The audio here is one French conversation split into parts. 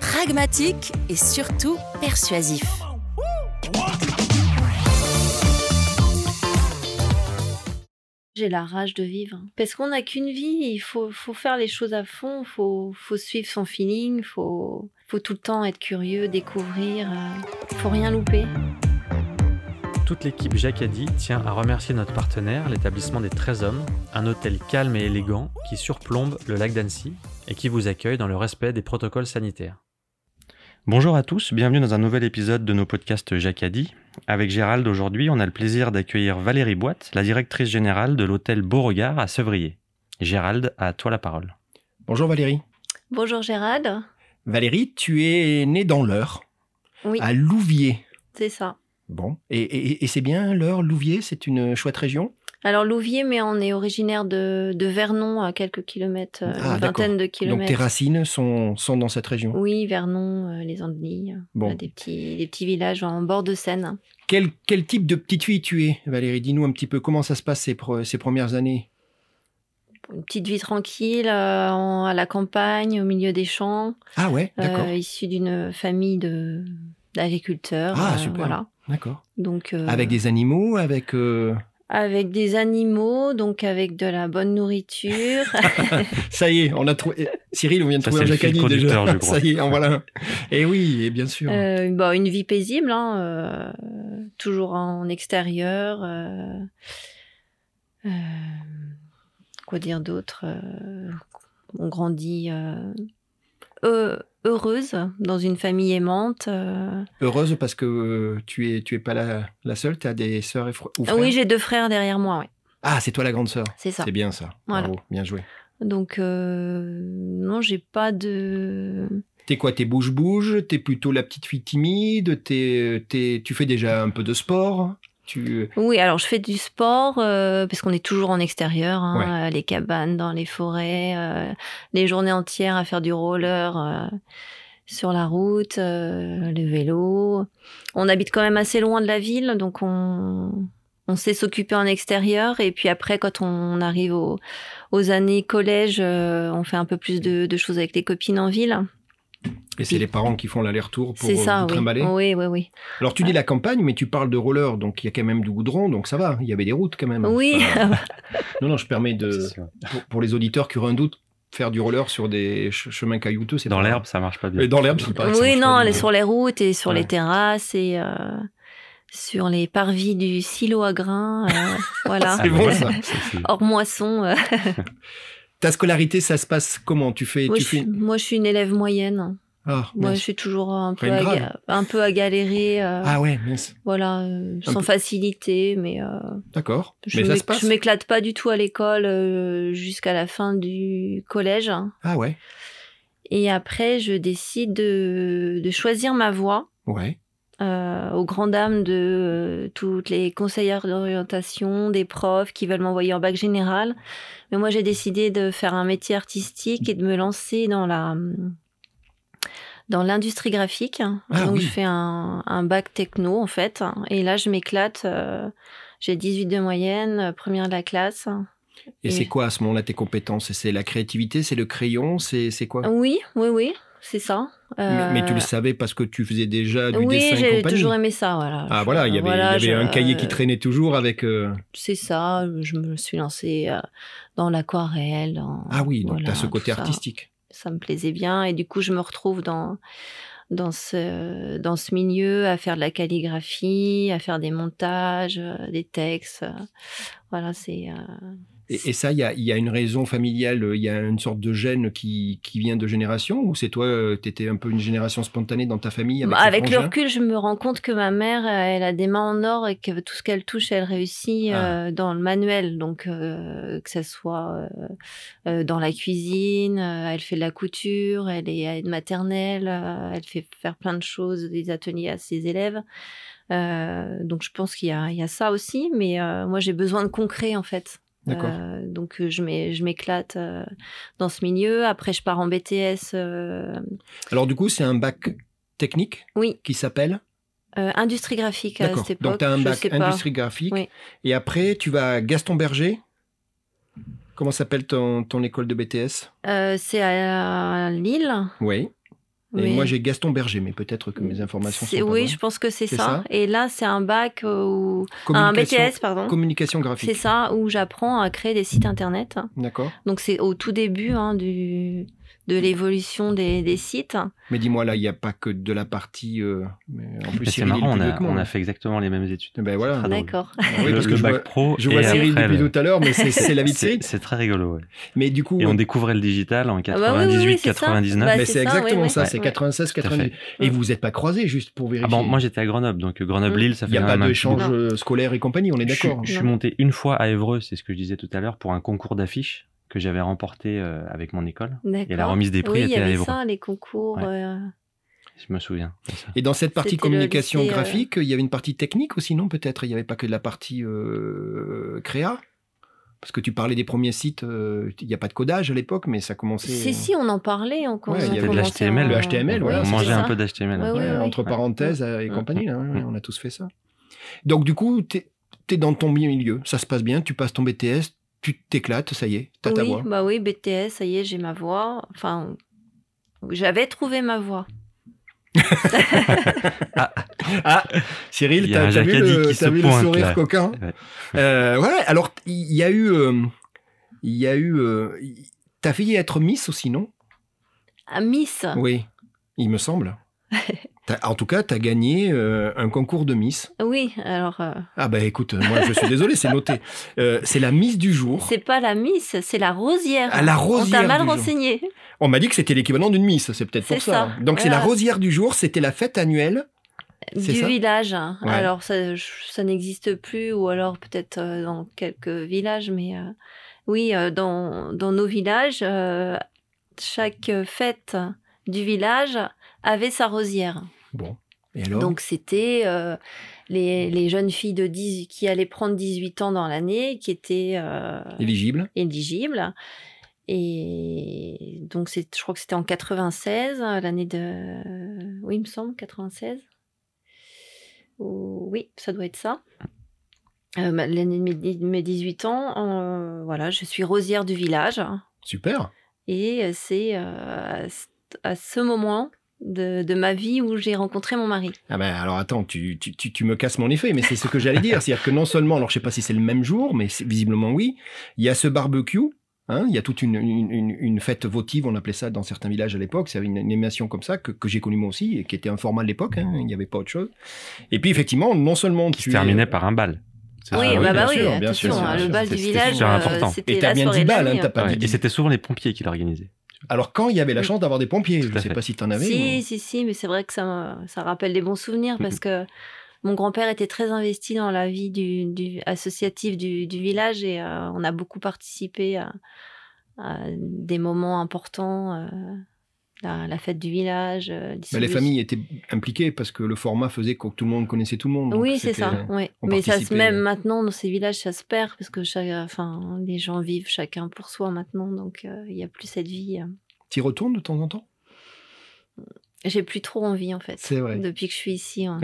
pragmatique et surtout persuasif. J'ai la rage de vivre. Parce qu'on n'a qu'une vie, il faut, faut faire les choses à fond, faut, faut suivre son feeling, faut, faut tout le temps être curieux, découvrir, euh, faut rien louper. Toute l'équipe Jacadi tient à remercier notre partenaire, l'établissement des 13 hommes, un hôtel calme et élégant qui surplombe le lac d'Annecy et qui vous accueille dans le respect des protocoles sanitaires. Bonjour à tous, bienvenue dans un nouvel épisode de nos podcasts Jacadi. Avec Gérald aujourd'hui, on a le plaisir d'accueillir Valérie Boite, la directrice générale de l'hôtel Beauregard à Sevrier. Gérald, à toi la parole. Bonjour Valérie. Bonjour Gérald. Valérie, tu es née dans l'Eure, Oui, à Louviers. c'est ça. Bon, et, et- et c'est bien l'Eure, Louviers, c'est une chouette région Alors Louvier, mais on est originaire de, de Vernon, à quelques kilomètres, euh, Ah, une d'accord. vingtaine de Donc tes kilomètres. racines sont, sont dans cette région. oui, Vernon, euh, les Andelys, euh, Bon. des, petits, des petits villages en bord de Seine. Quel, quel type de petite fille tu es, Valérie Dis-nous un petit peu comment ça se passe ces, pre- ces premières années. Une petite vie tranquille, euh, en- à la campagne, au milieu des champs, Ah ouais, euh, d'accord, issue d'une famille de d'agriculteurs. Ah, euh, super. voilà. d'accord. Donc, euh, Avec des animaux, avec... euh, avec des animaux, donc avec de la bonne nourriture. Ça y est, on a trouvé. Cyril, on vient de Ça, trouver un c'est le fil Jacadi déjà. conducteur, je crois. Ça y est, en voilà. Et oui, et bien sûr. Euh, bah, une vie paisible, hein, euh, toujours en extérieur. euh, euh, quoi dire d'autre euh, On grandit euh, heu- heureuse dans une famille aimante. euh. Heureuse parce que euh, tu es, tu es pas la, la seule. Tu as des sœurs et fr- ou Ah frères. Oui, j'ai deux frères derrière moi, ouais, Ah, c'est toi la grande sœur. c'est ça. C'est bien ça. Voilà. Bravo, bien joué. Donc, euh, non, j'ai pas de. T'es quoi T'es bouge-bouge T'es plutôt la petite fille timide T'es- t'es- Tu fais déjà un peu de sport tu... Oui, alors je fais du sport euh, parce qu'on est toujours en extérieur, hein, Ouais. euh, les cabanes, dans les forêts, euh, les journées entières à faire du roller euh, sur la route, euh, le vélo. On habite quand même assez loin de la ville, donc on, on sait s'occuper en extérieur. Et puis après, quand on arrive au- aux années collège, euh, on fait un peu plus de, de choses avec les copines en ville. Et c'est Oui. les parents qui font l'aller-retour pour C'est euh, ça, vous oui. Oh. trimballer. Oui, oui, oui. Alors tu dis la campagne, mais tu parles de roller, donc il y a quand même du goudron, donc ça va. Il y avait des routes quand même. Oui, C'est ah pas- non, non, je permets de. pour, pour les auditeurs qui auraient un doute, faire du roller sur des ch- chemins caillouteux, c'est Dans pas- l'herbe, ça marche pas bien. Et dans l'herbe, c'est pas. oui, non, les les- sur les routes et sur les Ouais. terrasses et euh, sur les parvis du silo à grains. euh, voilà. C'est bon, ça. Ah, Oh, C'est- c'est- Hors moisson. euh. Ta scolarité, ça se passe comment Tu fais, moi, tu je, suis- fais. moi, je suis une élève moyenne. Ah, Moi, mince. je suis toujours un peu, Rien de à, grave. ga- un peu à galérer. euh, ah ouais, mince. Voilà, euh, Un sans peu. facilité, mais euh, D'accord. je Mais ça m'é- se passe. je m'éclate pas du tout à l'école euh, jusqu'à la fin du collège. Ah ouais. Et après, je décide de, de choisir ma voie. Ouais. euh, aux grandes dames de euh, toutes les conseillères d'orientation, des profs qui veulent m'envoyer en bac général. Mais moi, j'ai décidé de faire un métier artistique et de me lancer dans la mm, dans l'industrie graphique. Ah Donc, oui. je fais un, un bac techno, en fait. Et là, je m'éclate. euh, j'ai 18 de moyenne, euh, première de la classe. Et, Et- c'est quoi à ce moment-là tes compétences C'est la créativité, c'est le crayon, c'est c'est quoi Oui, oui, oui, c'est ça. mais, mais tu Euh, le savais parce que tu faisais déjà du oui, dessin et j'ai compagnie. toujours aimé ça, voilà. Ah voilà, il y avait, il y Voilà, avait je- un cahier qui euh, traînait toujours avec. euh, c'est ça, je me suis lancée euh, dans l'aquarelle. dans- Ah oui, donc voilà, t'as ce tout côté ça. artistique. Ça me plaisait bien et du coup je me retrouve dans dans ce, dans ce milieu, à faire de la calligraphie, à faire des montages, euh, des textes. euh, Voilà, c'est. euh, Et, et ça, il y a, il y a une raison familiale, euh, il y a une sorte de gène qui, qui vient de génération Ou c'est toi, tu étais un peu une génération spontanée dans ta famille Bah, avec, Avec, tes le frangins recul, je me rends compte que ma mère, euh, elle a des mains en or et que tout ce qu'elle touche, elle réussit Ah. euh, dans le manuel. Donc, euh, que ça soit euh, euh, dans la cuisine, euh, elle fait de la couture, elle est aide maternelle, euh, elle fait faire plein de choses, des ateliers à ses élèves. Euh, donc, je pense qu'il y, a- il y a ça aussi. Mais euh, moi, j'ai besoin de concret, en fait. D'accord. Euh, donc euh, je m'é- je m'éclate euh, dans ce milieu. Après je pars en BTS euh, Alors du coup, c'est un bac technique Oui. qui s'appelle euh, industrie graphique à D'accord. cette époque. Donc tu as un je bac sais pas. industrie graphique. Oui. Et après, tu vas à Gaston Berger. Comment s'appelle ton, ton école de BTS Euh, c'est à Lille. Oui. Et mais moi, j'ai Gaston Berger, mais peut-être que mes informations sont c'est- pas Oui, bonnes. je pense que c'est C'est ça. ça Et là c'est un bac euh, où un Communication- BTS pardon. Communication C'est graphique. ça où j'apprends à créer des sites internet. D'accord. Donc c'est au tout début hein, du de l'évolution des, des sites. Mais dis-moi, là, il n'y a pas que de la partie. euh, mais en plus, Mais C'est Cyril est marrant, on plus vieux a, que moi. on a fait exactement les mêmes études. Eh Ben voilà. Ben Ah, drôle. D'accord. Oui, le, parce que le je bac vois, pro je et vois après, Cyril depuis le- tout à l'heure, mais c'est c'est la vie de c'est- Cyril. C'est très rigolo. ouais. Mais du coup, Et on découvrait le digital en Ah bah oui, 98, oui, oui, c'est ça. 99. Bah, mais c'est c'est ça, ouais, exactement ouais. ça, c'est Ouais. 96, à fait. 98. Et vous n'êtes pas croisés, juste pour vérifier. Ah bon, moi j'étais à Grenoble, donc Grenoble-Lille, ça il fait n'y a quand pas même un petit d'échange Non. euh, scolaire et compagnie, on est Je suis- d'accord. Je, suis Non. monté une fois à Évreux, c'est ce que je disais tout à l'heure, pour un concours d'affiches que j'avais remporté euh, avec mon école. D'accord. Et la remise des prix oui, il y était à avait Évreux. ça, les concours. Ouais. euh, Je me souviens. de ça. Et dans cette partie C'était le communication lycée, euh, graphique, il y avait une partie technique aussi, non Peut-être, il n'y avait pas que de la partie euh, créa Parce que tu parlais des premiers sites, euh, il n'y a pas de codage à l'époque, mais ça commençait. euh, Si, si, on en parlait. On, Ouais, il y C'était avait de commencé l'HTML. Le HTML, voilà, On c'était mangeait ça. un peu d'HTML. Ouais, Ouais, ouais, ouais. Entre parenthèses euh, et Mm, compagnie, là, ouais, mm. on a tous fait ça. Donc, du coup, tu es dans ton milieu, ça se passe bien, tu passes ton BTS, tu t'éclates, ça y est, t'as ta oui, voix. bah oui, BTS, ça y est, j'ai ma voix. Enfin, j'avais trouvé ma voix. Ah, Cyril, Il y a t'as un t'as vu, Jacadi le, qui t'as se vu le pointe, sourire là. coquin Ouais. Euh, Ouais, alors il y a eu. euh, Il y a eu. euh, y- T'as failli être Miss aussi, non À Ah, Miss. Oui, Oui, il me semble. T'as- en tout cas, t'as gagné euh, un concours de Miss. alors, euh, Ah bah écoute, moi je suis désolé, c'est noté. Euh, c'est la Miss du jour. c'est pas la Miss, c'est la rosière. Ah, la rosière On t'a mal du jour. renseigné. On m'a dit que c'était l'équivalent d'une Miss, c'est peut-être pour C'est ça. ça, Donc c'est la voilà. rosière du jour, c'était la fête annuelle. C'est Du ça village. Ouais. Alors, ça, je- ça n'existe plus, ou alors peut-être euh, dans quelques villages, mais euh, oui, euh, dans, dans nos villages, euh, chaque fête du village avait sa rosière. Bon, et alors Donc c'était euh, les, les jeunes filles de 10, qui allaient prendre 18 ans dans l'année, qui étaient euh, Éligible éligibles. Et donc c'est- je crois que c'était en 96, l'année de... Oui, il me semble, 96. Ou- Oui, ça doit être ça. Euh, ma- l'année de mes dix- mes 18 ans, euh, voilà, je suis rosière du village. Super Et euh, c'est euh, à ce- à ce moment de- de ma vie où j'ai rencontré mon mari. Ah ben alors attends, tu, tu, tu, tu me casses mon effet, mais c'est ce que j'allais dire. C'est-à-dire que non seulement, alors je sais pas si c'est le même jour, mais c'est- visiblement oui, il y a ce barbecue, hein, il y a toute une, une, une- une fête votive, on appelait ça dans certains villages à l'époque, c'est une animation comme ça que, que j'ai connue moi aussi, et qui était un format de l'époque, hein, il n'y avait pas autre chose. Et puis effectivement, non seulement Qui tu... se terminait par un bal. C'est Oui, ça, Ah oui, bah, bah bien oui, sûr, bien attention, sûr, hein, bien le sûr, bal du c'était village, super euh, important. Et c'était t'as la bien soirée dit de la balle, hein, nuit. t'as pas Ouais, dit... Et c'était souvent les pompiers qui l'organisaient. Alors quand il y avait la Mm. chance d'avoir des pompiers, Tout je à sais fait. pas si t'en avais. mais- Si, si, si, mais c'est vrai que ça, me- ça rappelle des bons souvenirs Mm-hmm. parce que mon grand-père était très investi dans la vie du, du associative du, du village et euh, on a beaucoup participé à, à des moments importants, euh, la, la fête du village. Mais euh, Bah, les distribution- familles étaient impliquées parce que le format faisait que tout le monde connaissait tout le monde. donc Oui, c'est c'était- ça. ouais. on Mais ça se participait, même euh. maintenant dans ces villages, ça se perd parce que chaque, enfin, les gens vivent chacun pour soi maintenant, donc euh, il n'y a plus cette vie. euh, T'y retournes de temps en temps J'ai plus trop envie en fait. C'est vrai. Depuis que je suis ici. hein.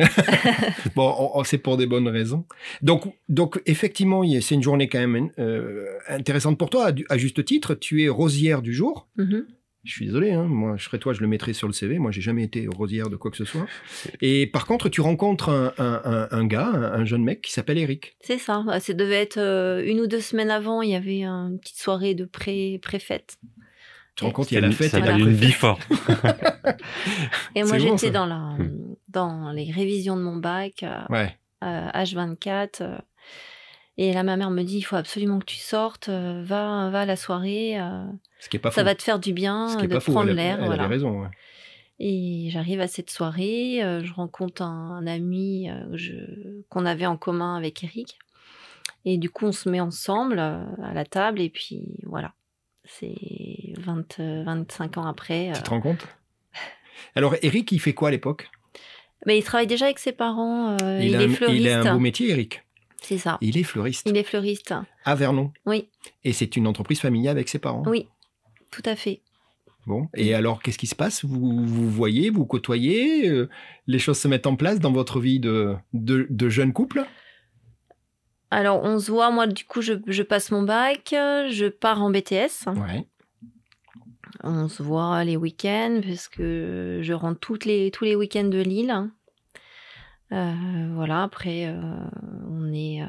Bon, on- on- c'est pour des bonnes raisons. Donc, donc effectivement, il y a- c'est une journée quand même euh, intéressante pour toi, à, du- à juste titre. Tu es rosière du jour. Mhm. Je suis désolé, hein, moi, je serais toi, je le mettrais sur le CV. Moi, j'ai jamais été rosière de quoi que ce soit. Et par contre, tu rencontres un, un- un- un gars, un, un jeune mec qui s'appelle Eric. C'est ça. Bah, Ça devait être euh, une ou deux semaines avant. Il y avait une petite soirée de pré préfète te rends compte, il y C'est a la une- fête ça et la s'appelle une before. Et moi, C'est bon, j'étais ça. Hmm. dans, la, dans les révisions de mon bac, euh, Ouais. euh, H24. euh, et là, ma mère me dit, il faut absolument que tu sortes, euh, va, va à la soirée, euh, Ce qui est pas ça faux. va te faire du bien Ce qui euh, est de pas faux. prendre elle a- l'air. Elle voilà. avait raison. ouais. Et j'arrive à cette soirée, euh, je rencontre un, un ami euh, que je- qu'on avait en commun avec Eric. Et du coup, on se met ensemble euh, à la table et puis voilà. C'est 20, euh, 25 ans après. euh. Tu te rends compte Alors, Eric, il fait quoi à l'époque Mais il travaille déjà avec ses parents. euh, il, a est un- fleuriste. il a un beau métier, Eric. C'est ça. Il est fleuriste. Il est fleuriste. À Vernon. Oui. Et c'est une entreprise familiale avec ses parents. Oui, tout à fait. Bon. Et alors, qu'est-ce qui se passe vous, vous voyez, vous côtoyez, euh, les choses se mettent en place dans votre vie de, de, de jeune couple Alors, on se voit. Moi, du coup, je, je passe mon bac. euh, Je pars en BTS. Ouais. On se voit les week-ends parce que je rentre toutes les, tous les week-ends de Lille. Euh, voilà, après, euh, on, est, euh,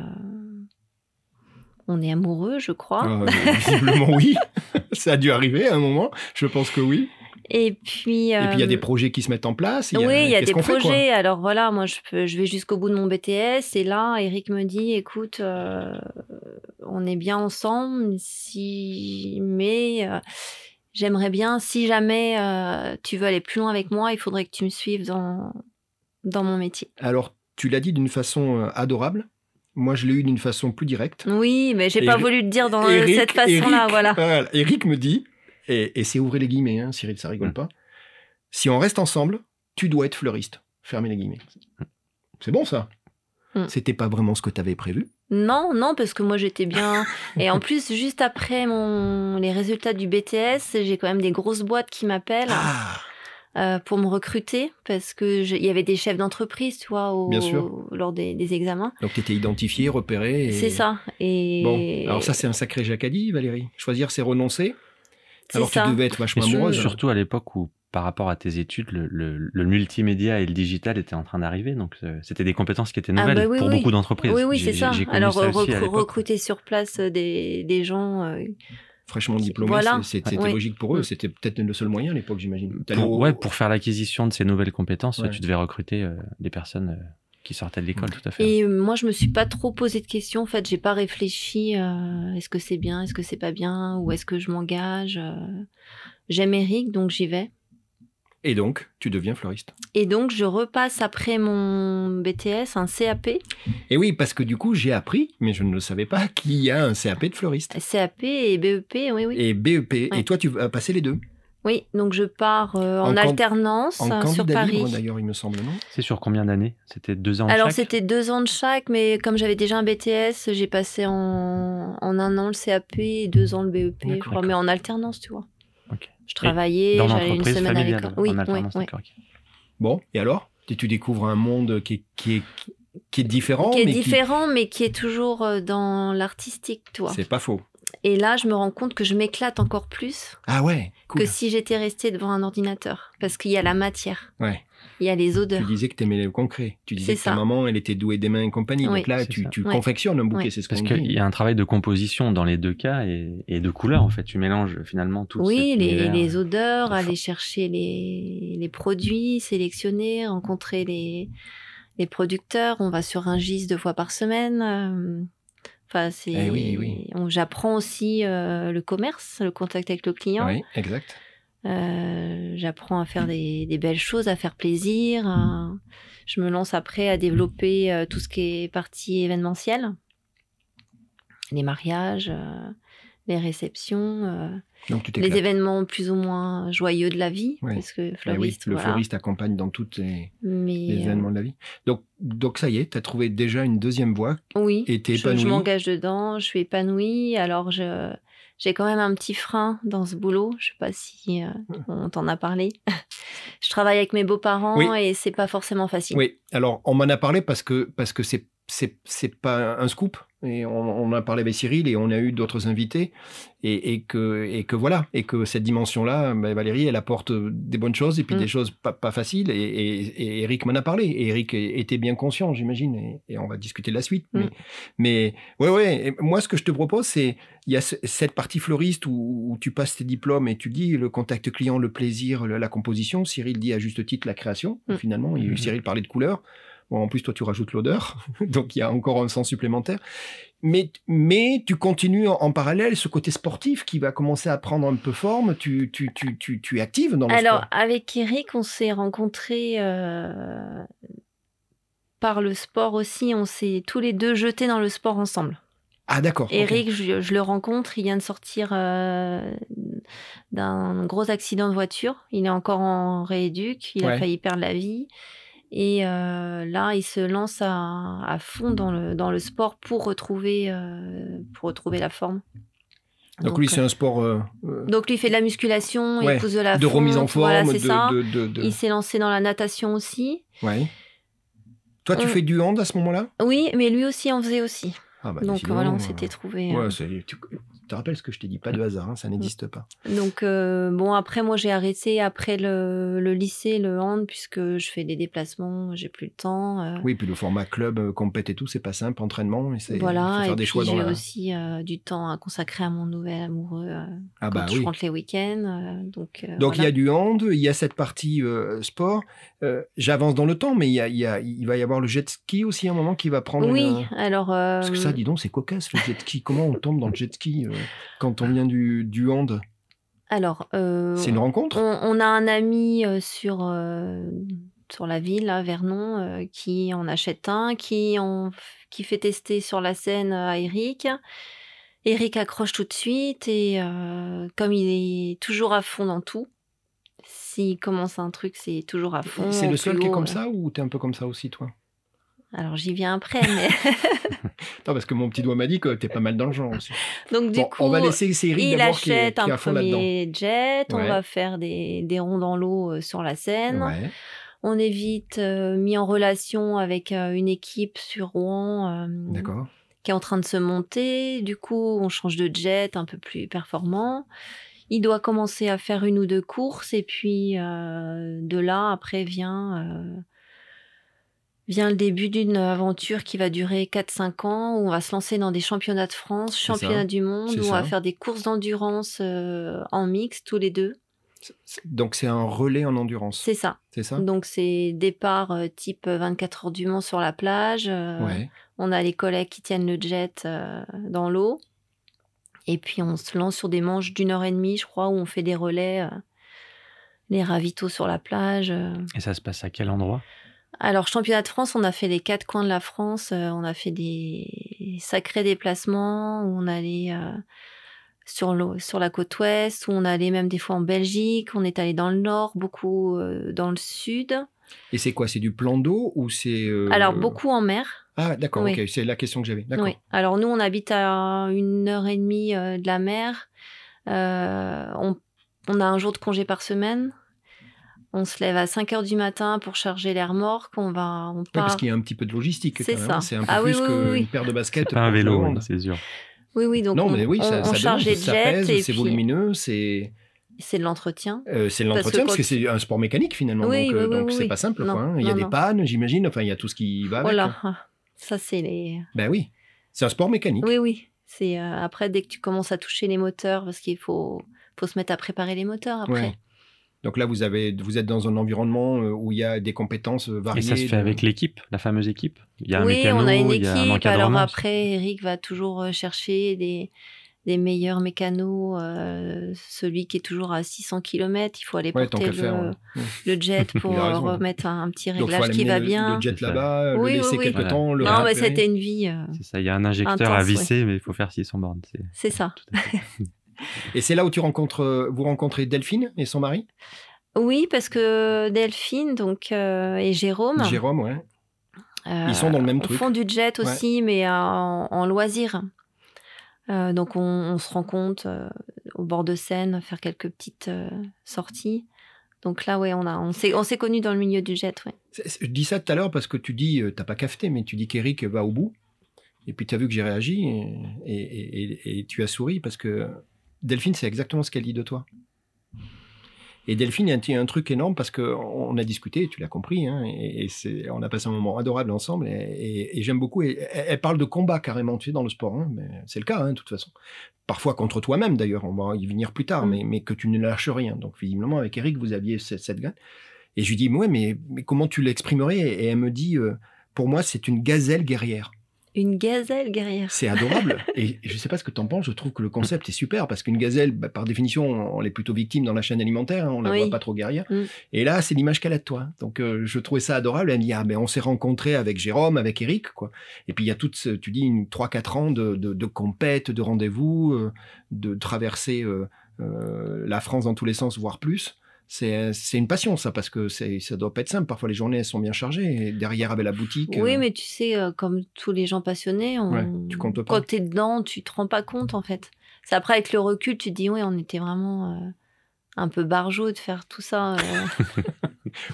on est amoureux, je crois. Euh, visiblement, oui. Ça a dû arriver à un moment. Je pense que oui. Et puis. Et puis, il y a euh, des projets qui se mettent en place. oui, il y a euh, qu'est-ce des qu'on fait, quoi projets. Alors voilà, moi je, peux, je vais jusqu'au bout de mon BTS et là, Eric me dit, écoute, euh, on est bien ensemble, si... mais euh, j'aimerais bien, si jamais euh, tu veux aller plus loin avec moi, il faudrait que tu me suives dans, dans mon métier. Alors, tu l'as dit d'une façon euh, adorable. Moi, je l'ai eu d'une façon plus directe. Oui, mais j'ai pas Eric- voulu le dire dans Eric- cette façon-là, Eric- voilà. Eric me dit, et, et c'est ouvrir les guillemets, hein, Cyril, ça rigole Mm. pas. Si on reste ensemble, tu dois être fleuriste. Fermez les guillemets. C'est bon ça. Mm. C'était pas vraiment ce que tu avais prévu. Non, non, parce que moi j'étais bien. Et en plus, juste après mon... les résultats du BTS, j'ai quand même des grosses boîtes qui m'appellent. Ah, euh, pour me recruter parce que je- il y avait des chefs d'entreprise, tu vois, au- Bien sûr. lors des, des examens. donc tu étais identifié, repéré. et- C'est ça. Et Bon, alors ça, c'est un sacré jacadie, Valérie. Choisir, c'est renoncer. c'est Alors ça. tu devais être vachement Et sur- amoureuse. surtout à l'époque où, par rapport à tes études, le, le- le multimédia et le digital étaient en train d'arriver. Donc, euh, c'était des compétences qui étaient Ah, nouvelles bah oui, pour oui. beaucoup d'entreprises. Oui, oui, J'ai- c'est j'ai- ça. j'ai connu Alors euh, ça aussi à recru- l'époque. recruter sur place euh, des, des gens. euh, Fraîchement diplômé, Voilà. c'est- c'était Oui. logique pour eux. Mm. C'était peut-être le seul moyen à l'époque, j'imagine. T'allais Pour, au- ouais, pour faire l'acquisition de ces nouvelles compétences, Ouais. tu devais recruter euh, des personnes euh, qui sortaient de l'école, tout à fait. Et moi, je me suis pas trop posé de questions. En fait, j'ai pas réfléchi. euh, est-ce que c'est bien Est-ce que c'est pas bien Ou est-ce que je m'engage euh, J'aime Eric, donc j'y vais. Et donc, tu deviens fleuriste. Et donc, je repasse après mon BTS un CAP. Et oui, parce que du coup, j'ai appris, mais je ne le savais pas, qu'il y a un CAP de fleuriste. CAP et BEP, Ah oui, oui. Et BEP. Ouais. Et toi, tu vas passer les deux. Oui, donc je pars euh, En en, can- alternance En euh, sur candidat Paris. libre, d'ailleurs, il me semble, non C'est sur combien d'années C'était deux ans Alors chaque c'était deux ans de chaque, mais comme j'avais déjà un BTS, j'ai passé en, en un an le CAP et deux ans le BEP, je D'accord. crois, mais en alternance, tu vois. Ok. Je travaillais, Dans j'allais une l'entreprise semaine avec familiale, eux. en alternance, oui. d'accord, ok. Bon, et alors tu, tu découvres un monde qui est, qui est, qui est différent. Qui est Oh, mais différent, mais qui est toujours euh, dans l'artistique, tu vois. C'est pas faux. Et là, je me rends compte que je m'éclate encore plus Ah ouais, cool. que si j'étais restée devant un ordinateur, parce qu'il y a la matière, Ouais. il y a les Tu odeurs. disais que t'aimais le concret. Tu disais C'est que ta ça. maman, elle était douée des mains et compagnie. Oui. Donc là, C'est tu, ça. tu Ouais. confectionnes un bouquet, Ouais. c'est ce qu'on Parce dit. qu'il y a un travail de composition dans les deux cas et, et de couleur, en fait. Tu mélanges finalement tout Oui, cet les, univers. les euh, odeurs, de aller chercher les, les produits, sélectionner, rencontrer les, les producteurs. On va sur un gis deux fois par semaine. euh, Enfin, c'est. Eh oui, oui. on- J'apprends aussi euh, le commerce, le contact avec le client. Oui, exact. Euh, J'apprends à faire des, des belles choses, à faire plaisir. à- Je me lance après à développer euh, tout ce qui est partie événementielle, les mariages, euh, les réceptions. euh, Donc tu les t'éclates. événements plus ou moins joyeux de la vie, Ouais. parce que Eh oui, fleuriste, le voilà. fleuriste accompagne dans toutes les, les Mais euh, événements de la vie. Donc, donc ça y est, tu as trouvé déjà une deuxième voie euh, oui, Et t'es je- je, épanouie m'engage dedans, je suis épanouie. Alors je j'ai quand même un petit frein dans ce boulot. Je sais pas si euh, on t'en a parlé. je travaille avec mes beaux-parents Oui. et c'est pas forcément facile. Oui, alors on m'en a parlé parce que parce que c'est c'est c'est pas un scoop, Et on, on a parlé avec Cyril et on a eu d'autres invités. Et, et, que, et que voilà. Et que cette dimension-là, ben, Valérie, elle apporte des bonnes choses et puis Mm. des choses pas, pas faciles. Et, et- et Eric m'en a parlé. Et Eric était bien conscient, j'imagine. Et, et on va discuter de la suite. Mm. Mais, mais ouais, ouais. Et moi, ce que je te propose, c'est il y a ce- cette partie fleuriste où, où tu passes tes diplômes et tu dis le contact client, le plaisir, le- la composition. Cyril dit à juste titre la création. Mm. Finalement, il- Mhm. Cyril parlait de couleurs. Bon, en plus, toi, tu rajoutes l'odeur. Donc, il y a encore un sens supplémentaire. Mais, mais tu continues en, en parallèle ce côté sportif qui va commencer à prendre un peu forme. Tu, tu, tu, tu, tu es active dans le Alors, sport. avec Eric, on s'est rencontrés euh, par le sport aussi. On s'est tous les deux jetés dans le sport ensemble. Ah, d'accord. ok. Eric, je, je le rencontre, il vient de sortir euh, d'un gros accident de voiture. Il est encore en rééduc, il Ouais. a failli perdre la vie. Et euh, là, il se lance à, à fond dans le, dans le sport pour retrouver, euh, pour retrouver la forme. Donc, lui, c'est un sport euh, euh, euh, donc, lui, il fait de la musculation, Ouais, il pousse de la de remise en fonte, forme. voilà, de, c'est ça. de, de- de- Il s'est lancé dans la natation aussi. Ouais. Toi, tu On- fais du hand à ce moment-là Oui, mais lui aussi en faisait aussi. ah, bah, donc décidément, voilà, euh, on s'était trouvés. euh, Ouais, c'est- tu tu te rappelles ce que je t'ai dit, pas de hasard, hein, ça n'existe pas. Donc euh, bon après moi j'ai arrêté après le, le lycée le hand puisque je fais des déplacements j'ai plus le temps euh, Oui, puis le format club, euh, compète et tout, c'est pas simple, entraînement, et c'est faut voilà faire et des puis choix dans j'ai la... aussi euh, du temps à consacrer à mon nouvel amoureux euh, Ah quand bah je oui. rentre les week-ends euh, donc euh, Donc il y voilà. a du hand, il y a cette partie euh, sport. Euh, J'avance dans le temps, mais il, y a, il, y a- il va y avoir le jet ski aussi à un moment qui va prendre. oui une- alors euh, Parce que ça, dis donc, c'est cocasse le jet ski. Comment on tombe dans le jet ski euh, quand on vient du, du hand alors euh, C'est une rencontre on, on a un ami euh, sur euh, sur la ville à Vernon euh, qui en achète un qui en qui fait tester sur la scène euh, à Eric. Eric accroche tout de suite et euh, comme il est toujours à fond dans tout, s'il commence un truc, c'est toujours à fond. C'est au le plus seul qui est haut, euh. comme ça ou t'es un peu comme ça aussi, toi Alors j'y viens après. Mais... Attends, parce que mon petit doigt m'a dit que t'es pas mal dans le genre aussi. Donc du Bon, coup, on va laisser Cyril il d'abord qui est, achète qui est un à fond là-dedans. premier jet. On Ouais. va faire des, des ronds dans l'eau euh, sur la Seine. Ouais. On est vite euh, mis en relation avec euh, une équipe sur Rouen euh, D'accord. qui est en train de se monter. Du coup, on change de jet un peu plus performant. Il doit commencer à faire une ou deux courses et puis euh, de là, après vient, euh, vient le début d'une aventure qui va durer 4-5 ans où on va se lancer dans des championnats de France, C'est ça. championnats du monde, C'est où on va ça. faire des courses d'endurance euh, en mix tous les deux. Donc c'est un relais en endurance, C'est ça. c'est ça Donc c'est départ euh, type 24 heures du Mans sur la plage. euh, Ouais. On a les collègues qui tiennent le jet euh, dans l'eau. Et puis on se lance sur des manches d'une heure et demie, je crois, où on fait des relais, euh, les ravitaux sur la plage. euh. Et ça se passe à quel endroit Alors championnat de France, on a fait les quatre coins de la France. euh, on a fait des sacrés déplacements où on allait euh, sur, l'eau- sur la côte ouest, où on allait même des fois en Belgique. On est allé dans le nord, beaucoup euh, dans le sud. Et c'est quoi C'est du plan d'eau ou c'est euh, Alors beaucoup en mer. Ah d'accord, Oui. ok, c'est la question que j'avais. D'accord. Oui. Alors nous, on habite à une heure et demie euh, de la mer. Euh, on, on a un jour de congé par semaine. On se lève à 5 heures du matin pour charger les remorques. On va, on Ouais, part. parce qu'il y a un petit peu de logistique. Ah. C'est quand même, ça. hein. C'est un peu Ah oui, plus oui, qu'une oui, oui. paire de baskets. C'est pas un pour tout vélo, le monde. hein, c'est sûr. Oui, oui. Donc non, on, mais oui, ça, on- ça on charge démonte, les ça jets pèse, et c'est puis volumineux, c'est c'est de l'entretien. euh, c'est de Parce que l'entretien parce quand- que c'est un sport mécanique finalement. Oui, donc euh, oui, oui, donc oui, c'est oui. pas simple. Non, quoi, hein. Il y a non, des non. pannes, j'imagine. Enfin, il y a tout ce qui va avec. Voilà. hein. Ça c'est les. Ben oui, c'est un sport mécanique. Oui, oui. C'est euh, après dès que tu commences à toucher les moteurs parce qu'il faut, faut se mettre à préparer les moteurs après. Ouais. Donc là, vous avez, vous êtes dans un environnement euh, où il y a des compétences euh, Et variées. ça se fait de- avec l'équipe, la fameuse équipe. Il y a un oui, mécano, on a une il y a un équipe. Alors encadrement. après, Eric va toujours euh, chercher des, des meilleurs mécanos. euh, celui qui est toujours à 600 km, il faut aller Ouais, tant porter qu'à le, faire. ouais. Ouais. le jet pour Il a raison. hein. euh, remettre un, un petit Donc, faut réglage aller qui va le, bien. le jet C'est ça. là-bas, euh, Oui, le laisser oui, oui. quelques Voilà. temps, le non, mais repérer. c'était une vie. euh, C'est ça, il y a un injecteur à Intense, ouais. Ah. visser, mais il faut faire 600 bornes. c'est- c'est ça. tout à fait. Et c'est là où tu rencontres, euh, vous rencontrez Delphine et son mari, Oui, parce que Delphine donc, euh, et Jérôme. Jérôme, ouais. euh, Ils sont dans le même truc. font du jet Ouais. aussi, mais euh, en, en loisir. Euh, donc on, on se rencontre euh, au bord de Seine, faire quelques petites euh, sorties. Donc là, ouais, on, a- on s'est on s'est connus dans le milieu du jet. Ouais. C'est- c'est- Je dis ça tout à l'heure parce que tu dis, euh, t'as pas cafeté, mais tu dis qu'Eric va au bout. Et puis tu as vu que j'ai réagi et, et- et- et tu as souri parce que Delphine, c'est exactement ce qu'elle dit de toi. Et Delphine, il y a un- il y a un truc énorme parce qu'on a discuté, tu l'as compris, hein, et, et c'est- on a passé un moment adorable ensemble, et, et- et j'aime beaucoup. Et, elle- elle parle de combat carrément, tu sais, dans le sport, hein, mais c'est le cas, hein, de toute façon. Parfois contre toi-même, d'ailleurs, on va y venir plus tard, Mm. mais, mais que tu ne lâches rien. Donc, visiblement, avec Eric, vous aviez cette, cette graine. Et je lui dis, ouais, mais, mais comment tu l'exprimerais Et elle me dit, euh, pour moi, c'est une gazelle guerrière. Une gazelle guerrière. C'est adorable. Et je ne sais pas ce que tu en penses, je trouve que le concept est super parce qu'une gazelle, bah, par définition, on est plutôt victime dans la chaîne alimentaire, hein, on la Oui. voit pas trop guerrière. Mm. Et là, c'est l'image qu'elle a de toi. Donc, euh, je trouvais ça adorable. Elle me dit, ah, ben, on s'est rencontrés avec Jérôme, avec Eric, quoi. Et puis, il y a toutes, ce- tu dis, une 3-4 ans de, de, de compète, de rendez-vous, euh, de traverser euh, euh, la France dans tous les sens, voire plus. C'est c'est une passion, ça, parce que c'est- ça doit pas être simple. Parfois, les journées, elles sont bien chargées. Et derrière, avec la boutique. Oui, euh, mais tu sais, euh, comme tous les gens passionnés, on... Ouais, tu comptes pas. quand t'es dedans, tu te rends pas compte en fait. C'est après avec le recul, tu te dis, oui, on était vraiment euh, un peu barjot de faire tout ça. euh.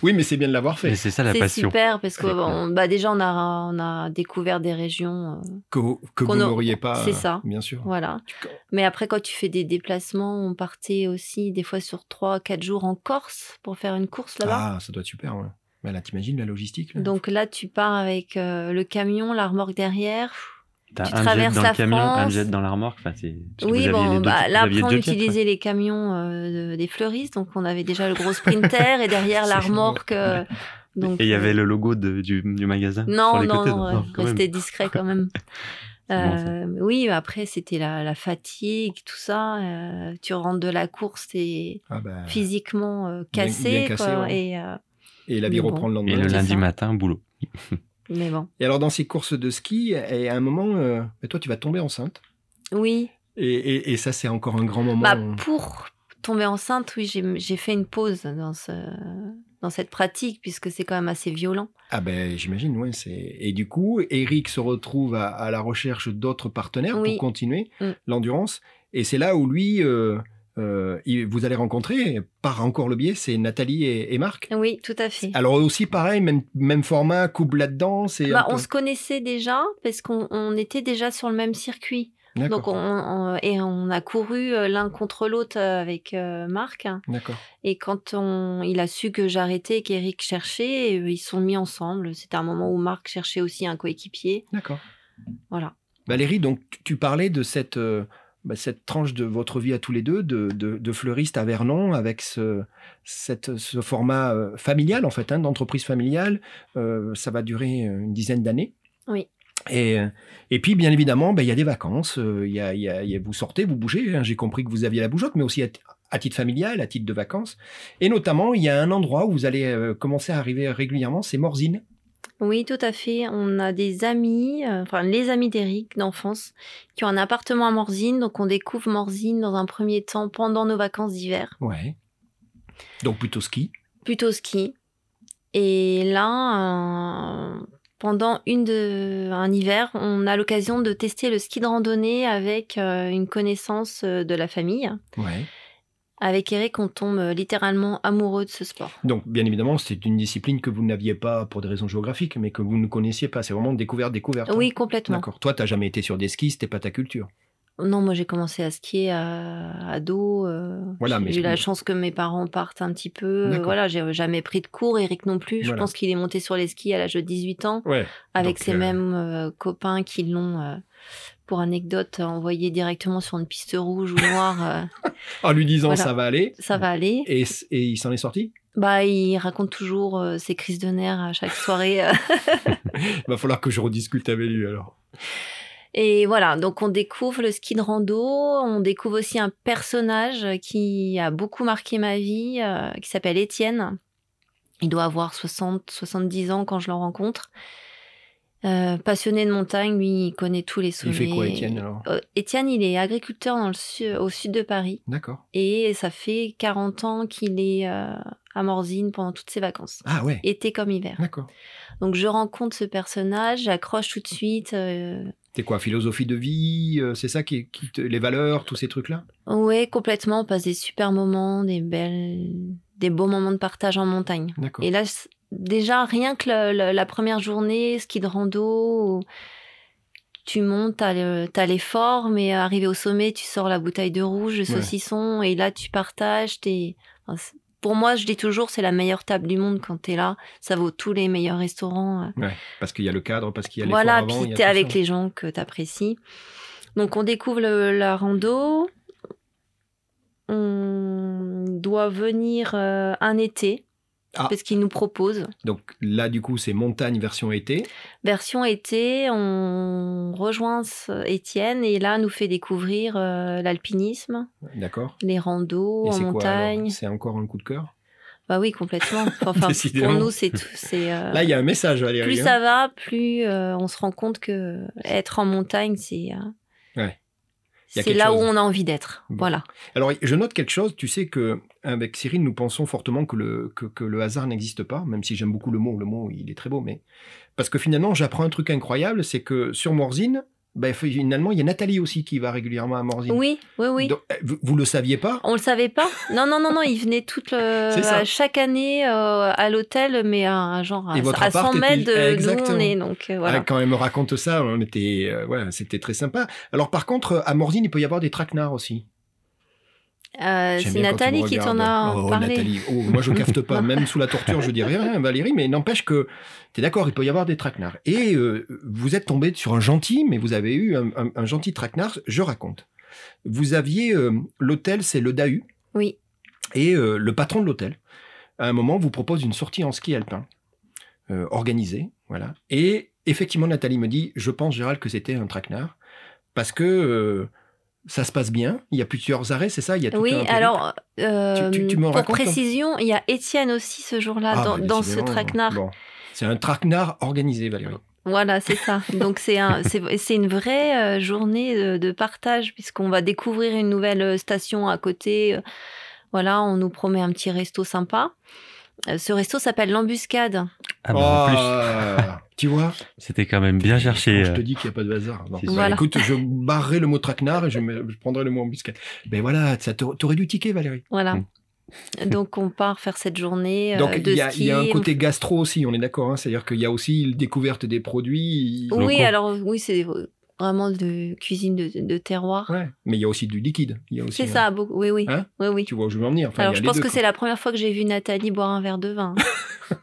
Oui, mais c'est bien de l'avoir fait. Et c'est ça la c'est passion. super parce que Ouais. bon, bah, déjà on a on a découvert des régions, euh, que, que vous Qu'on a- n'auriez pas. c'est euh, ça. Bien sûr. voilà. Tu- Mais après quand tu fais des déplacements, on partait aussi des fois sur 3 4 jours en Corse pour faire une course là-bas. Ah, ça doit être super. Ouais. Mais là, t'imagines la logistique là Donc là, tu pars avec euh, le camion, la remorque derrière. T'as Tu un jet traverses dans la le camion, un France. jet dans la remorque. Enfin, c'est- parce que vous Oui, aviez les bon, deux- bah, vous là, aviez après, on deux pièces, utilisait les camions euh, de- des fleuristes, donc on avait déjà le gros sprinter et derrière la C'est remorque. euh, donc, Et il y euh, avait le logo de- du, du magasin sur Non, les non, côtés. non, donc, euh, non, quand même. rester discret quand même. C'est bon, ça. Euh, oui, après, c'était la, la fatigue, tout ça. euh, tu rentres de la course, t'es Ah bah, physiquement euh, Bien- cassé. bien cassé, quoi, ouais. et, euh, Et la vie mais bon. reprend le lendemain. Et le c'est lundi ça. matin, boulot. mais bon, Et alors, dans ces courses de ski, et à un moment, euh, bah, toi, tu vas tomber enceinte. oui. Et, et- et ça, c'est encore un grand moment. Bah, pour tomber enceinte, oui, j'ai j'ai fait une pause dans, ce, dans cette pratique, puisque c'est quand même assez violent. Ah ben, j'imagine, ouais. c'est- Et du coup, Eric se retrouve à, à la recherche d'autres partenaires Oui. pour continuer Mm. l'endurance. Et c'est là où lui, euh, euh, il- vous allez rencontrer, par encore le biais, c'est Nathalie et, et Marc. Oui, tout à fait. Alors aussi, pareil, même, même format, couple là-dedans. c'est un Bah, peu- on se connaissait déjà parce qu'on on était déjà sur le même circuit. D'accord, Donc on, on- et on a couru euh, l'un contre l'autre euh, avec euh, Marc. D'accord. Et quand on, il a su que j'arrêtais et qu'Eric cherchait, euh, ils se sont mis ensemble. C'était un moment où Marc cherchait aussi un coéquipier. D'accord. Voilà. Valérie, donc tu- tu parlais de cette, euh, bah, cette tranche de votre vie à tous les deux, de, de- de fleuriste à Vernon, avec ce, cette- ce format euh, familial, en fait, hein, d'entreprise familiale. Euh, ça va durer euh, une dizaine d'années. Oui. Et, euh, et puis, bien évidemment, bah, il y a des vacances, euh, il y a- il y a- il y a- vous sortez, vous bougez. hein. J'ai compris que vous aviez la bougeotte, mais aussi à, t- à titre familial, à titre de vacances. Et notamment, il y a un endroit où vous allez euh, commencer à arriver régulièrement, c'est Morzine. Oui, tout à fait. On a des amis, euh, enfin les amis d'Eric d'enfance, qui ont un appartement à Morzine. Donc on découvre Morzine dans un premier temps pendant nos vacances d'hiver, Ouais. Donc plutôt ski. plutôt ski. Et là, euh, pendant une de, un hiver, on a l'occasion de tester le ski de randonnée avec euh, une connaissance euh, de la famille. Ouais. Avec Eric, on tombe euh, littéralement amoureux de ce sport. Donc, bien évidemment, c'est une discipline que vous n'aviez pas pour des raisons géographiques, mais que vous ne connaissiez pas. C'est vraiment découverte, découverte. hein. Oui, complètement. D'accord. Toi, t'as jamais été sur des skis, c'était pas ta culture. Non, moi j'ai commencé à skier à ado. euh, Voilà, mais- j'ai eu la chance que mes parents partent un petit peu. euh, D'accord. Voilà, j'ai jamais pris de cours. Eric non plus. Je Voilà. pense qu'il est monté sur les skis à l'âge de 18 ans Ouais. avec Donc, ses euh, mêmes euh, copains qui l'ont, euh, pour anecdote, envoyé directement sur une piste rouge ou noire. euh, En lui disant Voilà. ça va aller. ça va aller. Et, s- et il s'en est sorti. Bah, il raconte toujours euh, ses crises de nerfs à chaque soirée. euh, Va falloir que je rediscute avec lui alors. Et voilà, donc on découvre le ski de rando, on découvre aussi un personnage qui a beaucoup marqué ma vie, euh, qui s'appelle Étienne. Il doit avoir 60, 70 ans quand je le rencontre. Euh, passionné de montagne, lui, il connaît tous les Il sommets. fait quoi, Étienne alors Euh, Étienne, il est agriculteur dans le su- au sud de Paris D'accord. et ça fait 40 ans qu'il est euh, à Morzine pendant toutes ses vacances, Ah ouais. été comme hiver. D'accord. Donc je rencontre ce personnage, j'accroche tout de suite. euh, C'est quoi, philosophie de vie euh, C'est ça qui, qui te- les valeurs, tous ces trucs-là Oui, complètement. On passe des super moments, des belles, des beaux moments de partage en montagne. D'accord. Et là, c- déjà, rien que le- le- la première journée, ski de rando, tu montes, t'as le- t'as l'effort, mais arrivé au sommet, tu sors la bouteille de rouge, le Ouais. saucisson, et là, tu partages. t'es- enfin, c'est- pour moi, je dis toujours, c'est la meilleure table du monde quand t'es là. Ça vaut tous les meilleurs restaurants. euh, Parce qu'il y a le cadre, parce qu'il y a les voilà, avant, il puis y a t'es tout avec ça. les gens que t'apprécies. Donc on découvre le- la rando. On doit venir euh, un été Ah. parce qu'ils nous proposent. Donc là, du coup, c'est montagne version été. Version été, on rejoint ce- Étienne et là nous fait découvrir euh, l'alpinisme, D'accord. les randos Et en c'est quoi alors montagne. C'est encore un coup de cœur bah oui, complètement. Enfin, pour Décidément. nous c'est tout. c'est, euh, Là, il y a un message, Valérie. plus hein. ça va, plus euh, on se rend compte que être en montagne, c'est euh, Ouais. Il y a c'est quelque là chose. où on a envie d'être. Bon. Voilà. Alors, je note quelque chose. Tu sais que avec Cyril, nous pensons fortement que le, que, que le hasard n'existe pas, même si j'aime beaucoup le mot. Le mot, il est très beau, mais parce que finalement, j'apprends un truc incroyable, c'est que sur Morzine, ben, finalement, il y a Nathalie aussi qui va régulièrement à Morzine. Oui, oui, oui. Oh, Donc, euh, vous, vous le saviez pas On le savait pas. Non, non, non, non. Il venait toute le- C'est ça. à chaque année euh, à l'hôtel, mais à, genre à, Et votre à appart 100 était- mètres de d'où on Exactement. est. Donc euh, Ah, voilà. Quand elle me raconte ça, on était, euh, ouais, c'était très sympa. Alors par contre, à Morzine, il peut y avoir des traquenards aussi. Euh, J'aime c'est bien quand tu me Nathalie qui t'en regardes. a oh, parlé. Nathalie, oh, moi je cafte pas, même sous la torture, je dis rien, hein, Valérie, mais n'empêche que, t'es d'accord, il peut y avoir des traquenards. Et euh, vous êtes tombé sur un gentil, mais vous avez eu un, un- un gentil traquenard, je raconte. Vous aviez, euh, l'hôtel, c'est le Dahu, Oui. et euh, le patron de l'hôtel, à un moment, vous propose une sortie en ski alpin, euh, organisée, voilà. Et effectivement, Nathalie me dit, je pense, Gérald, que c'était un traquenard, parce que... euh, ça se passe bien, il y a plusieurs arrêts, c'est ça Il y a tout Oui, un périple. alors, euh, Tu- tu- tu me pour racontes, hein précision, il y a Étienne aussi ce jour-là Ah, dans, bah, dans ce décidément. traquenard. Bon. C'est un traquenard organisé, Valérie. Voilà, c'est ça. Donc c'est un, c'est c'est une vraie euh, journée de, de partage puisqu'on va découvrir une nouvelle euh, station à côté. Euh, Voilà, on nous promet un petit resto sympa. Euh, Ce resto s'appelle l'embuscade. Ah bah, en plus, Ah, tu vois c'était quand même bien cherché. Je te Ah euh. dis qu'il n'y a pas de hasard. Non. Si, Bah, Voilà. Écoute, je barrerai le mot traquenard et je, me- je prendrai le mot embuscade. Mais voilà, ça t'a- t'aurais dû tiquer, Valérie. Voilà. Mm. Donc on part faire cette journée euh, Hmm. Donc, il de y, a- il ski. y a un côté gastro aussi, on est d'accord. hein. C'est-à-dire qu'il y a aussi la découverte des produits. le Oui, con. alors oui, c'est euh, vraiment de cuisine de, de terroir. Ouais. Mais il y a aussi du liquide. Il y a aussi, c'est hein. ça, beaucoup. Oui, oui. Hein oui, oui. Tu vois où je veux en venir. Enfin, alors il y a je les pense deux, que quoi. c'est la première fois que j'ai vu Nathalie boire un verre de vin. hein.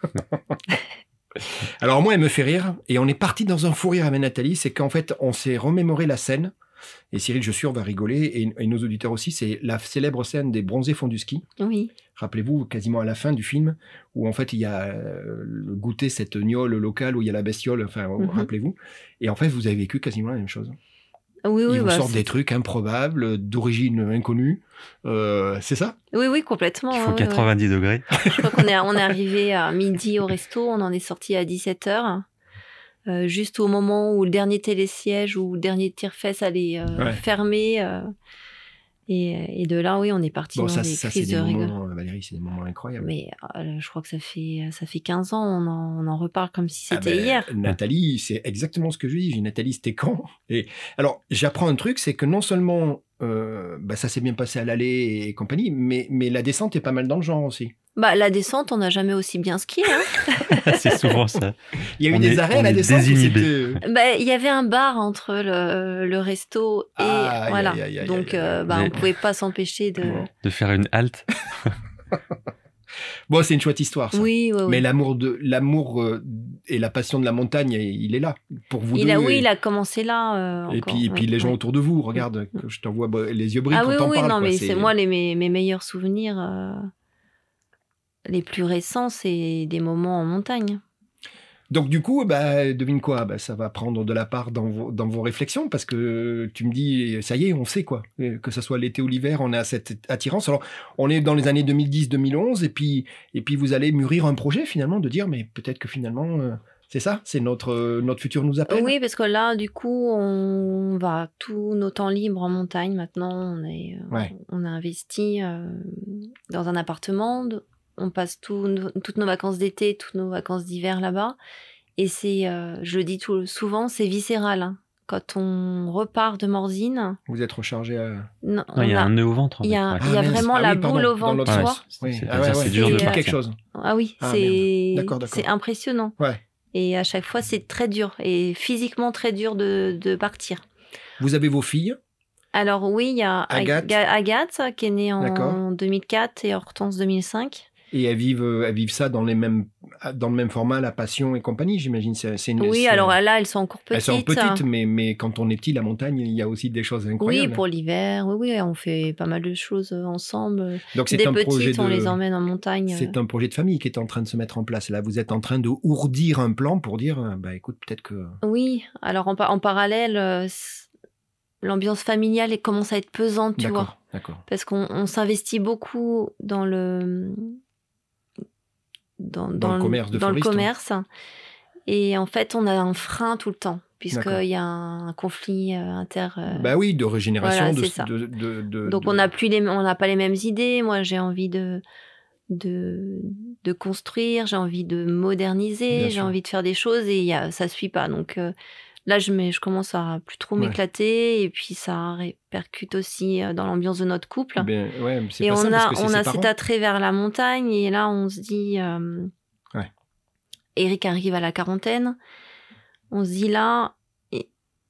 Alors moi, elle me fait rire, et on est parti dans un fou rire avec Nathalie, c'est qu'en fait, on s'est remémoré la scène, et Cyril, je suis sûr, va rigoler, et, et nos auditeurs aussi, c'est la célèbre scène des bronzés fonds du ski, Oui. rappelez-vous, quasiment à la fin du film, où en fait, il y a euh, le goûter cette gnole locale, où il y a la bestiole, enfin, Mhm. rappelez-vous, et en fait, vous avez vécu quasiment la même chose. Oui, oui. Ils vous bah, sortent c'est- des trucs improbables, d'origine inconnue, euh, c'est ça Oui, oui, complètement. Il ouais, faut ouais, ouais. 90 degrés. Je crois qu'on est, on est arrivé à midi au resto, on en est sorti à 17h. euh, juste au moment où le dernier télésiège ou le dernier tire-fesse allait euh, Ouais. fermer. euh, et, et de là, oui, on est parti Bon, dans ça, des ça c'est crises de des rigole. moments, euh, Valérie, c'est des moments incroyables. Mais euh, je crois que ça fait, ça fait 15 ans, on en, on en reparle comme si Ah c'était ben, hier. Nathalie, c'est exactement ce que je dis. J'ai Nathalie, c'était quand Et alors, j'apprends un truc, c'est que non seulement euh, bah, ça s'est bien passé à l'aller et compagnie, mais, mais la descente est pas mal dans le genre aussi. Bah, la descente, on n'a jamais aussi bien skié. hein. c'est souvent ça. Il y a eu On des est- arrêts à on la est descente. où désinhibé. c'était- euh, Bah, Il y avait un bar entre le, le resto et Ah, aïe, voilà. aïe, aïe, aïe, Donc, aïe, aïe. euh, bah, Vous on avez- pouvait pas s'empêcher de. Bon. De faire une halte. Bon, c'est une chouette histoire. ça. Oui, oui, oui. Mais l'amour de l'amour euh, et la passion de la montagne, il est là pour vous Il deux. a, oui, et, il a commencé là. euh, et encore, puis, et puis ouais, les gens ouais. autour de vous, regarde, que je t'envoie bah, les yeux brillent Ah quand oui, t'en oui, parles, non, quoi, mais c'est- c'est moi les, mes, mes meilleurs souvenirs. euh, Les plus récents, c'est des moments en montagne. Donc du coup, bah, devine quoi bah, Ça va prendre de la part dans vos, dans vos réflexions parce que tu me dis, ça y est, on sait quoi. Euh, Que ce soit l'été ou l'hiver, on a cette attirance. Alors, on est dans les années 2010-2011 et puis, et puis vous allez mûrir un projet finalement de dire, mais peut-être que finalement, euh, c'est ça, c'est notre, euh, notre futur nous appelle. Oui, parce que là, du coup, on va tous nos temps libres en montagne. Maintenant, on, est, euh, Ouais. on a investi euh, dans un appartement. de- On passe tous nos- toutes nos vacances d'été, toutes nos vacances d'hiver là-bas. Et c'est, euh, je le dis tout, souvent, c'est viscéral. hein. Quand on repart de Morzine, Vous êtes rechargé à... ah, non, Non, il y on a a- un nœud au ventre. en il y fait, a un- ouais. il y a mince. vraiment la oui, pardon, boule au dans ventre, l'autre tu sens. vois. Oui, C'est- ah ça, ouais, c'est ouais, dur j'ai de dit quelque partir. chose. Ah oui, Ah, c'est merde. D'accord, d'accord. c'est impressionnant. Ouais. Et à chaque fois, c'est très dur et physiquement très dur de, de partir. Vous avez vos filles. Alors oui, il y a Agathe. Aga- Agathe, qui est née en D'accord. 2004 et Hortense 2005. Et elles vivent, euh, elles vivent ça dans, les mêmes, dans le même format, la passion et compagnie, j'imagine. C'est, c'est une, euh, Oui, c'est- alors là, elles sont encore petites. elles sont petites, mais, mais quand on est petit, la montagne, il y a aussi des choses Oui, incroyables. pour l'hiver, oui, oui, on fait pas mal de choses euh, ensemble. Donc c'est Des un projet petites, de... on les emmène en montagne. C'est un projet de famille qui est en train de se mettre en place. Là, vous êtes en train de ourdir un plan pour dire, euh, bah écoute, peut-être que Oui, alors en, par- en parallèle, euh, c- l'ambiance familiale elle commence à être pesante, tu vois. D'accord, d'accord. Parce qu'on on s'investit beaucoup dans le. Dans, le commerce de dans le fleuriste, hein. commerce. Et en fait, on a un frein tout le temps, D'accord. puisqu'il y a un, un conflit euh, inter. euh, Bah oui, de régénération, voilà, de, c'est ça. de, de- de- Donc de- on n'a plus les, on n'a pas les mêmes idées. Moi j'ai envie de de, de construire, j'ai envie de Bien moderniser, j'ai sûr. envie de faire des choses et il y a, ça suit pas. Donc euh, là je mets- je commence à plus trop Ouais. m'éclater et puis ça répercute aussi euh, dans l'ambiance de notre couple. Ben, ouais, mais c'est et pas on simple, a parce que c'est on ses a parents. cet attrait vers la montagne et là on se dit euh, Ouais. Eric arrive à la quarantaine, on se dit là il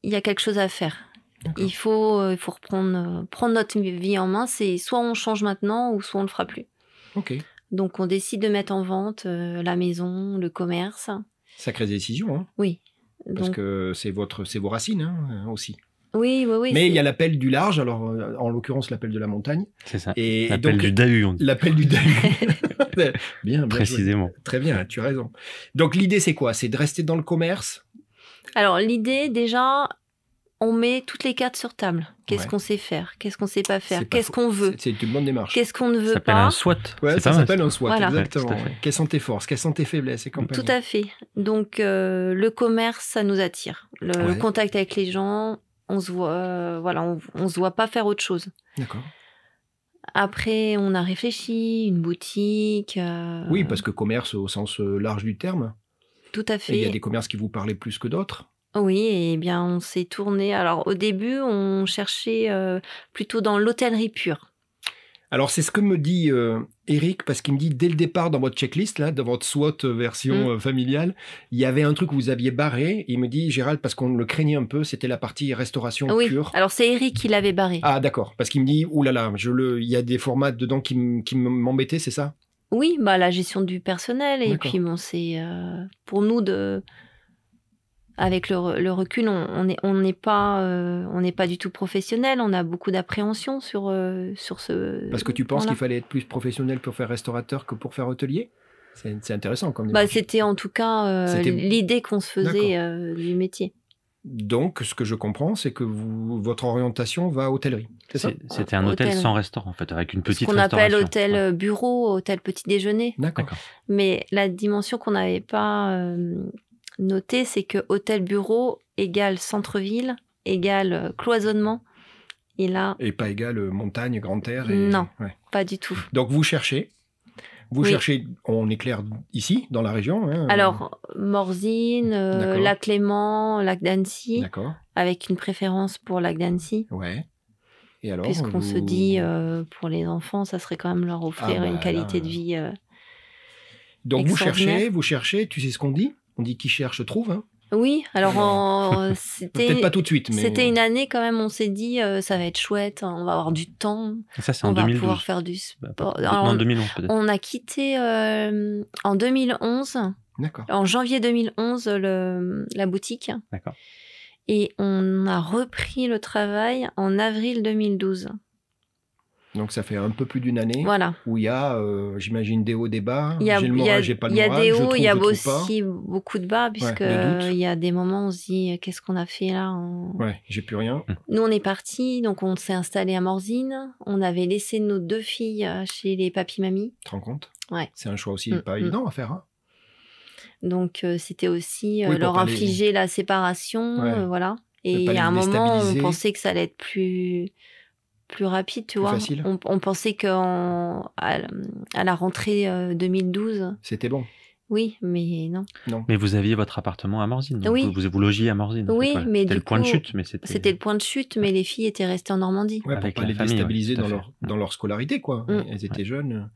il y a quelque chose à faire. D'accord. Il faut, euh, il faut reprendre euh, prendre notre vie en main. C'est soit on change maintenant ou soit on le fera plus. Ok, Donc on décide de mettre en vente euh, la maison, le commerce. sacrée décision, hein, Oui. parce Donc que c'est votre, c'est vos racines hein, euh, aussi. oui, oui, oui. Mais il y c'est- a l'appel du large, alors euh, en l'occurrence l'appel de la montagne, C'est ça. et L'appel donc du DAU, on dit l'appel du Dahu. bien, bien joué. précisément. Très bien, tu as raison. Donc l'idée c'est quoi C'est de rester dans le commerce. Alors l'idée déjà, on met toutes les cartes sur table. Qu'est-ce Ouais. qu'on sait faire Qu'est-ce qu'on sait pas C'est faire pas Qu'est-ce faux. qu'on veut C'est c'est une bonne démarche. Qu'est-ce qu'on ne Ça veut s'appelle pas un SWOT. Ouais, c'est ça pas mal. s'appelle un SWOT, Voilà. exactement. Ouais, tout à fait. Quelles sont tes forces Quelles sont tes faiblesses et compagnie Tout à fait. Donc euh, le commerce, ça nous attire. Le, le Ouais. contact avec les gens, on se voit, euh, voilà, on, on se voit pas faire autre chose. D'accord. Après, on a réfléchi, une boutique. euh, Oui, parce que commerce au sens euh, large du terme. tout à Et il y fait. a des commerces qui vous parlaient plus que d'autres. Oui, et bien on s'est tourné. Alors au début, on cherchait euh, plutôt dans l'hôtellerie pure. Alors c'est ce que me dit euh, Eric parce qu'il me dit dès le départ dans votre checklist là, dans votre SWOT version Mm. euh, familiale, il y avait un truc que vous aviez barré. Il me dit Gérald parce qu'on le craignait un peu, c'était la partie restauration oui. pure. Alors c'est Eric qui l'avait barré. Ah d'accord, parce qu'il me dit oulala, là là, je le, il y a des formats dedans qui m- qui m'embêtaient, c'est ça Oui, bah la gestion du personnel et D'accord. puis bon, c'est euh, pour nous de avec le, re- le recul, on on est- on n'est pas euh, on n'est pas du tout professionnel. On a beaucoup d'appréhension sur euh, sur ce. Parce que tu penses Voilà. qu'il fallait être plus professionnel pour faire restaurateur que pour faire hôtelier C'est c'est intéressant comme Bah, démarche. c'était en tout cas euh, C'était- l'idée qu'on se faisait euh, du métier. Donc, ce que je comprends, c'est que vous, votre orientation va à hôtellerie. C'est ça C'est- C'était un hôtel, Hôtel. sans restaurant, en fait, avec une ce petite qu'on appelle restauration. hôtel Ouais. euh, bureau, hôtel petit déjeuner. D'accord. D'accord. Mais la dimension qu'on n'avait pas euh, notée, c'est que hôtel bureau égale centre-ville égale euh, cloisonnement. Et là, Et pas égal euh, montagne, grand air. Et... Non. Ouais. pas du tout. Donc, vous cherchez. Vous Oui. cherchez, on est clair ici, dans la région. hein, euh, Alors, Morzine, euh, D'accord. Lac Léman, Lac d'Annecy, D'accord. avec une préférence pour Lac d'Annecy, Ouais. Et alors puisqu'on Oh, vous- se dit euh, pour les enfants, ça serait quand même leur offrir bah, une qualité là, de vie. euh. Donc, vous extraordinaire. cherchez, vous cherchez, tu sais ce qu'on dit On dit qui cherche trouve. hein. Oui, alors Alors, en- Euh, Peut-être c'était. pas tout de suite, mais. C'était une année quand même, on s'est dit euh, ça va être chouette, on va avoir du temps, Et ça, c'est on en va 2012. pouvoir faire du Bah, sport. pas- Alors, non, on- 2011, peut-être. On a quitté euh, en 2011, D'accord. en janvier 2011, le- la boutique. D'accord. Et on a repris le travail en avril 2012. Donc, ça fait un peu plus d'une année Voilà. où il y a, euh, j'imagine, des hauts, des bas. Il y a, J'ai le il y a- moral, j'ai pas le il y a moral, des je hauts, trouve, il y a je trouve pas. aussi beaucoup de bas, puisque le doute. euh, il y a des moments où on se dit qu'est-ce qu'on a fait là on- Ouais, j'ai plus rien. Nous, on est partis, donc on s'est installé à Morzine. On avait laissé nos deux filles euh, chez les papis-mamies. Tu te rends compte Ouais. C'est un choix aussi Mm, pas mm. évident à faire. hein. Donc euh, c'était aussi euh, Oui, pour leur pas les- infliger la séparation, Ouais. euh, voilà. De pas Et les à un moment, on déstabiliser. pensait que ça allait être plus plus rapide, tu Plus vois. facile. On, on pensait qu'à à la rentrée euh, 2012, C'était bon. oui, mais non. Mais vous aviez votre appartement à Morzine. donc Oui. Vous, vous, vous logiez à Morzine. en Oui, fait, voilà. mais C'était du le point de coup, chute, mais c'était. C'était le point de chute, mais les filles étaient restées en Normandie. Ouais, pour Avec pas la les famille, ouais, déstabiliser tout à dans, fait. leur, dans leur scolarité, quoi. Mm. Elles étaient jeunes.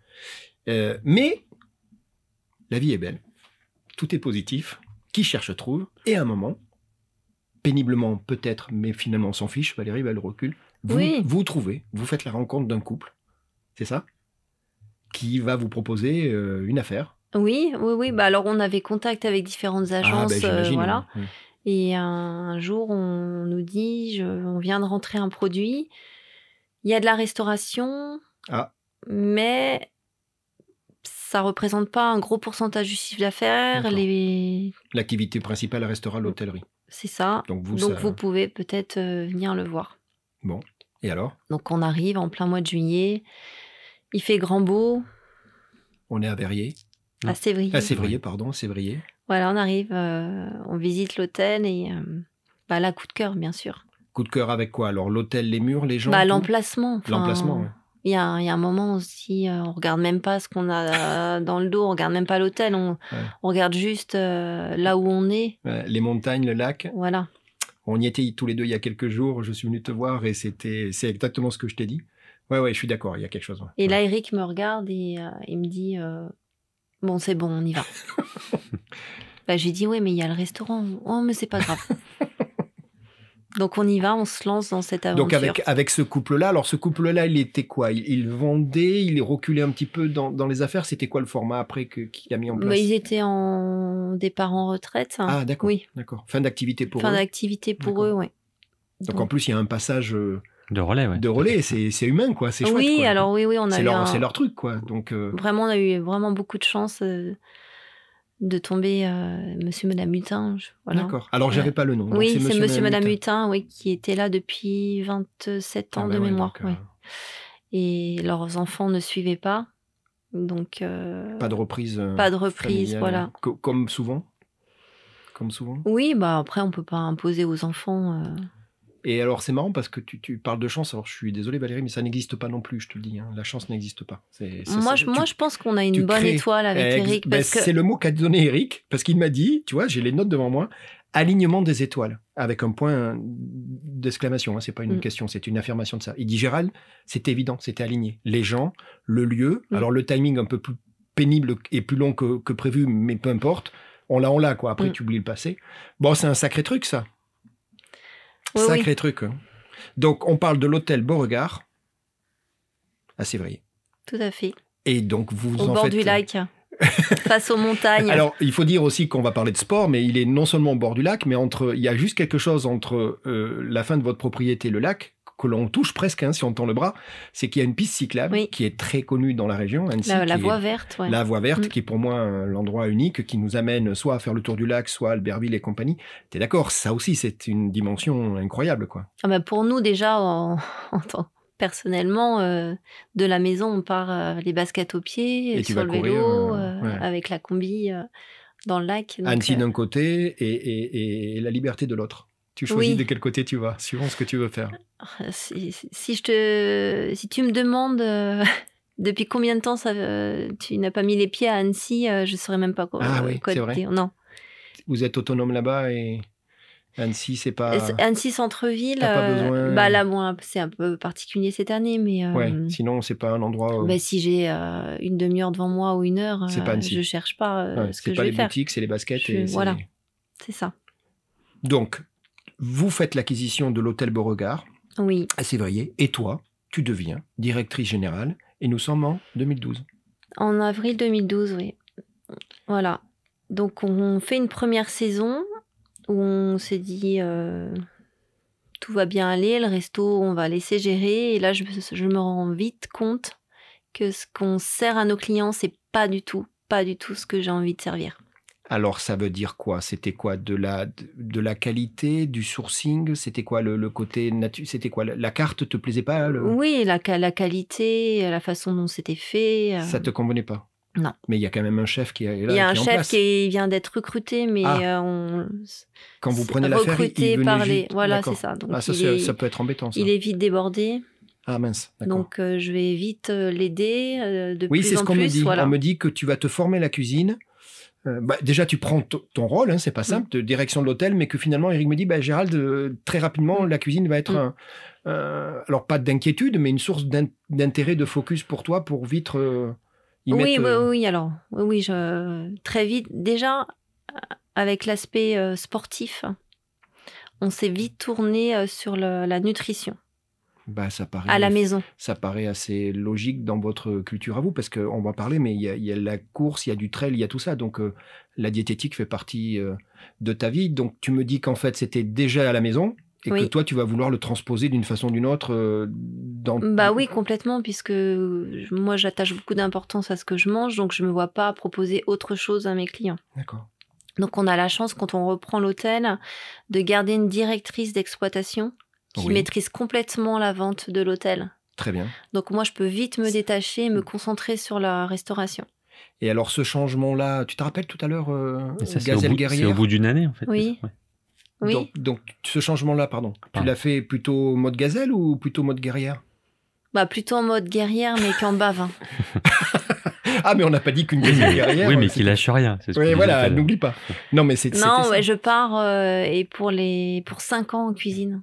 Euh, mais la vie est belle. Tout est positif. qui cherche trouve, et à un moment, péniblement peut-être, mais finalement on s'en fiche, Valérie va le recul, vous, Oui. vous trouvez, vous faites la rencontre d'un couple, c'est ça Qui va vous proposer euh, une affaire. Oui, oui, oui. Bah, alors, on avait contact avec différentes agences. ben, euh, j'imagine, voilà. oui. Oui. Et un jour, on nous dit, je- on vient de rentrer un produit, il y a de la restauration, Ah. mais ça représente pas un gros pourcentage du chiffre d'affaires. D'accord. Les... L'activité principale restera l'hôtellerie. C'est ça. Donc vous, Donc ça- vous pouvez peut-être euh, venir le voir. Et alors Donc on arrive en plein mois de juillet, il fait grand beau, On est à Verrier. à Sévrier. À Sévrier, pardon, Sévrier. Voilà, on arrive, euh, on visite l'hôtel et euh, bah, là, coup de cœur, bien sûr. Coup de cœur avec quoi Alors l'hôtel, les murs, les gens Bah, tout l'emplacement. enfin, L'emplacement, ouais. Il y, a, un- il y a un moment aussi, euh, on regarde même pas ce qu'on a euh, dans le dos, on regarde même pas l'hôtel, on, Ouais. on regarde juste euh, là où on est. Ouais, les montagnes, le lac. Voilà. On y était tous les deux il y a quelques jours. Je suis venu te voir et c'était, c'est exactement ce que je t'ai dit. Ouais, ouais, je suis d'accord. Il y a quelque chose. ouais. Et là, Eric me regarde et euh, il me dit euh, Bon, c'est bon, on y va. bah, J'ai dit Oui, mais il y a le restaurant. Oh, mais c'est pas grave. Donc, on y va, on se lance dans cette aventure. Donc avec avec ce couple-là, alors ce couple-là, il était quoi il, il vendait, il reculait un petit peu dans, dans les affaires. C'était quoi le format après que qu'il a mis en place Bah, ils étaient en départ en retraite. hein. Ah d'accord, Oui, d'accord. Fin d'activité pour fin eux. d'activité pour D'accord. eux, oui. Donc en plus, il y a un passage euh, De relais, ouais. de relais. C'est c'est humain, quoi. C'est chouette. oui, quoi. alors oui, oui, on a c'est eu leur un- c'est leur truc, quoi. Donc euh, Vraiment, on a eu vraiment beaucoup de chance euh, de tomber euh, Monsieur, Madame Mutin. je- voilà. d'accord. Alors Ouais. j'avais pas le nom. Donc, Oui, c'est Monsieur, Madame Mutin. Mutin, oui, qui était là depuis 27 Ah, ans bah de ouais, mémoire. donc, euh, oui. Et leurs enfants ne suivaient pas, donc euh, Pas de reprise. euh, pas de reprise, familiale. voilà. Co- comme souvent. Comme souvent. Oui, bah après, on peut pas imposer aux enfants. euh, Et alors, c'est marrant parce que tu, tu parles de chance. Alors, je suis désolé, Valérie, mais ça n'existe pas non plus, je te le dis. hein. La chance n'existe pas. C'est- ça- Moi, ça- je, tu- moi, je pense qu'on a tu une bonne crées- étoile avec Eh, ex- Eric ben, parce que C'est le mot qu'a donné Eric, parce qu'il m'a dit, tu vois, j'ai les notes devant moi, alignement des étoiles, avec un point d'exclamation. Hein, c'est pas une Mm. question, c'est une affirmation de ça. Il dit, Gérald, c'est évident, c'était aligné. Les gens, le lieu, Mm. alors le timing un peu plus pénible et plus long que, que prévu, mais peu importe. On l'a, on l'a, quoi. Après, Mm. tu oublies le passé. Bon, c'est un sacré truc, ça. Oui, oui. Sacré truc. hein. Donc, on parle de l'hôtel Beauregard à Sévrier. tout à fait Et donc, vous au en bord faites... du lac, face aux montagnes. Alors, il faut dire aussi qu'on va parler de sport, mais il est non seulement au bord du lac, mais entre, il y a juste quelque chose entre euh, la fin de votre propriété et le lac que l'on touche presque, hein, si on tend le bras, c'est qu'il y a une piste cyclable Oui. qui est très connue dans la région, Annecy, la, la qui est- voie verte, ouais. la voie verte, Mm. qui est pour moi euh, l'endroit unique qui nous amène soit à faire le tour du lac, soit à Albertville et compagnie. T'es d'accord Ça aussi, c'est une dimension incroyable, quoi. Ah bah, pour nous, déjà, en, en tant personnellement, euh, de la maison, on part euh, les baskets aux pieds, Et euh, tu sur vas le courir, euh, vélo, euh, ouais. avec la combi euh, dans le lac. Donc, Annecy euh, d'un côté et, et- et la liberté de l'autre. Tu choisis Oui. de quel côté tu vas, suivant ce que tu veux faire. euh, si, si- si je te, si tu me demandes euh, depuis combien de temps ça, euh, tu n'as pas mis les pieds à Annecy, euh, je saurais même pas quoi, Ah oui, quoi c'est te vrai. dire. Non. Vous êtes autonome là-bas et Annecy, c'est pas. Et c'est- Annecy centre-ville, Ah. T'as pas besoin- euh, bah là bon, là, c'est un peu particulier cette année, mais euh, Ouais, sinon c'est pas un endroit. où- bah, si j'ai euh, une demi-heure devant moi ou une heure, C'est euh, pas Annecy. je cherche pas euh, ouais, ce c'est que je pas vais les faire. boutiques, c'est les baskets. Je- et c'est- voilà. C'est ça. Donc, vous faites l'acquisition de l'hôtel Beauregard Oui. à Sévrier, et toi, tu deviens directrice générale, et nous sommes en 2012. En avril 2012, oui. Voilà. Donc on fait une première saison où on s'est dit euh, tout va bien aller, le resto on va laisser gérer. Et là je, me- je me rends vite compte que ce qu'on sert à nos clients c'est pas du tout, pas du tout ce que j'ai envie de servir. Alors, ça veut dire quoi C'était quoi de la, de, de la qualité, du sourcing C'était quoi le, le côté nature C'était quoi la, la carte te plaisait pas le- Oui, la, ca- la qualité, la façon dont c'était fait. euh, Ça te convenait pas Non. Mais il y a quand même un chef qui est là. Il y a un qui est en chef place. qui vient d'être recruté, mais Ah. euh, on... Quand vous c'est prenez l'affaire, il, il recruté venait par les- juste- Voilà, D'accord. c'est ça. Donc, Ah, ça, il c'est- est- ça peut être embêtant. Ça. Il est vite débordé, Ah mince, d'accord. donc euh, je vais vite euh, l'aider euh, de Oui, plus c'est ce en qu'on plus. me dit. Voilà. On me dit que tu vas te former la cuisine. Euh, bah, déjà, tu prends to- ton rôle, hein, c'est Mm. pas simple, de direction de l'hôtel, mais que finalement, Eric me dit, bah, Gérald, euh, très rapidement, Mm. la cuisine va être, Mm. un- euh, alors pas d'inquiétude, mais une source d'in- d'intérêt, de focus pour toi, pour vite euh, y oui, mettre. oui, euh, oui, alors, oui, oui, je, très vite. Déjà, euh, avec l'aspect euh, sportif, on s'est vite tourné euh, sur le- la nutrition Bah, ça paraît. à la maison. ça paraît assez logique dans votre culture à vous, parce qu'on va en parler, mais il y, a, il y a la course, il y a du trail, il y a tout ça. Donc, euh, la diététique fait partie euh, de ta vie. Donc, tu me dis qu'en fait, c'était déjà à la maison et que Oui. toi, tu vas vouloir le transposer d'une façon ou d'une autre euh, dans. Bah oui, complètement, puisque je- moi j'attache beaucoup d'importance à ce que je mange, donc je ne me vois pas proposer autre chose à mes clients. D'accord. Donc on a la chance, quand on reprend l'hôtel, de garder une directrice d'exploitation qui Oui. maîtrise complètement la vente de l'hôtel. Très bien. Donc moi je peux vite me détacher et me concentrer sur la restauration. Et alors, ce changement-là, tu te rappelles tout à l'heure, euh, Et ça, c'est au Gazelle bout- c'est Guerrière au bout d'une année, en fait. Oui. c'est ça, ouais. Oui. donc, donc, ce changement-là, pardon, tu Pardon. l'as fait plutôt mode gazelle ou plutôt mode guerrière Bah plutôt en mode guerrière, mais qu'en bave. hein. Ah, mais on n'a pas dit qu'une Oui, gazelle mais, guerrière. oui, mais euh, qui c'était- lâche rien. c'est ce qu'on Oui, disait tout à voilà, l'heure. n'oublie pas. Non, mais c'est. c'était Non, ça. ouais, je pars euh, et pour les pour cinq ans en cuisine.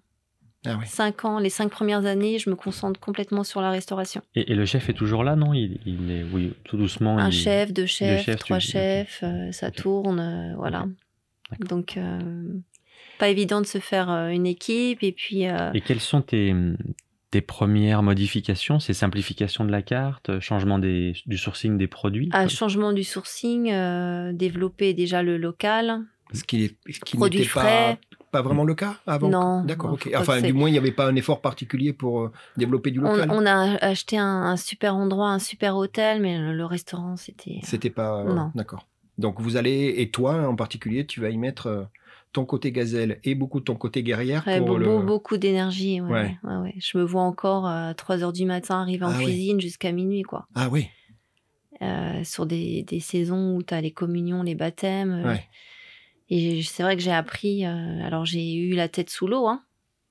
Ah oui. Cinq ans, les cinq premières années, je me concentre complètement sur la restauration. Et, et le chef est toujours là, non il, il est, oui, tout doucement. Un il- chef, deux chefs, chefs, tu trois dis, ok. chefs, euh, ça Ok. tourne, euh, voilà. D'accord. Donc euh, pas évident de se faire euh, une équipe et puis euh, Et quelles sont tes, tes premières modifications C'est simplification de la carte, euh, changement des, du sourcing des produits un changement du sourcing, euh, développer déjà le local. Ce qui, est- ce qui Produits n'était pas, frais. pas vraiment le cas avant Non. D'accord, Non, ok. je crois Enfin, que du c'est- moins, il n'y avait pas un effort particulier pour euh, développer du On, local. on a acheté un, un super endroit, un super hôtel, mais le, le restaurant c'était. C'était pas. euh, Non. D'accord. Donc, vous allez, et toi en particulier, tu vas y mettre euh, ton côté gazelle et beaucoup ton côté guerrière Ouais, pour be- le. beau- beaucoup d'énergie. ouais, Ouais. ouais, ouais. Je me vois encore à 3 h du matin arriver en Ah oui. cuisine jusqu'à minuit. quoi. Ah oui, Euh, sur des, des saisons où tu as les communions, les baptêmes. euh, ouais. Et j'ai- c'est vrai que j'ai appris. euh, alors j'ai eu la tête sous l'eau. Hein,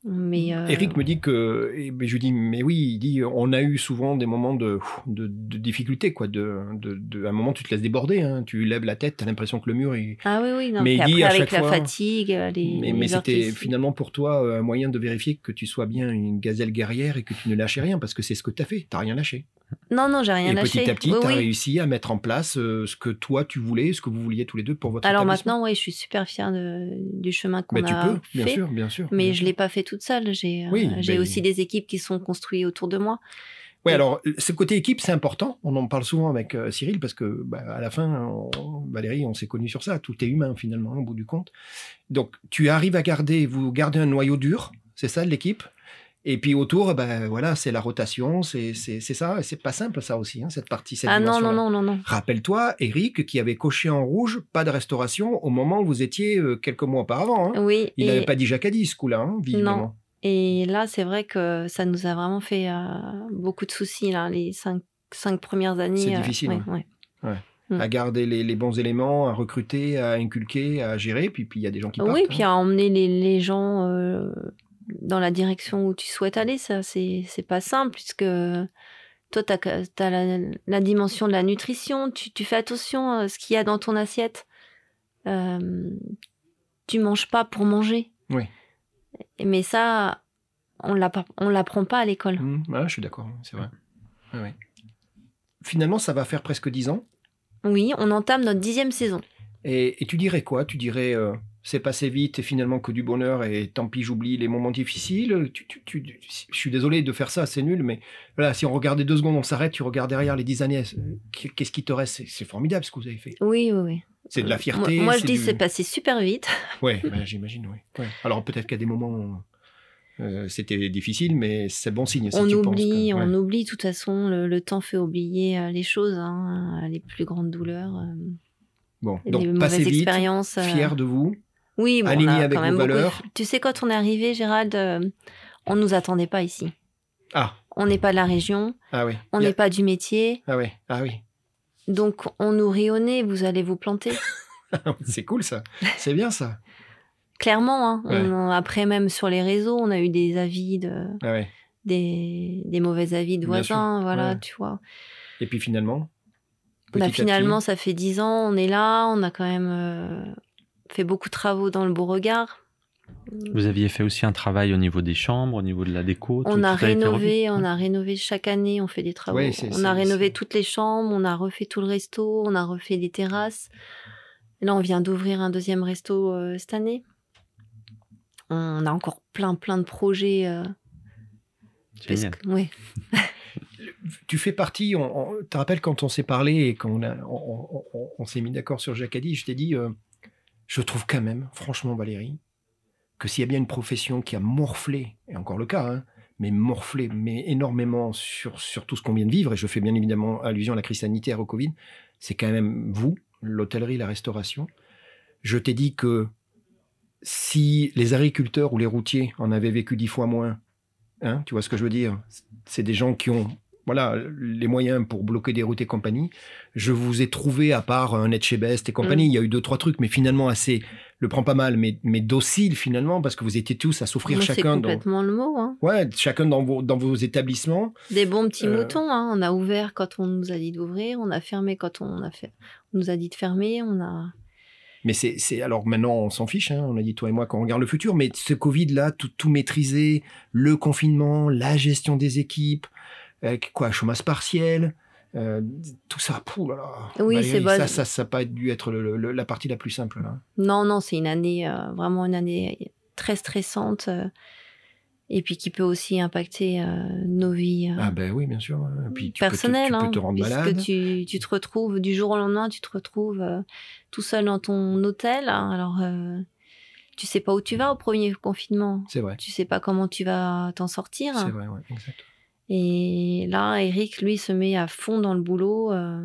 mais, euh, Mmh. Eric me dit que, et ben, je lui dis, mais oui, il dit, on a eu souvent des moments de, de, de difficulté, quoi. De, de, de- à un moment, tu te laisses déborder, hein. tu lèves la tête, tu as l'impression que le mur est, Ah oui, oui. Non, Mais puis il dit après, à avec chaque la fois- fatigue, euh, les. Mais, les mais heures qui c'était se- finalement pour toi euh, un moyen de vérifier que tu sois bien une gazelle guerrière et que tu ne lâchais rien, parce que c'est ce que tu as fait, tu n'as rien lâché. Non, non, j'ai rien et lâché. petit à petit, Oui, tu as oui. réussi à mettre en place euh, ce que toi tu voulais, ce que vous vouliez tous les deux pour votre Alors établissement. maintenant, ouais, je suis super fière de, du chemin qu'on mais tu a peux, bien fait. sûr, bien sûr. Mais bien je sûr. ne l'ai pas fait toute seule. J'ai euh, Oui, j'ai ben- aussi des équipes qui sont construites autour de moi. Ouais, alors euh, ce côté équipe, c'est important. On en parle souvent avec euh, Cyril parce que bah, à la fin, on- Valérie, on s'est connus sur ça. Tout est humain finalement, au bout du compte. Donc tu arrives à garder, vous gardez un noyau dur, c'est ça de l'équipe. Et puis autour, ben voilà, c'est la rotation, c'est c'est- c'est ça. Et C'est pas simple ça aussi, hein, cette partie, cette Ah non, non, dimension-là. non, non, non. Rappelle-toi, Eric, qui avait coché en rouge, pas de restauration au moment où vous étiez euh, quelques mois auparavant. hein. Oui, Il n'avait et, pas dit Jacadi ce coup-là, hein, visiblement. et là, c'est vrai que ça nous a vraiment fait euh, beaucoup de soucis, là, les cinq, cinq premières années. C'est euh, difficile, hein. ouais, ouais. ouais. Mm. À garder les, les bons éléments, à recruter, à inculquer, à gérer. Puis puis il y a des gens qui partent. Oui, hein. puis à emmener les, les gens euh, dans la direction où tu souhaites aller, ça, c'est c'est pas simple, puisque toi, tu as, la, la dimension de la nutrition, tu, tu fais attention à ce qu'il y a dans ton assiette. Euh, tu manges pas pour manger. Oui. Mais ça, on l'appre- on l'apprend pas à l'école. Hum, voilà, je suis d'accord, c'est vrai. Ouais, ouais. Finalement, ça va faire presque dix ans. Oui, on entame notre dixième saison. Et, et tu dirais quoi Tu dirais euh, c'est passé vite et finalement que du bonheur et tant pis, j'oublie les moments difficiles. Tu- tu- tu- tu- je suis désolé de faire ça, c'est nul, mais voilà, si on regardait deux secondes, on s'arrête, tu regardes derrière les dix années, euh, qu'est-ce qui te reste C'est- C'est formidable ce que vous avez fait. Oui, oui, oui. C'est de la fierté. Euh, Moi, moi, je dis du- c'est passé super vite. Ouais, Mm. bah, j'imagine, oui. Alors peut-être qu'à des moments, euh, c'était difficile, mais c'est bon signe. si on tu penses oublie, que- on ouais. oublie. De toute façon, le, le temps fait oublier euh, les choses, hein, euh, les plus grandes douleurs, euh, Bon, les donc mauvaises passez vite, expériences. euh, fier de vous. oui, bon, on aligné a avec quand même vos beaucoup de- valeurs. Tu sais, quand on est arrivé, Gérald, euh, on nous attendait pas ici. Ah, On n'est pas de la région, ah oui. on Il y n'est a- pas du métier, Ah oui, ah oui. donc on nous rionnait. Vous allez vous planter. c'est cool ça. C'est bien ça. Clairement, hein, Ouais. on- après même sur les réseaux, on a eu des avis de Ah ouais. des, des mauvais avis de Bien sûr, voisins, voilà, ouais. tu vois. Et puis finalement. Bah, petit à finalement, ça fait dix ans, on est là, on a quand même euh, fait beaucoup de travaux dans le Beauregard. Vous aviez fait aussi un travail au niveau des chambres, au niveau de la déco. tout- On a tout été rénové, revu. on a rénové chaque année, on fait des travaux. Ouais, c'est- on c'est- a rénové c'est- toutes les chambres, on a refait tout le resto, on a refait les terrasses. Là, on vient d'ouvrir un deuxième resto euh, cette année. On a encore plein, plein de projets. euh, parce Génial. que- ouais. tu fais partie, on, on- tu te rappelles quand on s'est parlé et qu'on a- on, on- on- on s'est mis d'accord sur Jacadi, je t'ai dit, euh, je trouve quand même, franchement Valérie, que s'il y a bien une profession qui a morflé, et encore le cas, hein, mais morflé mais énormément sur, sur tout ce qu'on vient de vivre, et je fais bien évidemment allusion à la crise sanitaire, au Covid, c'est quand même vous, l'hôtellerie, la restauration. Je t'ai dit que si les agriculteurs ou les routiers en avaient vécu dix fois moins, hein, tu vois ce que je veux dire, c'est des gens qui ont voilà, les moyens pour bloquer des routes et compagnie. Je vous ai trouvé, à part un Etchebest et compagnie, Mm. il y a eu deux, trois trucs, mais finalement assez, le prends pas mal, mais, mais docile finalement, parce que vous étiez tous à s'offrir Bon, C'est chacun dans, complètement le mot. hein. ouais, chacun dans vos, dans vos établissements. Des bons petits Euh. moutons. hein. On a ouvert quand on nous a dit d'ouvrir, on a fermé quand on, a fait... on nous a dit de fermer. On a... Mais c'est, c'est- alors maintenant, on s'en fiche, hein, on a dit toi et moi qu'on regarde le futur, mais ce Covid-là, tout, tout maîtriser, le confinement, la gestion des équipes, euh, quoi, chômage partiel, euh, tout ça, pouh là là. Oui, Valérie, c'est bon. Ça, ça, ça a pas dû être le- le- la partie la plus simple, hein. là. Non, non, c'est une année, euh, vraiment une année très stressante. euh, et puis qui peut aussi impacter euh, nos vies. euh, Ah ben oui, bien sûr. hein. Et Puis tu, personnel, peux, te, tu hein, peux te rendre puisque malade. Tu, tu te retrouves du jour au lendemain, tu te retrouves euh, tout seul dans ton hôtel. hein, Alors, euh, tu sais pas où tu vas au premier confinement. C'est vrai. Tu sais pas comment tu vas t'en sortir. hein. C'est vrai, ouais, exact. Et là, Eric, lui, se met à fond dans le boulot. euh,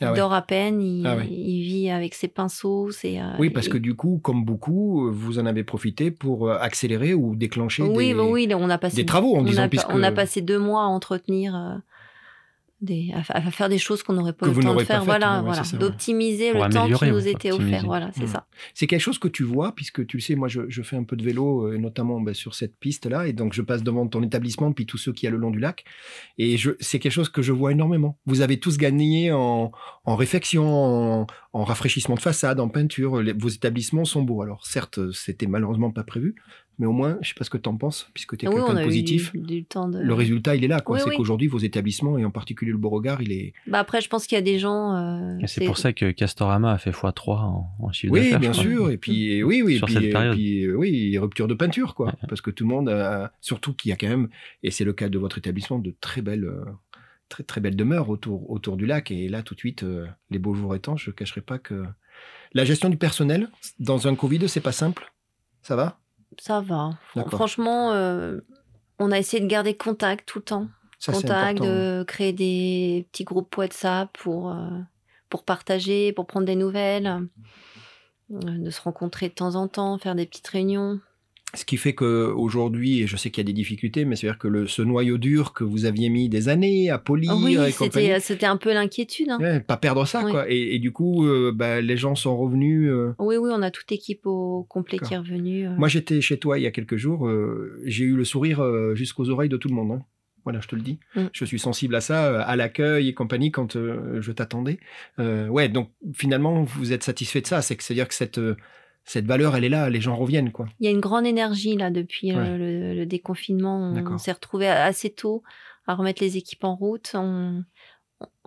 il Ah ouais. dort à peine. Il, Ah ouais. il vit avec ses pinceaux. c'est, euh, Oui, parce et- que du coup, comme beaucoup, euh, vous en avez profité pour euh, accélérer ou déclencher oui, des, bah oui, on a passé des travaux en on, disant a, puisque on a passé deux mois à entretenir. euh, des, à, fa- à faire des choses qu'on n'aurait pas Que eu vous le temps de n'aurez pas faire, faites, ouais, voilà, ouais, voilà. c'est ça, ouais. d'optimiser Pour le temps qui améliorer, nous ouais, était optimiser. offert, voilà, c'est Mm. ça. C'est quelque chose que tu vois, puisque tu le sais, moi je, je fais un peu de vélo, euh, notamment ben, sur cette piste-là, et donc je passe devant ton établissement, puis tous ceux qui y a le long du lac, et je- c'est quelque chose que je vois énormément. Vous avez tous gagné en, en réfection, en, en rafraîchissement de façade, en peinture, Les- vos établissements sont beaux. Alors certes, c'était malheureusement pas prévu, mais au moins, je sais pas ce que tu en penses, puisque tu es Ah oui, quelqu'un on de a positif. eu du, du temps de. Le résultat, il est là. quoi. Oui, c'est oui. qu'aujourd'hui, vos établissements, et en particulier le Beauregard, il est... Bah après, je pense qu'il y a des gens. euh, Et c'est pour ça que Castorama a fait x3 en, en chiffre Oui, d'affaires. bien je crois. sûr. Et puis, et oui, oui, et Mmh. Sur puis, cette et période. puis, euh, oui, rupture de peinture, quoi. Parce que tout le monde a, surtout qu'il y a quand même, et c'est le cas de votre établissement, de très belles, euh, très, très belles demeures autour, autour du lac. Et là, tout de suite, euh, les beaux jours étant, je ne cacherai pas que. La gestion du personnel, dans un Covid, c'est pas simple. Ça va Ça va. Fran- D'accord. Franchement, euh, on a essayé de garder contact tout le temps. Ça, Ah, c'est contact, euh, important. de créer des petits groupes WhatsApp pour, euh, pour partager, pour prendre des nouvelles, euh, de se rencontrer de temps en temps, faire des petites réunions. Ce qui fait que aujourd'hui, et je sais qu'il y a des difficultés, mais c'est-à-dire que le, ce noyau dur que vous aviez mis des années à polir Ah oui, et compagnie, c'était c'était un peu l'inquiétude. hein. ouais, pas perdre ça, Oui. quoi. Et, et du coup, euh, bah, les gens sont revenus. euh, Oui, oui, on a toute l'équipe au complet qui est revenue. euh. Moi, j'étais chez toi il y a quelques jours. euh, j'ai eu le sourire euh, jusqu'aux oreilles de tout le monde. hein. Voilà, je te le dis. Mm. Je suis sensible à ça, euh, à l'accueil et compagnie quand euh, je t'attendais. Euh, ouais, donc finalement, vous êtes satisfait de ça. C'est que c'est-à-dire que cette euh, cette valeur, elle est là. Les gens reviennent, quoi. Il y a une grande énergie là depuis euh, Ouais. le, le déconfinement. On D'accord. s'est retrouvé assez tôt à remettre les équipes en route. On,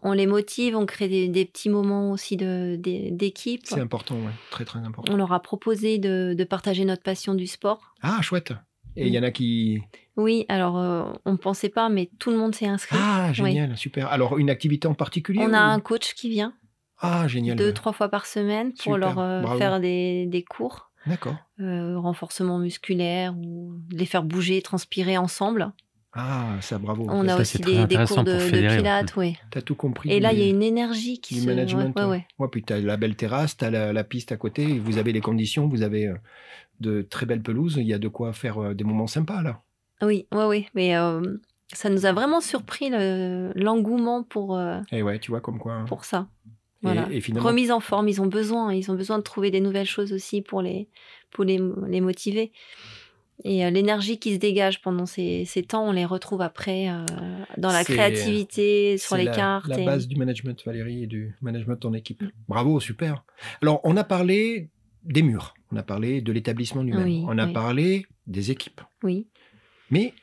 on les motive, on crée des, des petits moments aussi de- des- d'équipe. C'est important, ouais. très très important. On leur a proposé de, de partager notre passion du sport. Ah, chouette. Mmh. Et il y en a qui. Oui, alors euh, on ne pensait pas, mais tout le monde s'est inscrit. Ah, génial, super. Alors, une activité en particulier On a ou- un coach qui vient Ah, génial. deux, trois fois par semaine pour Super, leur euh, bravo. faire des, des cours, D'accord. euh, renforcement musculaire ou les faire bouger, transpirer ensemble. Ah, ça, bravo. On ça, a c'est aussi très des, des intéressant cours de, pour de fédérer, ouais. pilates, oui. T'as tout compris. Et là, il y a du- une énergie qui du se... management. hein. euh, ouais, ouais, ouais. Ouais, puis t'as la belle terrasse, t'as la, la piste à côté, et vous avez les conditions, vous avez euh, de très belles pelouses, il y a de quoi faire euh, des moments sympas là. Oui, oui, oui. Mais euh, ça nous a vraiment surpris le- l'engouement pour, euh, Et ouais, tu vois comme quoi. hein. pour ça. Et- Voilà. et, finalement, Remise en forme, ils ont besoin. Ils ont besoin de trouver des nouvelles choses aussi pour les, pour les, les motiver. Et euh, l'énergie qui se dégage pendant ces, ces temps, on les retrouve après euh, dans la C'est- euh, créativité, sur c'est les la, cartes. La et- Mm. base du management, Valérie, et du management en équipe. Bravo, super. Alors, on a parlé des murs, on a parlé de l'établissement lui-même, Oui, on a oui. parlé des équipes. Oui, Mais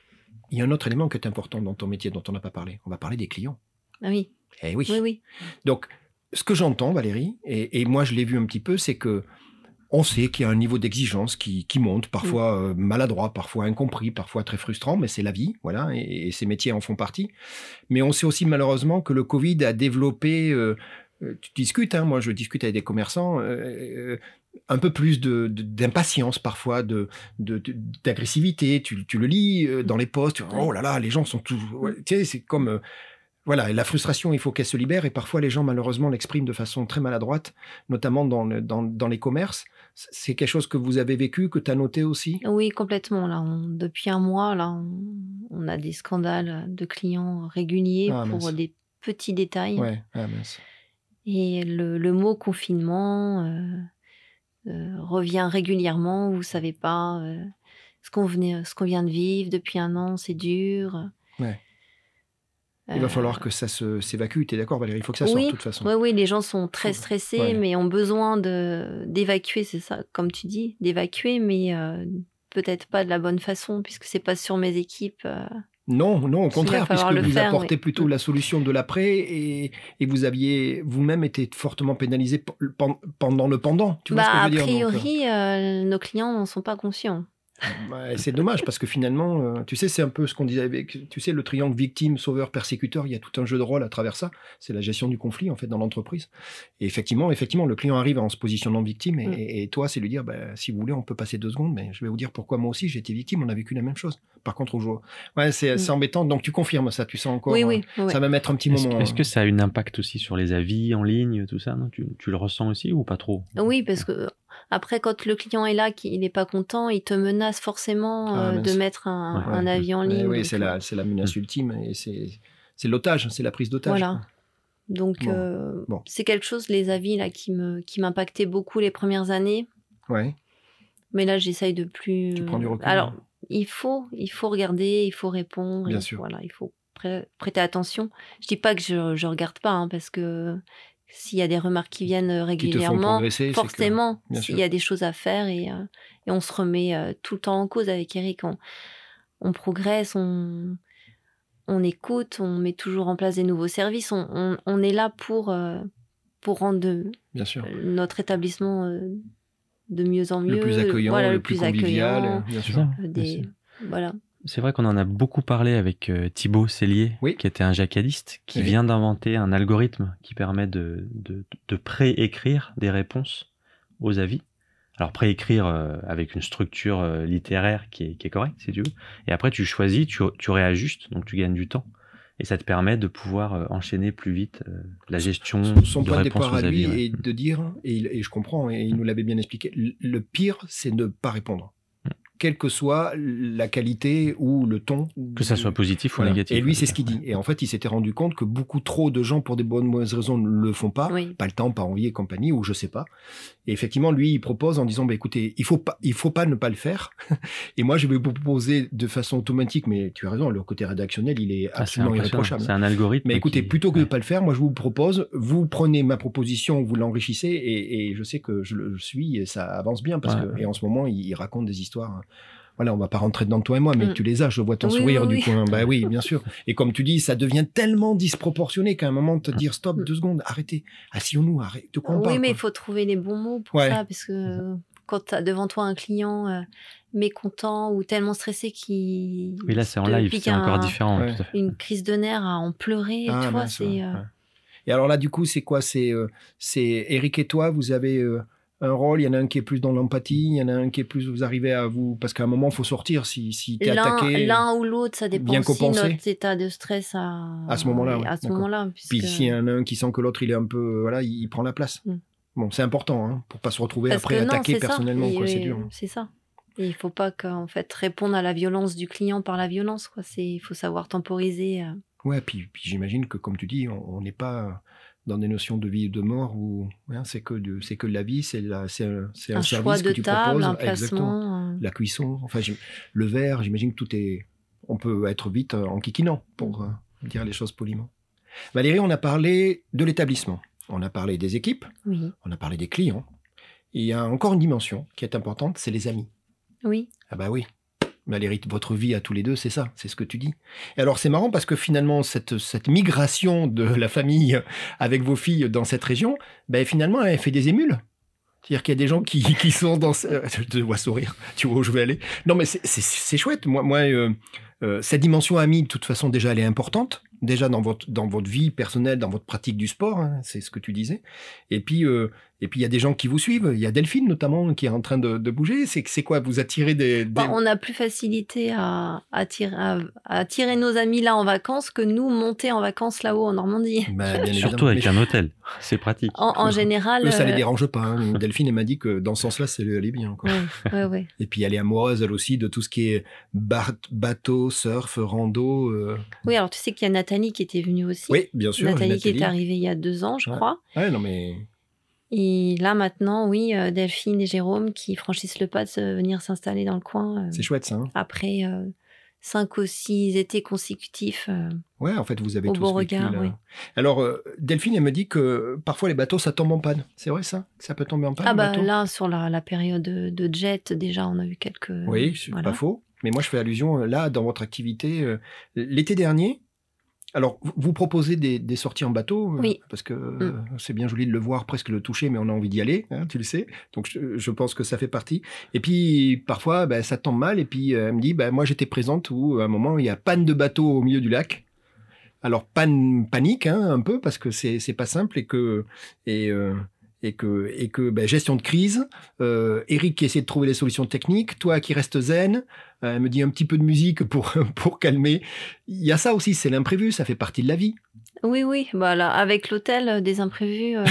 il y a un autre élément qui est important dans ton métier dont on n'a pas parlé. On va parler des clients. Ah oui, Eh oui, oui. Donc, ce que j'entends, Valérie, et, et moi je l'ai vu un petit peu, c'est que on sait qu'il y a un niveau d'exigence qui, qui monte, parfois euh, maladroit, parfois incompris, parfois très frustrant, mais c'est la vie, voilà, et, et ces métiers en font partie. Mais on sait aussi malheureusement que le Covid a développé, euh, euh, tu discutes, hein, moi je discute avec des commerçants, euh, un peu plus de- de- d'impatience parfois, de de- de- d'agressivité. tu, tu le lis euh, dans les posts, tu- oh là là, les gens sont tous. ouais, tu sais, c'est comme. euh, voilà, et la frustration, il faut qu'elle se libère, et parfois les gens malheureusement l'expriment de façon très maladroite, notamment dans, le- dans, dans les commerces. C- C'est quelque chose que vous avez vécu, que tu as noté aussi Oui, complètement. Là, on- depuis un mois, là, on, on a des scandales de clients réguliers Ah, pour mince. des petits détails. Ouais, ah, mince. Et le, le mot confinement euh, euh, revient régulièrement. Vous savez pas euh, ce qu'on venait, ce qu'on vient de vivre depuis un an, c'est dur. Ouais. Il va Euh, falloir que ça se- s'évacue, tu es d'accord Valérie Il faut que ça Oui, sorte de toute façon. Oui, oui, les gens sont très stressés, Ouais. mais ont besoin de d'évacuer, c'est ça, comme tu dis, d'évacuer, mais euh, peut-être pas de la bonne façon, puisque c'est pas sur mes équipes. euh. Non, non, au va contraire, puisque falloir le vous faire, apportez oui. Mm. plutôt la solution de l'après et, et vous aviez vous-même été fortement pénalisé pe- pen- pendant le pendant. Tu vois bah, ce que je a veux dire donc, euh, priori, euh, nos clients n'en sont pas conscients. Ouais, c'est dommage parce que finalement, euh, tu sais, c'est un peu ce qu'on disait avec, tu sais, le triangle victime, sauveur, persécuteur. Il y a tout un jeu de rôle à travers ça. C'est la gestion du conflit en fait dans l'entreprise. Et effectivement, effectivement, le client arrive en se positionnant victime et, Mm. et- et toi, c'est lui dire, bah, si vous voulez, on peut passer deux secondes, mais je vais vous dire pourquoi moi aussi j'ai été victime. On a vécu la même chose. Par contre, au jour, ouais, c'est c'est Mm. embêtant. Donc tu confirmes ça, tu sens encore. oui, euh, oui, oui. Ça va mettre un petit Est-ce moment. hein. est-ce que ça a un impact aussi sur les avis en ligne, tout ça non tu, tu le ressens aussi ou pas trop Oui, parce que euh, après, quand le client est là, qu'il n'est pas content, il te menace forcément Ah, euh, de mince. mettre un, Ouais. un avis en Mais ligne. oui, donc, c'est euh, la, c'est la menace ultime et c'est, c'est l'otage, hein, c'est la prise d'otage. Voilà. Donc, Bon. euh, Bon. c'est quelque chose, les avis, là, qui me- qui m'impactaient beaucoup les premières années. Ouais. Mais là, j'essaye de plus. Tu prends du recul. Euh, hein. Alors, il faut, il faut regarder, il faut répondre. Bien il- sûr. Voilà, il faut prê- prêter attention. Je dis pas que je, je regarde pas, hein, parce que s'il y a des remarques qui viennent Qui te font régulièrement, progresser. c'est que- forcément, Bien il y a des choses à faire et, euh, et on se remet euh, tout le temps en cause avec Eric. On, on progresse, on, on écoute, on met toujours en place des nouveaux services. On, on- on est là pour, euh, pour rendre de- Bien sûr. notre établissement euh, de mieux en euh, mieux. le plus accueillant, voilà, le, plus, convivial, euh, bien C'est sûr. ça euh, Bien des, sûr. voilà. C'est vrai qu'on en a beaucoup parlé avec euh, Thibaut Cellier, Oui. qui était un jacadiste, qui Oui. vient d'inventer un algorithme qui permet de, de, de préécrire des réponses aux avis. Alors préécrire euh, avec une structure euh, littéraire qui est, qui est correcte, si tu veux. Et après, tu choisis, tu, tu réajustes, donc tu gagnes du temps. Et ça te permet de pouvoir euh, enchaîner plus vite euh, la gestion Son- Son de point de réponses départ aux à lui avis. ouais. est de dire, et, il- et je comprends, et il nous l'avait bien expliqué, le- le pire, c'est de ne pas répondre. Mm. Quelle que soit la qualité ou le ton. Que ça soit positif Voilà. ou négatif. Et lui, ouais, c'est ce qu'il dit. Et en fait, il s'était rendu compte que beaucoup trop de gens, pour des bonnes mauvaises raisons, ne le font pas. Oui. Pas le temps, pas envie et compagnie, ou je sais pas. Et effectivement, lui, il propose en disant, bah, écoutez, il faut pas, il faut pas ne pas le faire. et moi, je vais vous proposer de façon automatique, mais tu as raison, le côté rédactionnel, il est Ah, c'est absolument impressionnant. irréprochable. C'est un algorithme. Mais écoutez, qui- plutôt que de ouais. ne pas le faire, moi je vous propose, vous prenez ma proposition, vous l'enrichissez, et, et je sais que je le suis, et ça avance bien, parce Ouais. que, et en ce moment, il, il raconte des histoires. hein. Voilà, on va pas rentrer dedans toi et moi, mais Mm. tu les as, je vois ton Oui, sourire oui, du oui. coin. Bah oui, bien sûr. Et comme tu dis, ça devient tellement disproportionné qu'à un moment, te dire stop, Mm. deux secondes, arrêtez, asseyons-nous, arrêtez, de quoi on oui, parle, mais il quoi. faut trouver les bons mots pour Ouais. ça, parce que euh, quand tu as devant toi un client euh, mécontent ou tellement stressé qu'il. Oui, là, c'est en te live, pique c'est encore un- différent. Ouais. tout à fait. Une crise de nerfs à en pleurer, Ah, tu vois, mince, c'est. ouais, euh, ouais. Et alors là, du coup, c'est quoi C'est euh, c'est Eric et toi, vous avez euh, un rôle, il y en a un qui est plus dans l'empathie, il y en a un qui est plus, vous arrivez à vous, parce qu'à un moment, il faut sortir si, si tu es L'un attaqué. l'un ou l'autre, ça dépend bien aussi de compensé. notre état de stress à, À ce moment-là, ouais, à ce d'accord. Puis moment-là, hein, puisque- s'il y en a un qui sent que l'autre, il est un peu, euh, voilà, il, il prend la place. Mm. Bon, c'est important, hein, pour pas se retrouver Parce après que non, attaqué c'est ça. personnellement, Et- quoi, c'est et- dur. hein. C'est ça. Et il faut pas qu'en fait répondre à la violence du client par la violence, quoi. C'est il faut savoir temporiser. euh. Ouais, puis, puis j'imagine que, comme tu dis, on on n'est pas dans des notions de vie et de mort où hein, c'est que de, c'est que de la vie, c'est la- c'est un, c'est Un, un choix service que de tu table, proposes. un Exactement. placement. euh. la cuisson, enfin j'im- le verre, j'imagine que tout est. On peut être vite euh, en kikinant Mm. pour euh, dire les choses poliment. Valérie, on a parlé de l'établissement, on a parlé des équipes, Oui, on a parlé des clients. Et il y a encore une dimension qui est importante, c'est les amis. oui. Ah bah oui, Valérie, votre vie à tous les deux, c'est ça, c'est ce que tu dis. Et alors c'est marrant parce que finalement, cette, cette migration de la famille avec vos filles dans cette région, ben, finalement, elle fait des émules. C'est-à-dire qu'il y a des gens qui, qui sont dans... ce- euh, Je te vois sourire, tu vois où je veux aller. Non, mais c'est- c'est c'est chouette. Moi, moi euh, euh, cette dimension amie, de toute façon, déjà, elle est importante. Déjà dans votre, dans votre vie personnelle, dans votre pratique du sport, hein, c'est ce que tu disais. Et puis, euh, et puis il y a des gens qui vous suivent. Il y a Delphine, notamment, qui est en train de, de bouger. C'est c'est quoi Vous attirez des... des- Bah, on a plus facilité à attirer, à, à attirer nos amis là en vacances que nous monter en vacances là-haut en Normandie. Bah, bien Surtout évidemment. avec un hôtel. C'est pratique. En, en général. hein. Eux, ça les euh, dérange pas. hein. Delphine, elle m'a dit que dans ce sens-là, c'est le- elle est bien. Quoi. ouais, ouais, ouais. Et puis, elle est amoureuse, elle aussi, de tout ce qui est bar- bateau, surf, rando. euh. Oui, alors tu sais qu'il y a Nathalie qui était venue aussi. Oui, bien sûr. Nathalie, qui est arrivée il y a deux ans, je Ouais. crois. Ouais, non, mais Et là maintenant, oui, euh, Delphine et Jérôme qui franchissent le pas de se- venir s'installer dans le coin euh, c'est chouette, ça. hein. après euh, cinq ou six étés consécutifs. euh, Ouais, en fait, vous avez Au tous beau vécu, regard, là. oui. Alors, euh, Delphine, elle me dit que parfois, les bateaux, ça tombe en panne. C'est vrai, ça Que Ça peut tomber en panne, Ah le bah bateau là, sur la, la période de, de jet, déjà, on a eu quelques... Oui, c'est Euh, voilà. pas faux. Mais moi, je fais allusion, euh, là, dans votre activité, euh, l'été dernier, alors, vous- vous proposez des, des sorties en bateau, euh, Oui. Mm. parce que euh, c'est bien joli de le voir, presque le toucher, mais on a envie d'y aller, hein, tu le sais. Donc, je, je pense que ça fait partie. Et puis, parfois, ben, ça tombe mal, et puis euh, elle me dit, ben, moi, j'étais présente où, à un moment, il y a panne de bateau au milieu du lac. Alors, panne, panique, hein, un peu, parce que c'est c'est pas simple, et que... Et, euh, et que, et que ben, gestion de crise, euh, Eric qui essaie de trouver les solutions techniques, toi qui restes zen, euh, elle me dit un petit peu de musique pour, pour calmer. Il y a ça aussi, c'est l'imprévu, ça fait partie de la vie. Oui, oui, bah là, avec l'hôtel, euh, des imprévus. euh,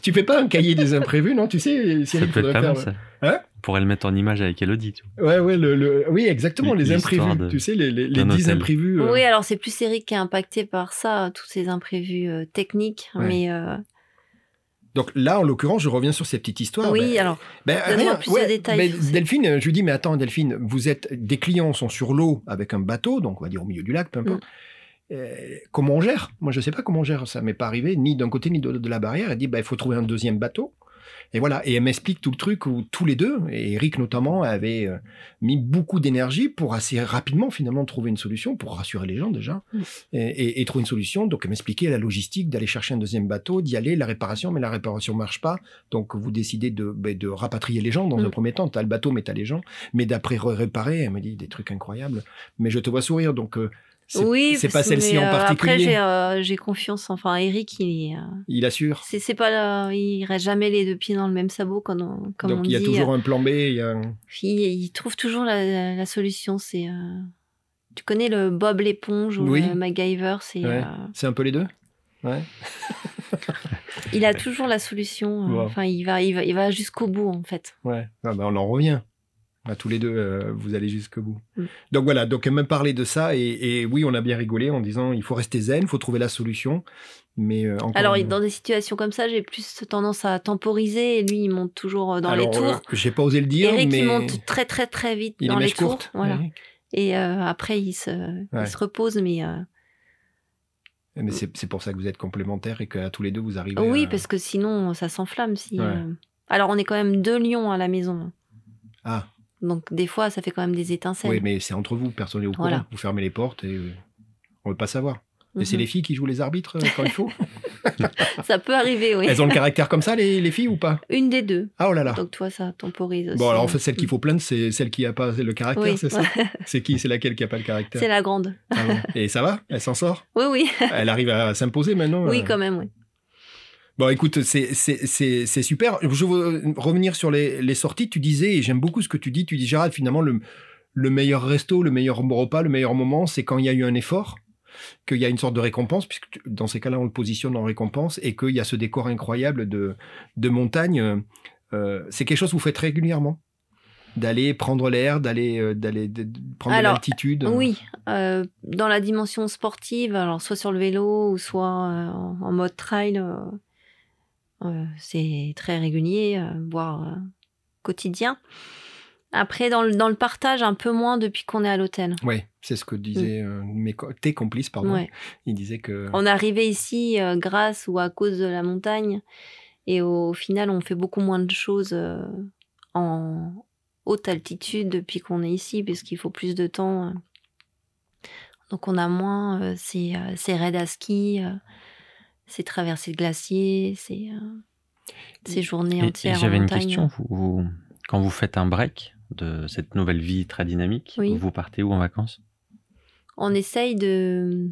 Tu fais pas un cahier des imprévus, non Tu sais, Ça Cyril, peut être faudrait pas faire. mal, ça. Hein On pourrait le mettre en image avec Elodie. tu vois. Ouais, ouais, le, le- oui, exactement, les L'histoire imprévus. de- Tu sais, les, les, les d'un 10 hôtel. imprévus. euh, Oui, alors c'est plus Eric qui est impacté par ça, tous ces imprévus euh, techniques. Ouais. Mais euh, Donc là, en l'occurrence, je reviens sur ces petites histoires. oui, Ben, alors Ben, Donne-moi rien, plus de détails, ben, je sais. Delphine, euh, je lui dis, mais attends, Delphine, vous êtes, des clients sont sur l'eau avec un bateau, donc on va dire au milieu du lac, peu importe. Mm. Euh, comment on gère Moi, je sais pas comment on gère. Ça m'est pas arrivé, ni d'un côté, ni de, de la barrière. Elle dit, ben, il faut trouver un deuxième bateau. Et voilà. Et elle m'explique tout le truc où tous les deux, et Eric notamment, avait euh, mis beaucoup d'énergie pour assez rapidement, finalement, trouver une solution, pour rassurer les gens déjà, Mm. et, et- et trouver une solution. Donc, elle m'expliquait la logistique d'aller chercher un deuxième bateau, d'y aller, la réparation, mais la réparation marche pas. Donc, vous décidez de, ben, de rapatrier les gens dans un Mm. premier temps. Tu as le bateau, mais tu as les gens. Mais d'après re- réparer, elle m'a dit des trucs incroyables. Mais je te vois sourire, donc euh, c'est oui, c'est pas parce- celle-ci mais, en euh, Après, j'ai particulier. euh, j'ai confiance. Enfin, Eric, il est, euh, Il assure. c'est c'est pas, euh, il reste jamais les deux pieds dans le même sabot quand on, comme donc, on il y a dit. euh, toujours un plan B. il y a un- Il, il trouve toujours la, la solution. C'est, euh, tu connais le Bob l'éponge ou Oui. le MacGyver, c'est, Ouais. euh, C'est un peu les deux il a toujours la solution. euh, Wow. Enfin, il va, il va, il va jusqu'au bout en fait. Ouais. Ah ben, on en revient. À tous les deux, euh, vous allez jusqu'au bout. Mm. Donc voilà, donc elle m'a parlé de ça et, et oui, on a bien rigolé en disant il faut rester zen, il faut trouver la solution. Mais euh, encore Alors, dans des situations comme ça, j'ai plus tendance à temporiser et lui, il monte toujours euh, dans les Alors, tours. euh, J'ai pas osé le dire, Eric, mais il monte très très très vite il est dans les mèche tours. courte. Voilà. Eric. Et euh, après, il se, Ouais. il se repose, mais euh, Eh, Mais c'est c'est pour ça que vous êtes complémentaires et qu'à tous les deux vous arrivez. oui, à- parce que sinon, ça s'enflamme. Si, euh, Ouais. euh, Alors, on est quand même deux lions à la maison. Ah, Donc, des fois, ça fait quand même des étincelles. oui, mais c'est entre vous, personne n'est au courant. Voilà. Vous fermez les portes et euh, on veut pas savoir. Et c'est Mhm. les filles qui jouent les arbitres euh, quand il faut Ça peut arriver, oui. Elles ont le caractère comme ça, les, les filles, ou pas Une des deux. Ah, oh là là Donc, toi, ça temporise aussi. hein. Bon, alors en fait, celle qu'il faut plaindre, c'est celle qui a pas le caractère, Mm. Oui. c'est ça C'est qui C'est laquelle qui a pas le caractère C'est la grande. Ah bon. Et ça va Elle s'en sort Oui, oui. Elle arrive à s'imposer maintenant euh. Oui, quand même, oui. Bon, écoute, c'est- c'est c'est- c'est super. Je veux revenir sur les, les sorties. Tu disais, et j'aime beaucoup ce que tu dis, tu dis, Gérald, finalement, le, le meilleur resto, le meilleur repas, le meilleur moment, c'est quand il y a eu un effort, qu'il y a une sorte de récompense, puisque tu- dans ces cas-là, on le positionne en récompense, et qu'il y a ce décor incroyable de, de montagne. Euh, euh, c'est quelque chose que vous faites régulièrement D'aller prendre l'air, d'aller euh, d'aller de- de- prendre de Alors, l'altitude Oui, euh, dans la dimension sportive, alors soit sur le vélo ou soit euh, en en mode trail, euh, euh, c'est très régulier, euh, voire euh, quotidien. Après, dans le, dans le partage, un peu moins depuis qu'on est à l'hôtel. Oui, c'est ce que disaient euh, mes co- tes complices, pardon. Mm. Ouais. Ils disaient que... On est arrivé ici euh, grâce ou à cause de la montagne et au, final, on fait beaucoup moins de choses euh, en, haute altitude depuis qu'on est ici, puisqu'il faut plus de temps. euh. Donc on a moins euh, ces, euh, ces raids à ski, euh, ces traversées de glaciers, ces, euh, ces journées Et- et entières. en J'avais une montagne. question. Vous, vous- quand vous faites un break de cette nouvelle vie très dynamique, Oui. vous partez où en vacances on essaye de,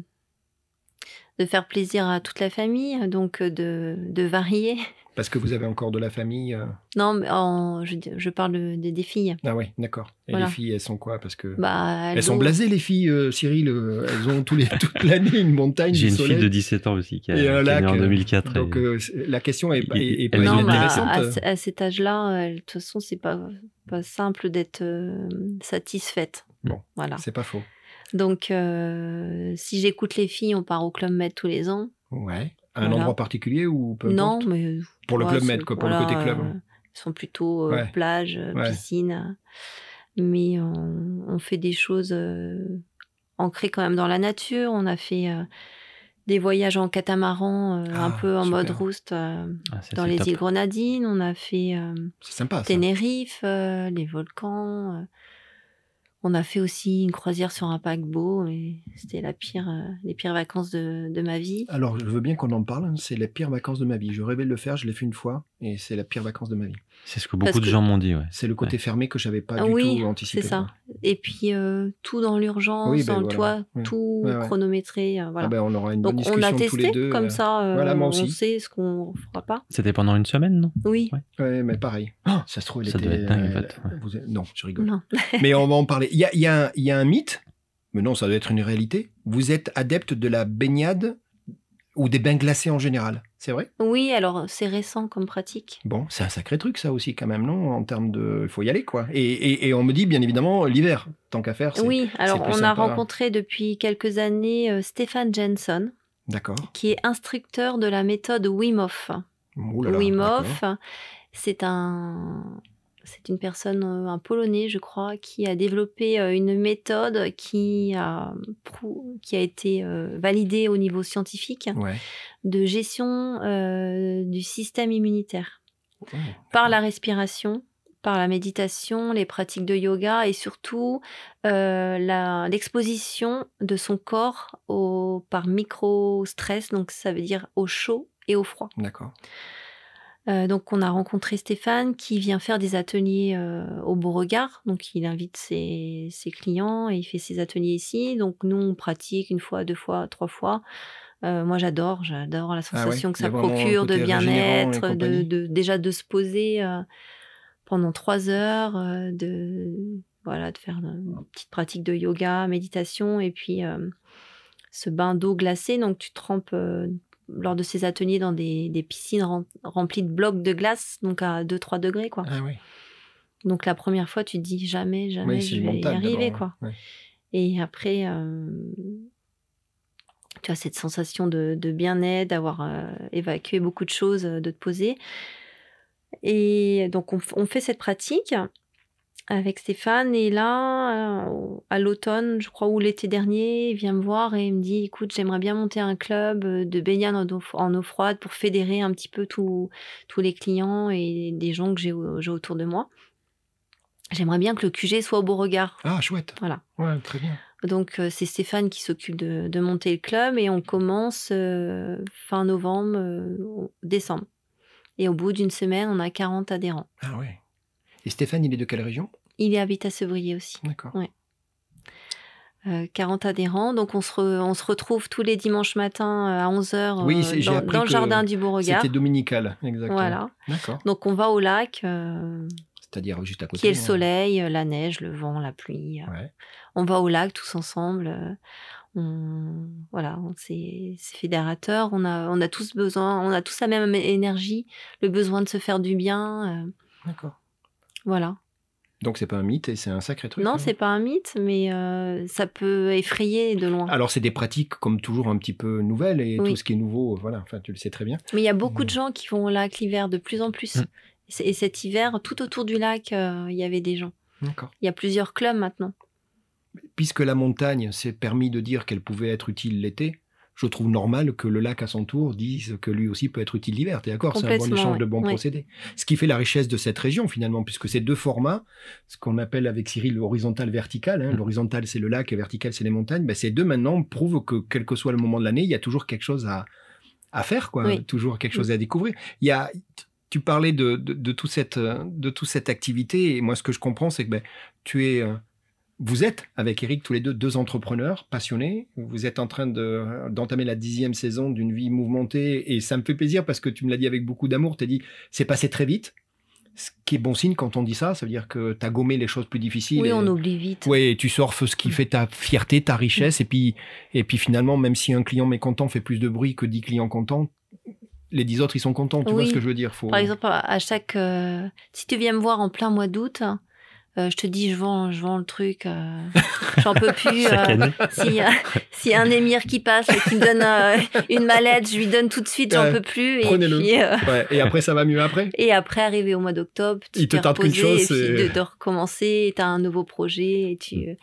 de faire plaisir à toute la famille, donc euh, de, de varier. Parce que vous avez encore de la famille. euh, Non, mais en- je, je parle des, des filles. Ah ouais, d'accord. Et Voilà. les filles, elles sont quoi Parce que Bah, elles sont ont- blasées, les filles. euh, Cyril, euh, elles ont tous les, toute l'année une montagne. J'ai du une soleil. fille de 17 ans aussi qui, a, Et qui est un née lac, en euh, 2004. et- Donc euh, c'est- la question est, Et- est- est elles pas euh, ont Non, été bah, inintéressante. à, ce- à cet âge-là, euh, de toute façon, c'est pas, pas simple d'être euh, satisfaite. Bon. Voilà. C'est pas faux. Donc, euh, si j'écoute les filles, on part au Club Med tous les ans. Ouais. Un Voilà. endroit particulier ou peu non, importe mais. Pour le ouais, Club c'est- Med, quoi, pour le voilà, côté club. hein. euh, Ils sont plutôt euh, Ouais. plage, euh, Ouais. piscine. euh, Mais on, on fait des choses euh, ancrées quand même dans la nature. On a fait euh, des voyages en catamaran, euh, un Ah, peu en mode super. rouste, euh, Ah, ça, dans c'est les top. Ah, îles Grenadines. On a fait. euh, C'est sympa. Ça. Tenerife, euh, les volcans. euh. on a fait aussi une croisière sur un paquebot. mais C'était la pire, euh, les pires vacances de, de ma vie. Alors, je veux bien qu'on en parle. hein. C'est les pires vacances de ma vie. Je rêvais de le faire. Je l'ai fait une fois, et c'est la pire vacances de ma vie. C'est ce que beaucoup Parce de que- gens m'ont dit. Ouais. C'est le côté fermé que j'avais pas Ah du oui, tout anticipé. c'est ça. quoi. Ah Et puis euh, tout dans l'urgence, Oui, ben dans le voilà. toit, Oui. tout Ouais, ouais. chronométré. euh, voilà. Ah ben, on aura une bonne Donc on discussion a tous les testé deux. comme euh, ça. euh, voilà, moi On aussi. sait ce qu'on fera pas. C'était pendant une semaine, non Oui. Ouais, mais pareil. ça se trouve, elle Oh, Ça était. doit être dingue, en elle- fait, ouais. vous- Non, je rigole. Non. mais on va en parler. Il y a, il y a un- il y a un mythe, mais non, ça doit être une réalité. Vous êtes adepte de la baignade ou des bains glacés en général. C'est vrai Oui, alors c'est récent comme pratique. Bon, c'est un sacré truc, ça aussi, quand même, non En termes de. Il faut y aller, quoi. Et, et- et on me dit, bien évidemment, l'hiver, tant qu'à faire. c'est- Oui, alors plus hein. on sympa. a rencontré depuis quelques années euh, Stéphane Jensen, D'accord. qui est instructeur de la méthode Wim Hof. Oh là là, Wim d'accord. Hof. C'est un, c'est une personne, euh, un Polonais, je crois, qui a développé euh, une méthode qui a, prou- qui a été euh, validée au niveau scientifique Ouais. de gestion euh, du système immunitaire Oh. par la respiration, par la méditation, les pratiques de yoga et surtout euh, la- l'exposition de son corps au, par micro-stress, donc ça veut dire au chaud et au froid. D'accord. Euh, donc, on a rencontré Stéphane qui vient faire des ateliers euh, au Beauregard. Donc, il invite ses, ses clients et il fait ses ateliers ici. Donc, nous, on pratique une fois, deux fois, trois fois. Euh, moi, j'adore, j'adore la Ah ouais, sensation que il y a ça vraiment un procure de côté régénérant et bien-être, de, compagnie. de- déjà de se poser euh, pendant trois heures, euh, de voilà, de faire euh, une petite pratique de yoga, méditation, et puis euh, ce bain d'eau glacée. Donc, tu trempes euh, lors de ces ateliers dans des, des piscines rem- remplies de blocs de glace, donc à 2-3 degrés, quoi. Ah oui. Donc, la première fois, tu te dis jamais, jamais Oui, c'est je vais y montable, arriver, d'abord, hein. quoi. ouais. Et après, euh, tu as cette sensation de, de bien-être, d'avoir euh, évacué beaucoup de choses, euh, de te poser. Et donc, on, f- on fait cette pratique avec Stéphane. Et là, euh, à l'automne, je crois, ou l'été dernier, il vient me voir et il me dit Écoute, j'aimerais bien monter un club euh, de baignade en eau, en eau froide pour fédérer un petit peu tous- tous les clients et des gens que j'ai au- j'ai autour de moi. J'aimerais bien que le QG soit au beau regard. Ah, chouette. Voilà. Ouais, très bien. Donc euh, c'est Stéphane qui s'occupe de, de monter le club et on commence euh, fin novembre, euh, au- décembre. Et au bout d'une semaine, on a 40 adhérents. Ah ouais. Et Stéphane, il est de quelle région Il habite à Sevrier aussi. D'accord. Euh, 40 adhérents. Donc on se, re- on se retrouve tous les dimanches matins euh, à 11h Oui, c'est- j'ai dans, appris dans le que jardin du Beauregard. C'était dominical, exactement. Voilà. D'accord. Donc on va au lac, euh, C'est-à-dire juste à côté. qui est le hein. soleil, euh, la neige, le vent, la pluie. euh, Ouais. on va au lac tous ensemble. euh, On, voilà, on- c'est c'est fédérateur. On a, on a tous besoin, on a tous la même énergie, le besoin de se faire du bien. euh, D'accord. voilà. Donc c'est pas un mythe et c'est un sacré truc. non, hein. c'est pas un mythe, mais euh, ça peut effrayer de loin. Alors c'est des pratiques comme toujours un petit peu nouvelles et Oui. tout ce qui est nouveau, voilà. Enfin, tu le sais très bien. Mais il y a beaucoup de gens qui vont au lac l'hiver de plus en plus. Mm. Et c- Et cet hiver, tout autour du lac, euh, il y avait des gens. D'accord. Il y a plusieurs clubs maintenant. Puisque la montagne s'est permis de dire qu'elle pouvait être utile l'été, je trouve normal que le lac à son tour dise que lui aussi peut être utile l'hiver. T'es d'accord C'est un bon Complètement, échange ouais. de bons Ouais. procédés. Ce qui fait la richesse de cette région finalement, puisque ces deux formats, ce qu'on appelle avec Cyril horizontal, vertical, hein, Mm. l'horizontal c'est le lac et vertical c'est les montagnes, ben, ces deux maintenant prouvent que quel que soit le moment de l'année, il y a toujours quelque chose à, à faire, quoi. Oui. Mm. toujours quelque chose à découvrir. Il y a, tu parlais de, de, de tout cette, euh, de toute cette activité, et moi ce que je comprends c'est que ben, tu es... euh, vous êtes avec Eric tous les deux deux entrepreneurs passionnés. Vous êtes en train de- euh, d'entamer la dixième saison d'une vie mouvementée et ça me fait plaisir parce que tu me l'as dit avec beaucoup d'amour. Tu as dit c'est passé très vite, ce qui est bon signe quand on dit ça. Ça veut dire que tu as gommé les choses plus difficiles. Oui, et- on oublie vite. Ouais, tu surfes ce qui Mm. fait ta fierté, ta richesse, et puis, et puis finalement, même si un client mécontent fait plus de bruit que 10 clients contents, les 10 autres, ils sont contents. Tu vois Oui. ce que je veux dire Faut... Par exemple, à à chaque. euh, si tu viens me voir en plein mois d'août, euh, je te dis, je vends, je vends le truc. euh, J'en peux plus. Chaque euh, année. si, euh, si un émir qui passe et qui me donne euh, une mallette, je lui donne tout de suite, j'en Ouais, peux plus. Et, prenez-le. puis, euh, Ouais, et après, ça va mieux après et après, arrivé au mois d'octobre, tu Il te t'es tarde qu'une reposé chose, et puis c'est- Mm. de, de recommencer, tu as un nouveau projet et tu,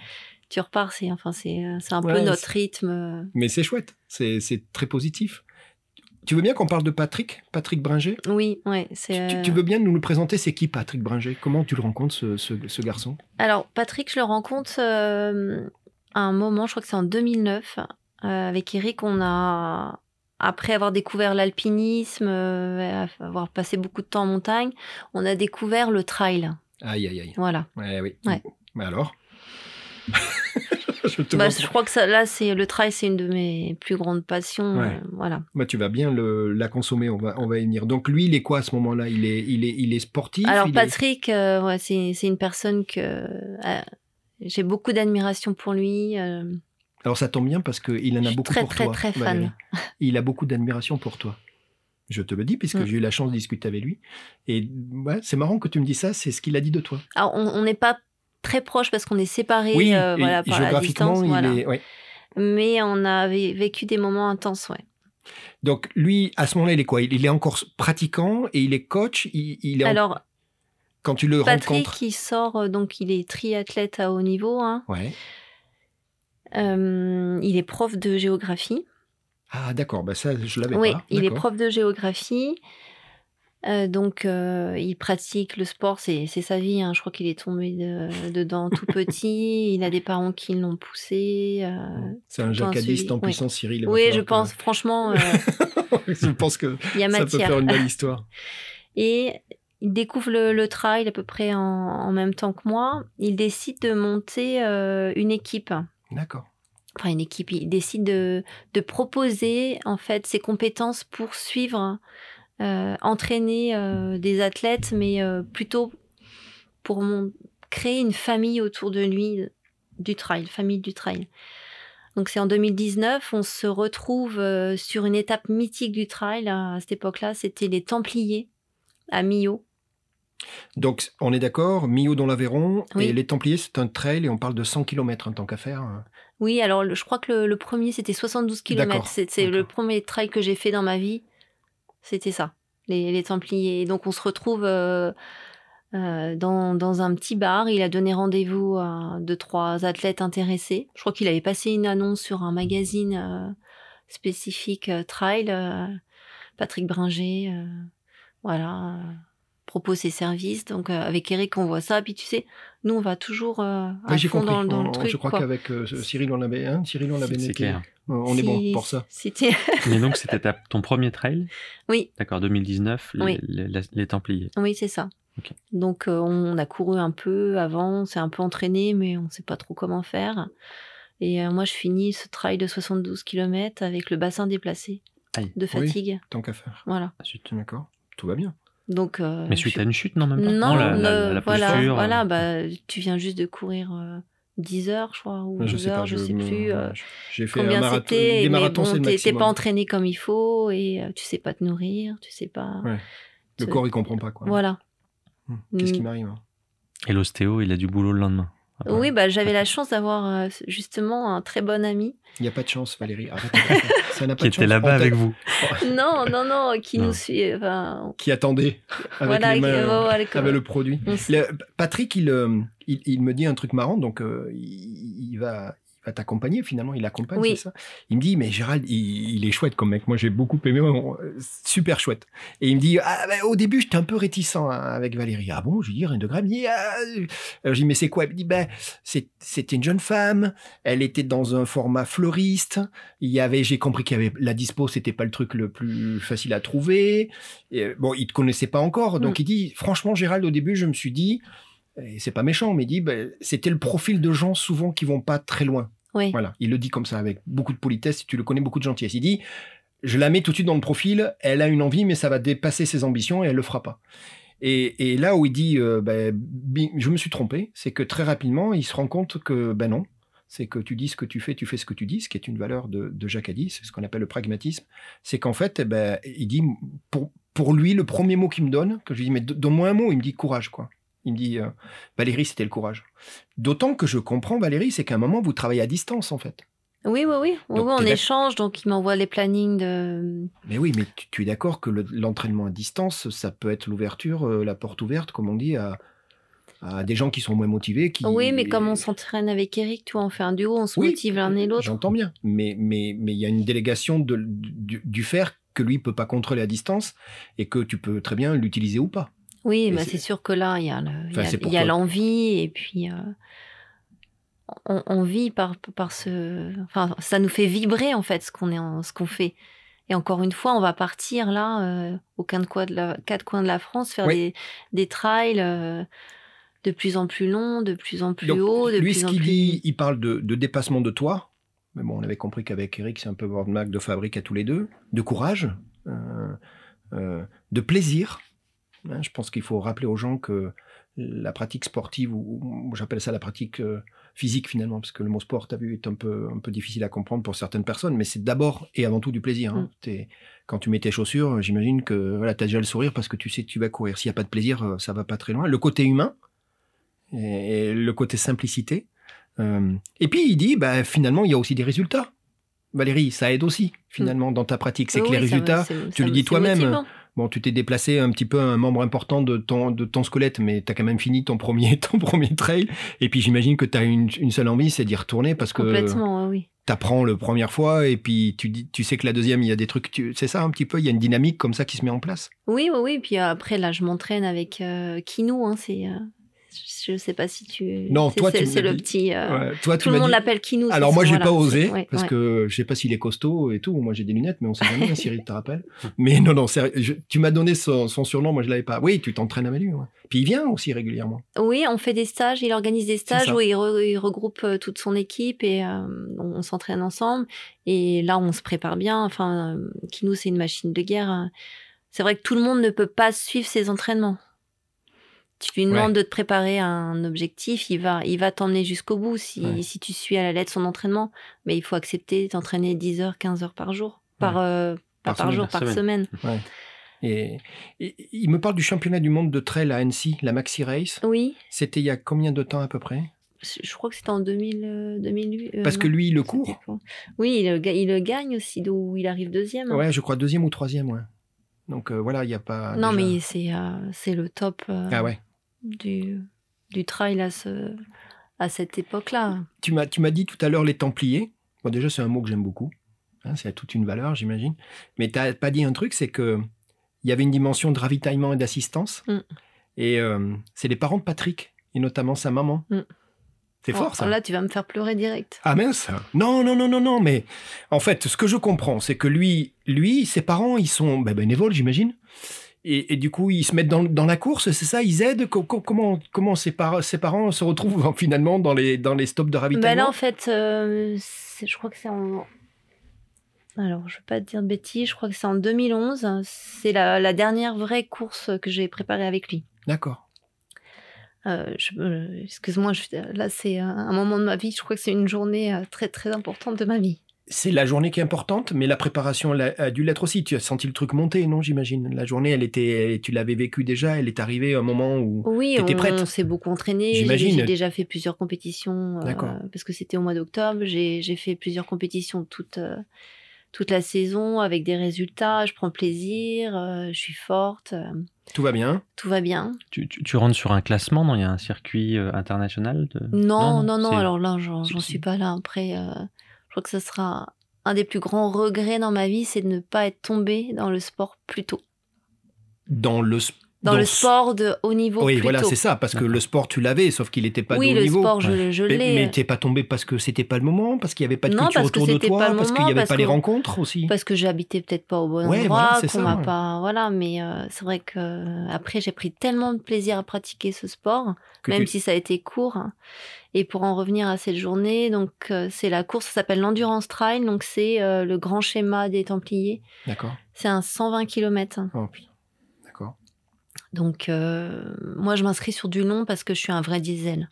tu repars. C'est enfin, c'est euh, c'est un Ouais, peu notre rythme. Mais c'est chouette, c'est c'est très positif. Tu veux bien qu'on parle de Patrick, Patrick Bringer Oui, ouais, Tu- c'est. tu, euh, tu veux bien nous le présenter C'est qui Patrick Bringer Comment tu le rencontres, ce, ce, ce garçon Alors, Patrick, je le rencontre euh, à un moment, je crois que c'est en 2009. Euh, avec Eric, on a, après avoir découvert l'alpinisme, euh, avoir passé beaucoup de temps en montagne, on a découvert le trail. Aïe, aïe, aïe. Voilà. Ouais, oui. Ouais. Mais alors Je te Bah, vois. je crois que ça, là, c'est le trail, c'est une de mes plus grandes passions. Ouais. euh, voilà. Bah, tu vas bien le- la consommer, on va, on va y venir. Donc lui, il est quoi à ce moment-là il est, il, est, il est sportif Alors, il est- Patrick, euh, ouais, c'est c'est une personne que euh, j'ai beaucoup d'admiration pour lui. euh, Alors ça tombe bien parce qu'il en je a suis beaucoup très, pour très, toi. très fan. Valérie. Il a beaucoup d'admiration pour toi. Je te le dis, puisque Mm. j'ai eu la chance de discuter avec lui. Et ouais, c'est marrant que tu me dis ça, c'est ce qu'il a dit de toi. Alors, on on n'est pas très proche parce qu'on est séparés euh, et- voilà, et par la géographiquement, distance. il voilà. est. ouais. mais on a vé- vécu des moments intenses, ouais. Donc lui, à ce moment-là, il est quoi il, il est encore pratiquant et il est coach. Il, il est en- Alors, quand tu le Patrick, rencontres. il sort, euh, donc il est triathlète à haut niveau, hein. Ouais. Euh, il est prof de géographie. Ah d'accord, bah ça je l'avais Oui, pas. il est D'accord. prof de géographie. Euh, donc, euh, il pratique le sport, c'est c'est sa vie. hein. Je crois qu'il est tombé de- dedans tout petit. Il a des parents qui l'ont poussé. euh. C'est un tout un jacadiste en suivi, ouais. puissance, Cyril. il va Oui, falloir je que- pense, franchement, euh, je pense que il y a ça peut matière. faire une belle histoire. Et il découvre le, le trail à peu près en, en même temps que moi. Il décide de monter euh, une équipe. D'accord. Enfin, une équipe. Il décide de, de proposer en fait ses compétences pour suivre, euh, entraîner euh, des athlètes, mais euh, plutôt pour mon- créer une famille autour de lui du trail, famille du trail. Donc c'est en 2019, on se retrouve euh, sur une étape mythique du trail. À cette époque-là, c'était les Templiers à Millau. Donc on est d'accord, Millau dans l'Aveyron Oui. et les Templiers, c'est un trail et on parle de 100 km en tant hein. qu'affaire. Oui, alors le- je crois que le, le premier, c'était 72 D'accord, km. C'est c'est le d'accord. premier trail que j'ai fait dans ma vie. C'était ça, les, les Templiers. Et donc, on se retrouve euh, euh, dans, dans un petit bar. Il a donné rendez-vous à deux, trois athlètes intéressés. Je crois qu'il avait passé une annonce sur un magazine euh, spécifique euh, trail. euh, Patrick Bringer, euh, voilà, euh, propose ses services. Donc, euh, avec Eric, on voit ça. Puis, tu sais, nous, on va toujours euh, à Ah, J'ai fond compris. dans, dans On- le on- truc. je crois quoi. qu'avec euh, Cyril on l'avait, hein, Cyril on l'avait C'est noté. clair. Euh, On est Si- bon pour ça. si t'es- Mais donc, c'était ta- ton premier trail Oui. D'accord, 2019, les, Oui. les- les- les Templiers. Oui, c'est ça. Ok. Donc, euh, on a couru un peu avant, on s'est un peu entraîné, mais on ne sait pas trop comment faire. Et euh, moi, je finis ce trail de 72 km avec le bassin déplacé Aïe. de fatigue. Tant qu'affaire. Voilà. Ah, zut. D'accord. Tout va bien. Donc, euh, Mais je suite suis- à une chute, non, même pas Non, la, la- ne- la voilà, posture, voilà euh, bah, tu viens juste de courir euh, 10 heures, je crois, ou 12 heures, je ne sais me- plus. euh, J'ai fait un Combien marathon. c'était, Des mais marathons, c'est bon, le t'es- t'es maximum. pas entraîné comme il faut et euh, tu sais pas te nourrir, tu sais pas. Ouais. Le te- corps, il comprend pas quoi. Voilà. Hum, Qu'est-ce qui Mm. m'arrive hein Et l'ostéo, il a du boulot le lendemain. Ah, Oui, bah, j'avais la chance d'avoir euh, justement un très bon ami. Il n'y a pas de chance, Valérie. Arrête. arrête, arrête. ça n'a pas Qui de était chance. là-bas On t'a- avec vous. Non, non, non, qui Non. nous suit. Enfin, Qui attendait avec voilà, les mains, qui- euh, ouais, ouais, que- avec le produit. on s- Le- Patrick, il, euh, il, il me dit un truc marrant, donc euh, il, il va, va t'accompagner finalement, il accompagne, Oui. c'est ça Il me dit, mais Gérald, il, il est chouette comme mec, moi j'ai beaucoup aimé, on- super chouette. Et il me dit, ah, ben, au début j'étais un peu réticent hein, avec Valérie. Ah bon, je lui dis, rien de grave, il me dit, ah, euh. Alors, je lui dis, mais c'est quoi Il me dit, ben, c'est- c'était une jeune femme, elle était dans un format fleuriste, il y avait, j'ai compris qu'il y avait, la dispo, c'était pas le truc le plus facile à trouver. Et, euh, bon, il te connaissait pas encore, donc il dit, franchement Gérald, au début je me suis dit, et c'est pas méchant, mais il dit, ben, c'était le profil de gens souvent qui vont pas très loin. Oui. Voilà, il le dit comme ça, avec beaucoup de politesse, tu le connais, beaucoup de gentillesse. Il dit, je la mets tout de suite dans le profil, elle a une envie, mais ça va dépasser ses ambitions et elle le fera pas. Et, et là où il dit, euh, ben, bi- je me suis trompé, c'est que très rapidement, il se rend compte que, ben non, c'est que tu dis ce que tu fais, tu fais ce que tu dis, ce qui est une valeur de, de Jacques Haddy, c'est ce qu'on appelle le pragmatisme. C'est qu'en fait, eh ben, il dit, pour, pour lui, le premier mot qu'il me donne, que je lui dis, mais do- donne-moi un mot, il me dit courage, quoi. Il me dit, euh, Valérie, c'était le courage. D'autant que je comprends, Valérie, c'est qu'à un moment, vous travaillez à distance, en fait. Oui, oui, oui. Oui, Donc, oui, on t'es d'ac- échange, donc il m'envoie les plannings de. Mais oui, mais tu, tu es d'accord que le- l'entraînement à distance, ça peut être l'ouverture, euh, la porte ouverte, comme on dit, à, à des gens qui sont moins motivés. Qui... Oui, mais comme on s'entraîne avec Eric, tu vois, on fait un duo, on se Oui, motive l'un et l'autre. J'entends bien. Mais mais mais il y a une délégation de, du, du faire que lui peut pas contrôler à distance et que tu peux très bien l'utiliser ou pas. Oui, Et bah, c'est- c'est sûr que là, il y a le- il y Enfin, a- c'est pour il y a toi. l'envie et puis euh, on, on vit par, par ce. Enfin, ça nous fait vibrer en fait ce qu'on est, en- ce qu'on fait. Et encore une fois, on va partir là, euh, aux quatre coins, de la, quatre coins de la France, faire Oui. des, des trails euh, de plus en plus longs, de plus en plus Donc, hauts, de lui, plus ce en qu'il plus. dit, il parle de, de dépassement de toi. Mais bon, on avait compris qu'avec Eric, c'est un peu Boardmark de fabrique à tous les deux. De courage, euh, euh, de plaisir. Hein, je pense qu'il faut rappeler aux gens que la pratique sportive, ou, ou j'appelle ça la pratique euh, physique finalement, parce que le mot sport, t'as vu, est un peu, un peu difficile à comprendre pour certaines personnes, mais c'est d'abord et avant tout du plaisir. hein. Mm. T'es- quand tu mets tes chaussures, j'imagine que voilà, tu as déjà le sourire parce que tu sais que tu vas courir. S'il n'y a pas de plaisir, euh, ça va pas très loin. Le côté humain et, et le côté simplicité. Euh, et puis il dit, bah, finalement, il y a aussi des résultats. Valérie, ça aide aussi finalement dans ta pratique. C'est Mm. Oui, que les oui, ça me- résultats, c'est- tu ça le me- dis c'est toi-même. motivant. Bon, tu t'es déplacé un petit peu un membre important de ton, de ton squelette, mais tu as quand même fini ton premier, ton premier trail. Et puis j'imagine que tu as une, une seule envie, c'est d'y retourner parce que Complètement, oui. oui. tu apprends la première fois et puis tu, dis, tu sais que la deuxième, il y a des trucs. tu- C'est ça un petit peu, il y a une dynamique comme ça qui se met en place. Oui, oui, oui. Puis euh, après, là, je m'entraîne avec euh, Kinou. Hein, c'est, euh, je je sais pas si tu. Non, c'est- toi, c'est, tu me c'est l'as le dit. petit. euh, Ouais. Toi, tu Tout le m'as monde dit- l'appelle Kinou. c'est Alors ça, moi, j'ai voilà, pas osé c'est- ouais, parce ouais. que je sais pas s'il est costaud et tout. Moi, j'ai des lunettes, mais on sait jamais, hein, Cyril, te rappelle. Mais non, non, sérieux, je- tu m'as donné son, son surnom, moi je l'avais pas. Oui, tu t'entraînes avec lui. ouais. Puis il vient aussi régulièrement. Oui, on fait des stages. Il organise des stages ça. où il, re- il regroupe euh, toute son équipe et euh, on, on s'entraîne ensemble. Et là, on se prépare bien. Enfin, euh, Kinou, c'est une machine de guerre. hein. C'est vrai que tout le monde ne peut pas suivre ses entraînements. Tu lui demandes de te préparer à un objectif, il va, il va t'emmener jusqu'au bout si, Ouais. si tu suis à la lettre son entraînement. Mais il faut accepter d'entraîner 10 heures, 15 heures par jour, par, euh, pas Par par semaine, jour, par par semaine. Mmh. semaine. Et, et- il me parle du championnat du monde de trail à Annecy, la Maxi Race. Oui, C'était il y a combien de temps à peu près je je crois que c'était en 2000, euh, 2008. euh, Parce que non. lui, il le Ça court. dépend. Oui, il, le ga- il le gagne aussi, d'où il arrive deuxième. hein. Ouais, je crois deuxième ou troisième, ouais. Donc euh, voilà, il n'y a pas. non, déjà- mais c'est euh, c'est le top euh, Ah ouais. du, du trail à, ce, à cette époque-là. Tu m'as, tu m'as dit tout à l'heure les Templiers. Bon, déjà, c'est un mot que j'aime beaucoup. Hein, c'est à toute une valeur, j'imagine. Mais tu n'as pas dit un truc, c'est que il y avait une dimension de ravitaillement et d'assistance. Mm. Et euh, c'est les parents de Patrick, et notamment sa maman. Mm. C'est fort, Oh, ça. Là, tu vas me faire pleurer direct. Ah mince Non, non, non, non, non, mais en fait, ce que je comprends, c'est que lui, lui, ses parents, ils sont ben, bénévoles, j'imagine. Et, et du coup, ils se mettent dans, dans la course, c'est ça Ils aident Co- co- Comment, comment ses, par- ses parents se retrouvent hein, finalement dans les, dans les stops de Bah là, ravitaillement en fait, euh, c'est- je crois que c'est en. Alors, je ne veux pas te dire de bêtises, je crois que c'est en 2011. hein, C'est la, la dernière vraie course que j'ai préparée avec lui. D'accord. Euh, je- euh, Excuse-moi, je- là, c'est euh, un moment de ma vie. Je crois que c'est une journée euh, très, très importante de ma vie. C'est la journée qui est importante, mais la préparation l'a- a dû l'être aussi. Tu as senti le truc monter, non, j'imagine La journée, elle était, tu l'avais vécue déjà, elle est arrivée à un moment où... Oui, T'étais on, prête on s'est beaucoup entraîné. J'ai- J'imagine. J'ai déjà fait plusieurs compétitions euh, D'accord. parce que c'était au mois d'octobre. J'ai j'ai fait plusieurs compétitions toutes, euh, toute la saison avec des résultats, je prends plaisir, euh, je suis forte, euh, Tout va bien. tout va bien. Tu, tu- tu rentres sur un classement, non Il y a un circuit euh, international de- Non, non, non, c'est- alors là, j'en c'est- j'en suis c'est- pas là. Après, euh, je crois que ce sera un des plus grands regrets dans ma vie, c'est de ne pas être tombée dans le sport plus tôt. Dans le, s- Dans, le s- sport de haut niveau Oui, plus voilà, tôt. c'est ça, parce que le sport, tu l'avais, sauf qu'il n'était pas de oui, haut le niveau. sport, je, je Mais, l'ai. mais t'es pas tombé parce que c'était pas le moment, parce qu'il n'y avait pas de euh. Non, culture parce que autour de c'était toi, pas le parce qu'il n'y moment, avait parce pas les qu'on- rencontres aussi. Parce que j'habitais peut-être pas au bon Ouais, endroit, voilà, c'est qu'on ça. m'a pas. Voilà, mais euh, c'est vrai que euh, après j'ai pris tellement de plaisir à pratiquer ce sport, Que même tu- si ça a été court. hein. Et pour en revenir à cette journée, donc euh, c'est la course, ça s'appelle l'endurance trail, donc c'est euh, le grand schéma des Templiers. D'accord. C'est un 120 km. Oh, putain. D'accord. hein. Donc euh, moi je m'inscris sur du long parce que je suis un vrai diesel.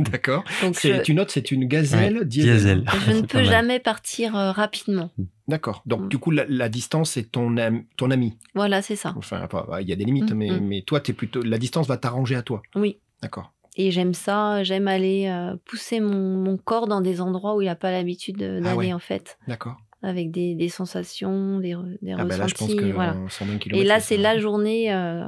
D'accord. Donc C'est- je, Tu notes, c'est une gazelle Diesel. diesel. je ne C'est pas peux mal. jamais partir euh, rapidement. D'accord. Donc, Mm. du coup, la, la distance, c'est ton, am- ton ami. Voilà, c'est ça. Enfin, pas- bah, il y a des limites, Mm, mais, mm. mais toi, es plutôt, la distance va t'arranger à toi. Oui. D'accord. Et j'aime ça, j'aime aller euh, pousser mon, mon corps dans des endroits où il n'a pas l'habitude de- Ah d'aller ouais. en fait, D'accord. avec des, des sensations, des, re- des Ah, ben ressentis. là, je pense que voilà. euh, 120 km. Et là, c'est la journée euh,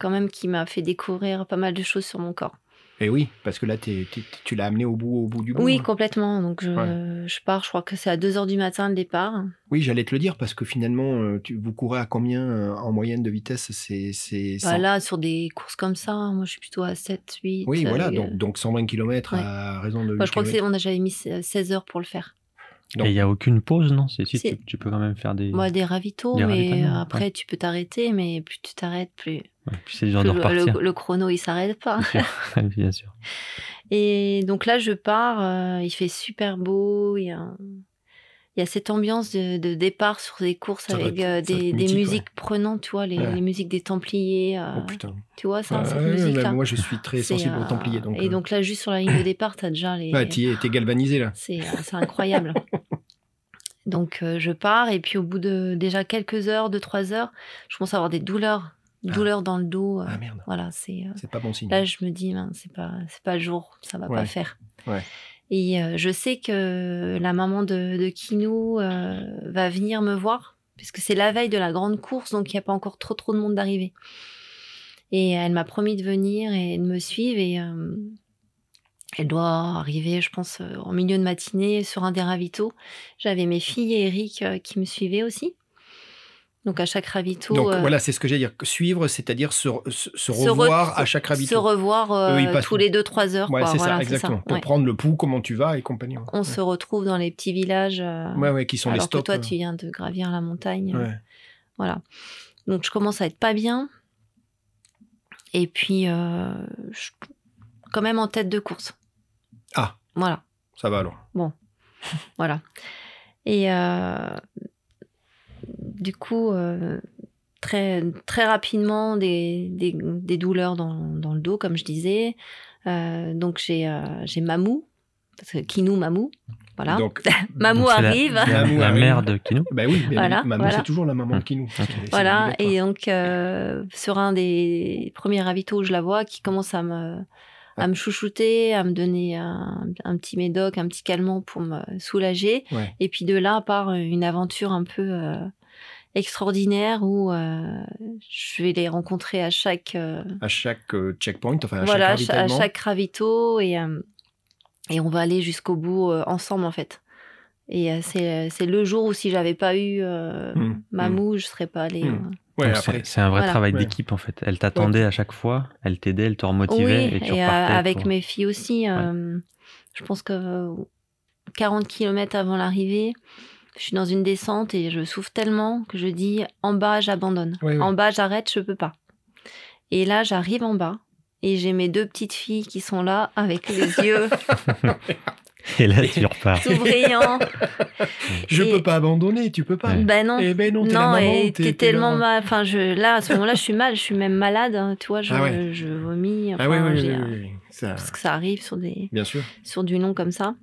quand même qui m'a fait découvrir pas mal de choses sur mon corps. Et Eh oui, parce que là, t'es- t'es- tu l'as amené au bout, au bout du bout. Oui, hein. complètement. Donc je, je pars, je crois que c'est à 2h du matin le départ. Oui, j'allais te le dire, parce que finalement, euh, tu, vous courez à combien euh, en moyenne de vitesse C'est. c'est Bah, cent- là, sur des courses comme ça, moi je suis plutôt à 7, 8. Oui, voilà, euh, donc, donc 120 km à raison de. enfin, je 8 crois que c'est, kilomètres. on a, j'avais mis 16 heures pour le faire. Non. Et il n'y a aucune pause, non C'est- si, C'est- tu, tu peux quand même faire des. Moi, des ravitaux, Des mais ravitaillements, euh, après, tu peux t'arrêter, mais plus tu t'arrêtes, plus, Ouais, puis c'est dur plus de le, repartir. le- le chrono, il s'arrête pas. Bien sûr. Bien sûr. Et donc là, je pars, euh, il fait super beau, il y a, il y a cette ambiance de, de départ sur des courses Ça doit avec être- ça euh, doit des, être des mythique, musiques prenantes, tu vois, les, Ouais. les musiques des Templiers, euh, Oh putain. tu vois ça, Ah, cette ouais, musique-là. mais moi, je suis très C'est, sensible euh, aux Templiers. Donc, et euh, donc là, juste sur la ligne de départ, tu as déjà les... ouais, t'y es, t'es galvanisé là. C'est euh, c'est incroyable. Donc euh, je pars et puis au bout de déjà quelques heures, deux trois heures, je commence à avoir des douleurs, Ah. douleurs dans le dos. euh, Ah merde, voilà, c'est euh, c'est pas bon signe. là je me dis mince, c'est pas c'est pas le jour, ça va Mm. Ouais. pas faire. Ouais. Et euh, je sais que la maman de, de Kinou euh, va venir me voir puisque c'est la veille de la grande course, donc il n'y a pas encore trop trop de monde d'arrivée. Et elle m'a promis de venir et de me suivre et euh, elle doit arriver, je pense, euh, en milieu de matinée sur un des ravitaux. J'avais mes filles et Eric euh, qui me suivaient aussi. Donc à chaque ravito, donc euh, voilà, c'est ce que j'allais dire. que Suivre, c'est-à-dire se, re- se- se re- revoir à chaque ravito. se revoir euh, Eux, ils passent- tous les deux trois heures. Ouais, quoi. c'est Voilà, ça, exactement. Pour ouais. prendre le pouls, comment tu vas et compagnie. ouais. On se retrouve dans les petits villages. euh, Ouais, ouais, qui sont les alors que stops. toi, euh, tu viens de gravir la montagne. ouais. Voilà. Donc je commence à être pas bien. Et puis, euh, je- quand même en tête de course. Ah. Voilà. Ça va alors. Voilà. Et euh, du coup, euh, très, très rapidement, des, des- des douleurs dans, dans le dos, comme je disais. Euh, donc, j'ai euh, j'ai Mamou, parce que Kinou Mamou. Voilà. Donc, Mamou Donc, c'est la- arrive. La, Mamou la arrive. mère de Kino. bah oui, mais Voilà, maman, voilà. Mm. c'est toujours la maman qui nous. Voilà, et donc euh, sur un des premiers ravitaux, je la vois qui commence à me, Ah. à me chouchouter, à me donner un, un petit médoc, un petit calmant pour me soulager. Ouais. Et puis de là part une aventure un peu euh, extraordinaire où euh, je vais les rencontrer à chaque, euh, À chaque euh, checkpoint, enfin à voilà, à chaque cha- à ravitaillement. chaque ravito et, euh, et on va aller jusqu'au bout euh, ensemble en fait. Et euh, c'est c'est le jour où si j'avais pas eu euh, Hmm, hmm. Mamou, je serais pas allée. Hmm. euh, Ouais, Donc, après, c'est- C'est un vrai Voilà. travail Ouais. d'équipe en fait. Elle t'attendait à chaque fois, elle t'aidait, elle te remotivait Oui, et tu et, euh, repartais. avec pour- mes filles aussi. euh, je pense que euh, 40 km avant l'arrivée, je suis dans une descente et je souffre tellement que je dis en bas, j'abandonne. Ouais, ouais. En bas, j'arrête, je peux pas. Et là, j'arrive en bas et j'ai mes deux petites filles qui sont là avec les yeux Et là tu repars. tout brillants. je et- peux pas abandonner, tu peux pas. Ouais. ben non. Eh ben non, t'es la Non, maman, t'es- et t'es t'es la- tellement mal. Enfin, je, là, à ce moment-là, je suis mal, je suis même malade. hein, tu vois, je, Ah ouais. je vomis. Ah oui, enfin, oui, j'ai, oui, euh, oui, oui, ça- Parce que ça arrive sur des. Bien sûr. sur du long comme ça.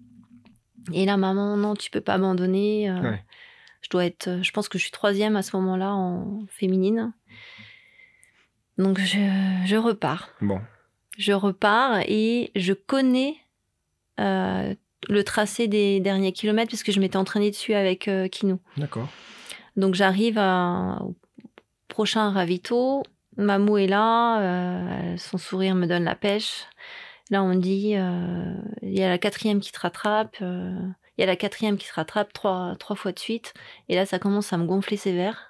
Et là, maman, non, tu peux pas abandonner. euh, Ouais. Je dois être, euh, je pense que je suis troisième à ce moment-là en féminine. Donc je, je repars, Bon. je repars et je connais euh, le tracé des derniers kilomètres parce que je m'étais entraînée dessus avec euh, Kinou. D'accord. Donc j'arrive à- au prochain ravito. Mamou est là, euh, son sourire me donne la pêche. Là, on me dit, euh, il y a la quatrième qui te rattrape, euh, il y a la quatrième qui te rattrape trois, trois fois de suite. Et là, ça commence à me gonfler sévère.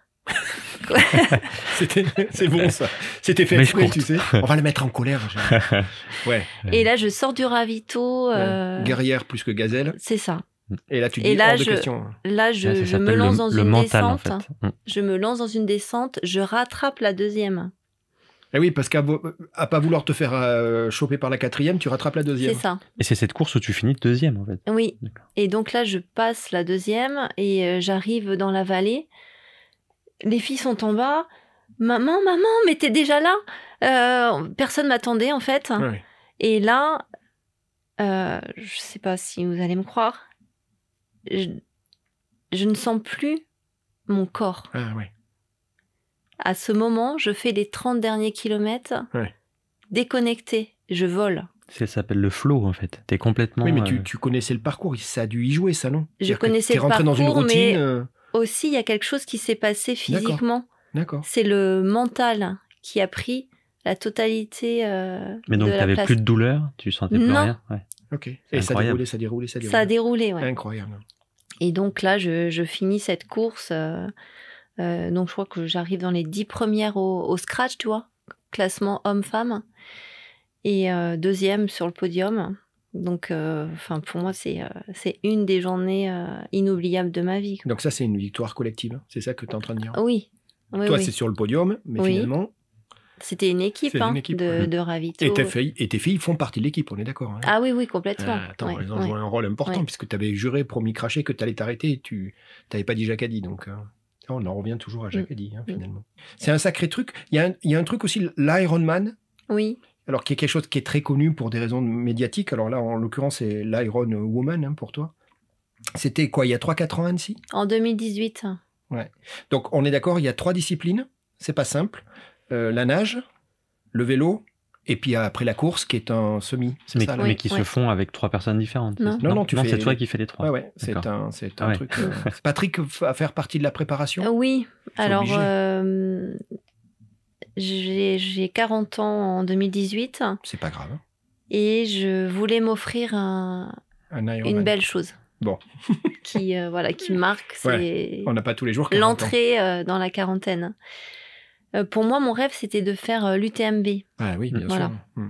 C'était- C'est bon, ça. C'était fait Mais exprès, je tu sais. On va le mettre en colère. Gérald. Ouais. Et là, je sors du ravito. euh, Guerrière plus que gazelle. c'est ça. Et là, tu dis Et là, hors de je- question. Là, je, Ouais, ça je me s'appelle lance le, dans le une mental, descente. en fait. Mm. Je me lance dans une descente. Je rattrape la deuxième. Eh oui, parce qu'à vo- à pas vouloir te faire euh, choper par la quatrième, tu rattrapes la C'est deuxième. ça. Et c'est cette course où tu finis deuxième, en fait. Oui. D'accord. Et donc là, je passe la deuxième et euh, j'arrive dans la vallée. Les filles sont en bas. Maman, maman, mais t'es déjà là Euh, Personne m'attendait en fait. Ouais. Et là, euh, je sais pas si vous allez me croire, je, je ne sens plus mon corps. Ah, ouais. À ce moment, je fais les 30 derniers kilomètres Ouais. déconnectée. Je vole. Ça s'appelle le flow, en fait. T'es complètement. Oui, mais euh, tu, tu connaissais le parcours, ça a dû y jouer, ça, non Je C'est-à-dire que connaissais t'es le rentré dans une parcours, routine. mais- euh, Aussi, il y a quelque chose qui s'est passé D'accord. physiquement. D'accord. C'est le mental qui a pris la totalité euh, Mais donc, de la t'avais place. plus de douleur, tu sentais plus Non. rien. ouais. Ok. Et ça incroyable. déroulait, ça déroulait, ça déroulait. Ça a déroulé, ouais. Incroyable. Et donc là, je, je finis cette course. euh, euh, donc je crois que j'arrive dans les dix premières au, au scratch, tu vois, classement homme-femme. Et euh, deuxième sur le podium. Donc, euh, enfin, pour moi, c'est euh, c'est une des journées euh, inoubliables de ma vie. quoi. Donc ça, c'est une victoire collective. hein. C'est ça que tu es en train de dire. Oui, Ah oui, Toi, oui. c'est sur le podium, mais Oui. finalement, c'était une équipe, c'est une hein, équipe, de, ouais. de ravito. et tes, filles, et tes filles font partie de l'équipe, on est d'accord. hein. Ah oui, oui, complètement. Ah, attends, Ouais, elles ont ouais. joué un rôle important Ouais. puisque tu avais juré, promis, craché que tu allais t'arrêter et tu n'avais pas dit Jacadi. Donc, euh, on en revient toujours à Jacadi, hein, Mm. finalement. C'est un sacré truc. Il y, a un- il y a un truc aussi, l'Ironman, Oui, alors qui est quelque chose qui est très connu pour des raisons médiatiques. Alors là, en l'occurrence, c'est l'Iron Woman hein, pour toi. C'était quoi, il y a 3-4 ans, Annecy en 2018. Donc, on est d'accord, il y a trois disciplines. C'est pas simple. Euh, la nage, le vélo, et puis après la course, qui est un semi. C'est Mais, ça, là. mais Oui, qui ouais. se font avec trois personnes différentes. Non. c'est- Non, non, tu fais- c'est toi qui fais les trois. Ouais, ouais, c'est D'accord. un, c'est Ah un ouais. truc. euh, Patrick f- à faire partie de la préparation. Ah Oui, C'est alors obligé. euh, j'ai j'ai 40 ans en 2018 C'est pas grave. hein. et je voulais m'offrir un- Un Ironman. une belle chose. Bon. qui euh, voilà, qui marque, c'est On n'a pas tous les jours. 40 ans. l'entrée euh, dans la quarantaine. Euh, pour moi, mon rêve, c'était de faire euh, l'UTMB, Ah oui, bien Voilà. sûr. Mm.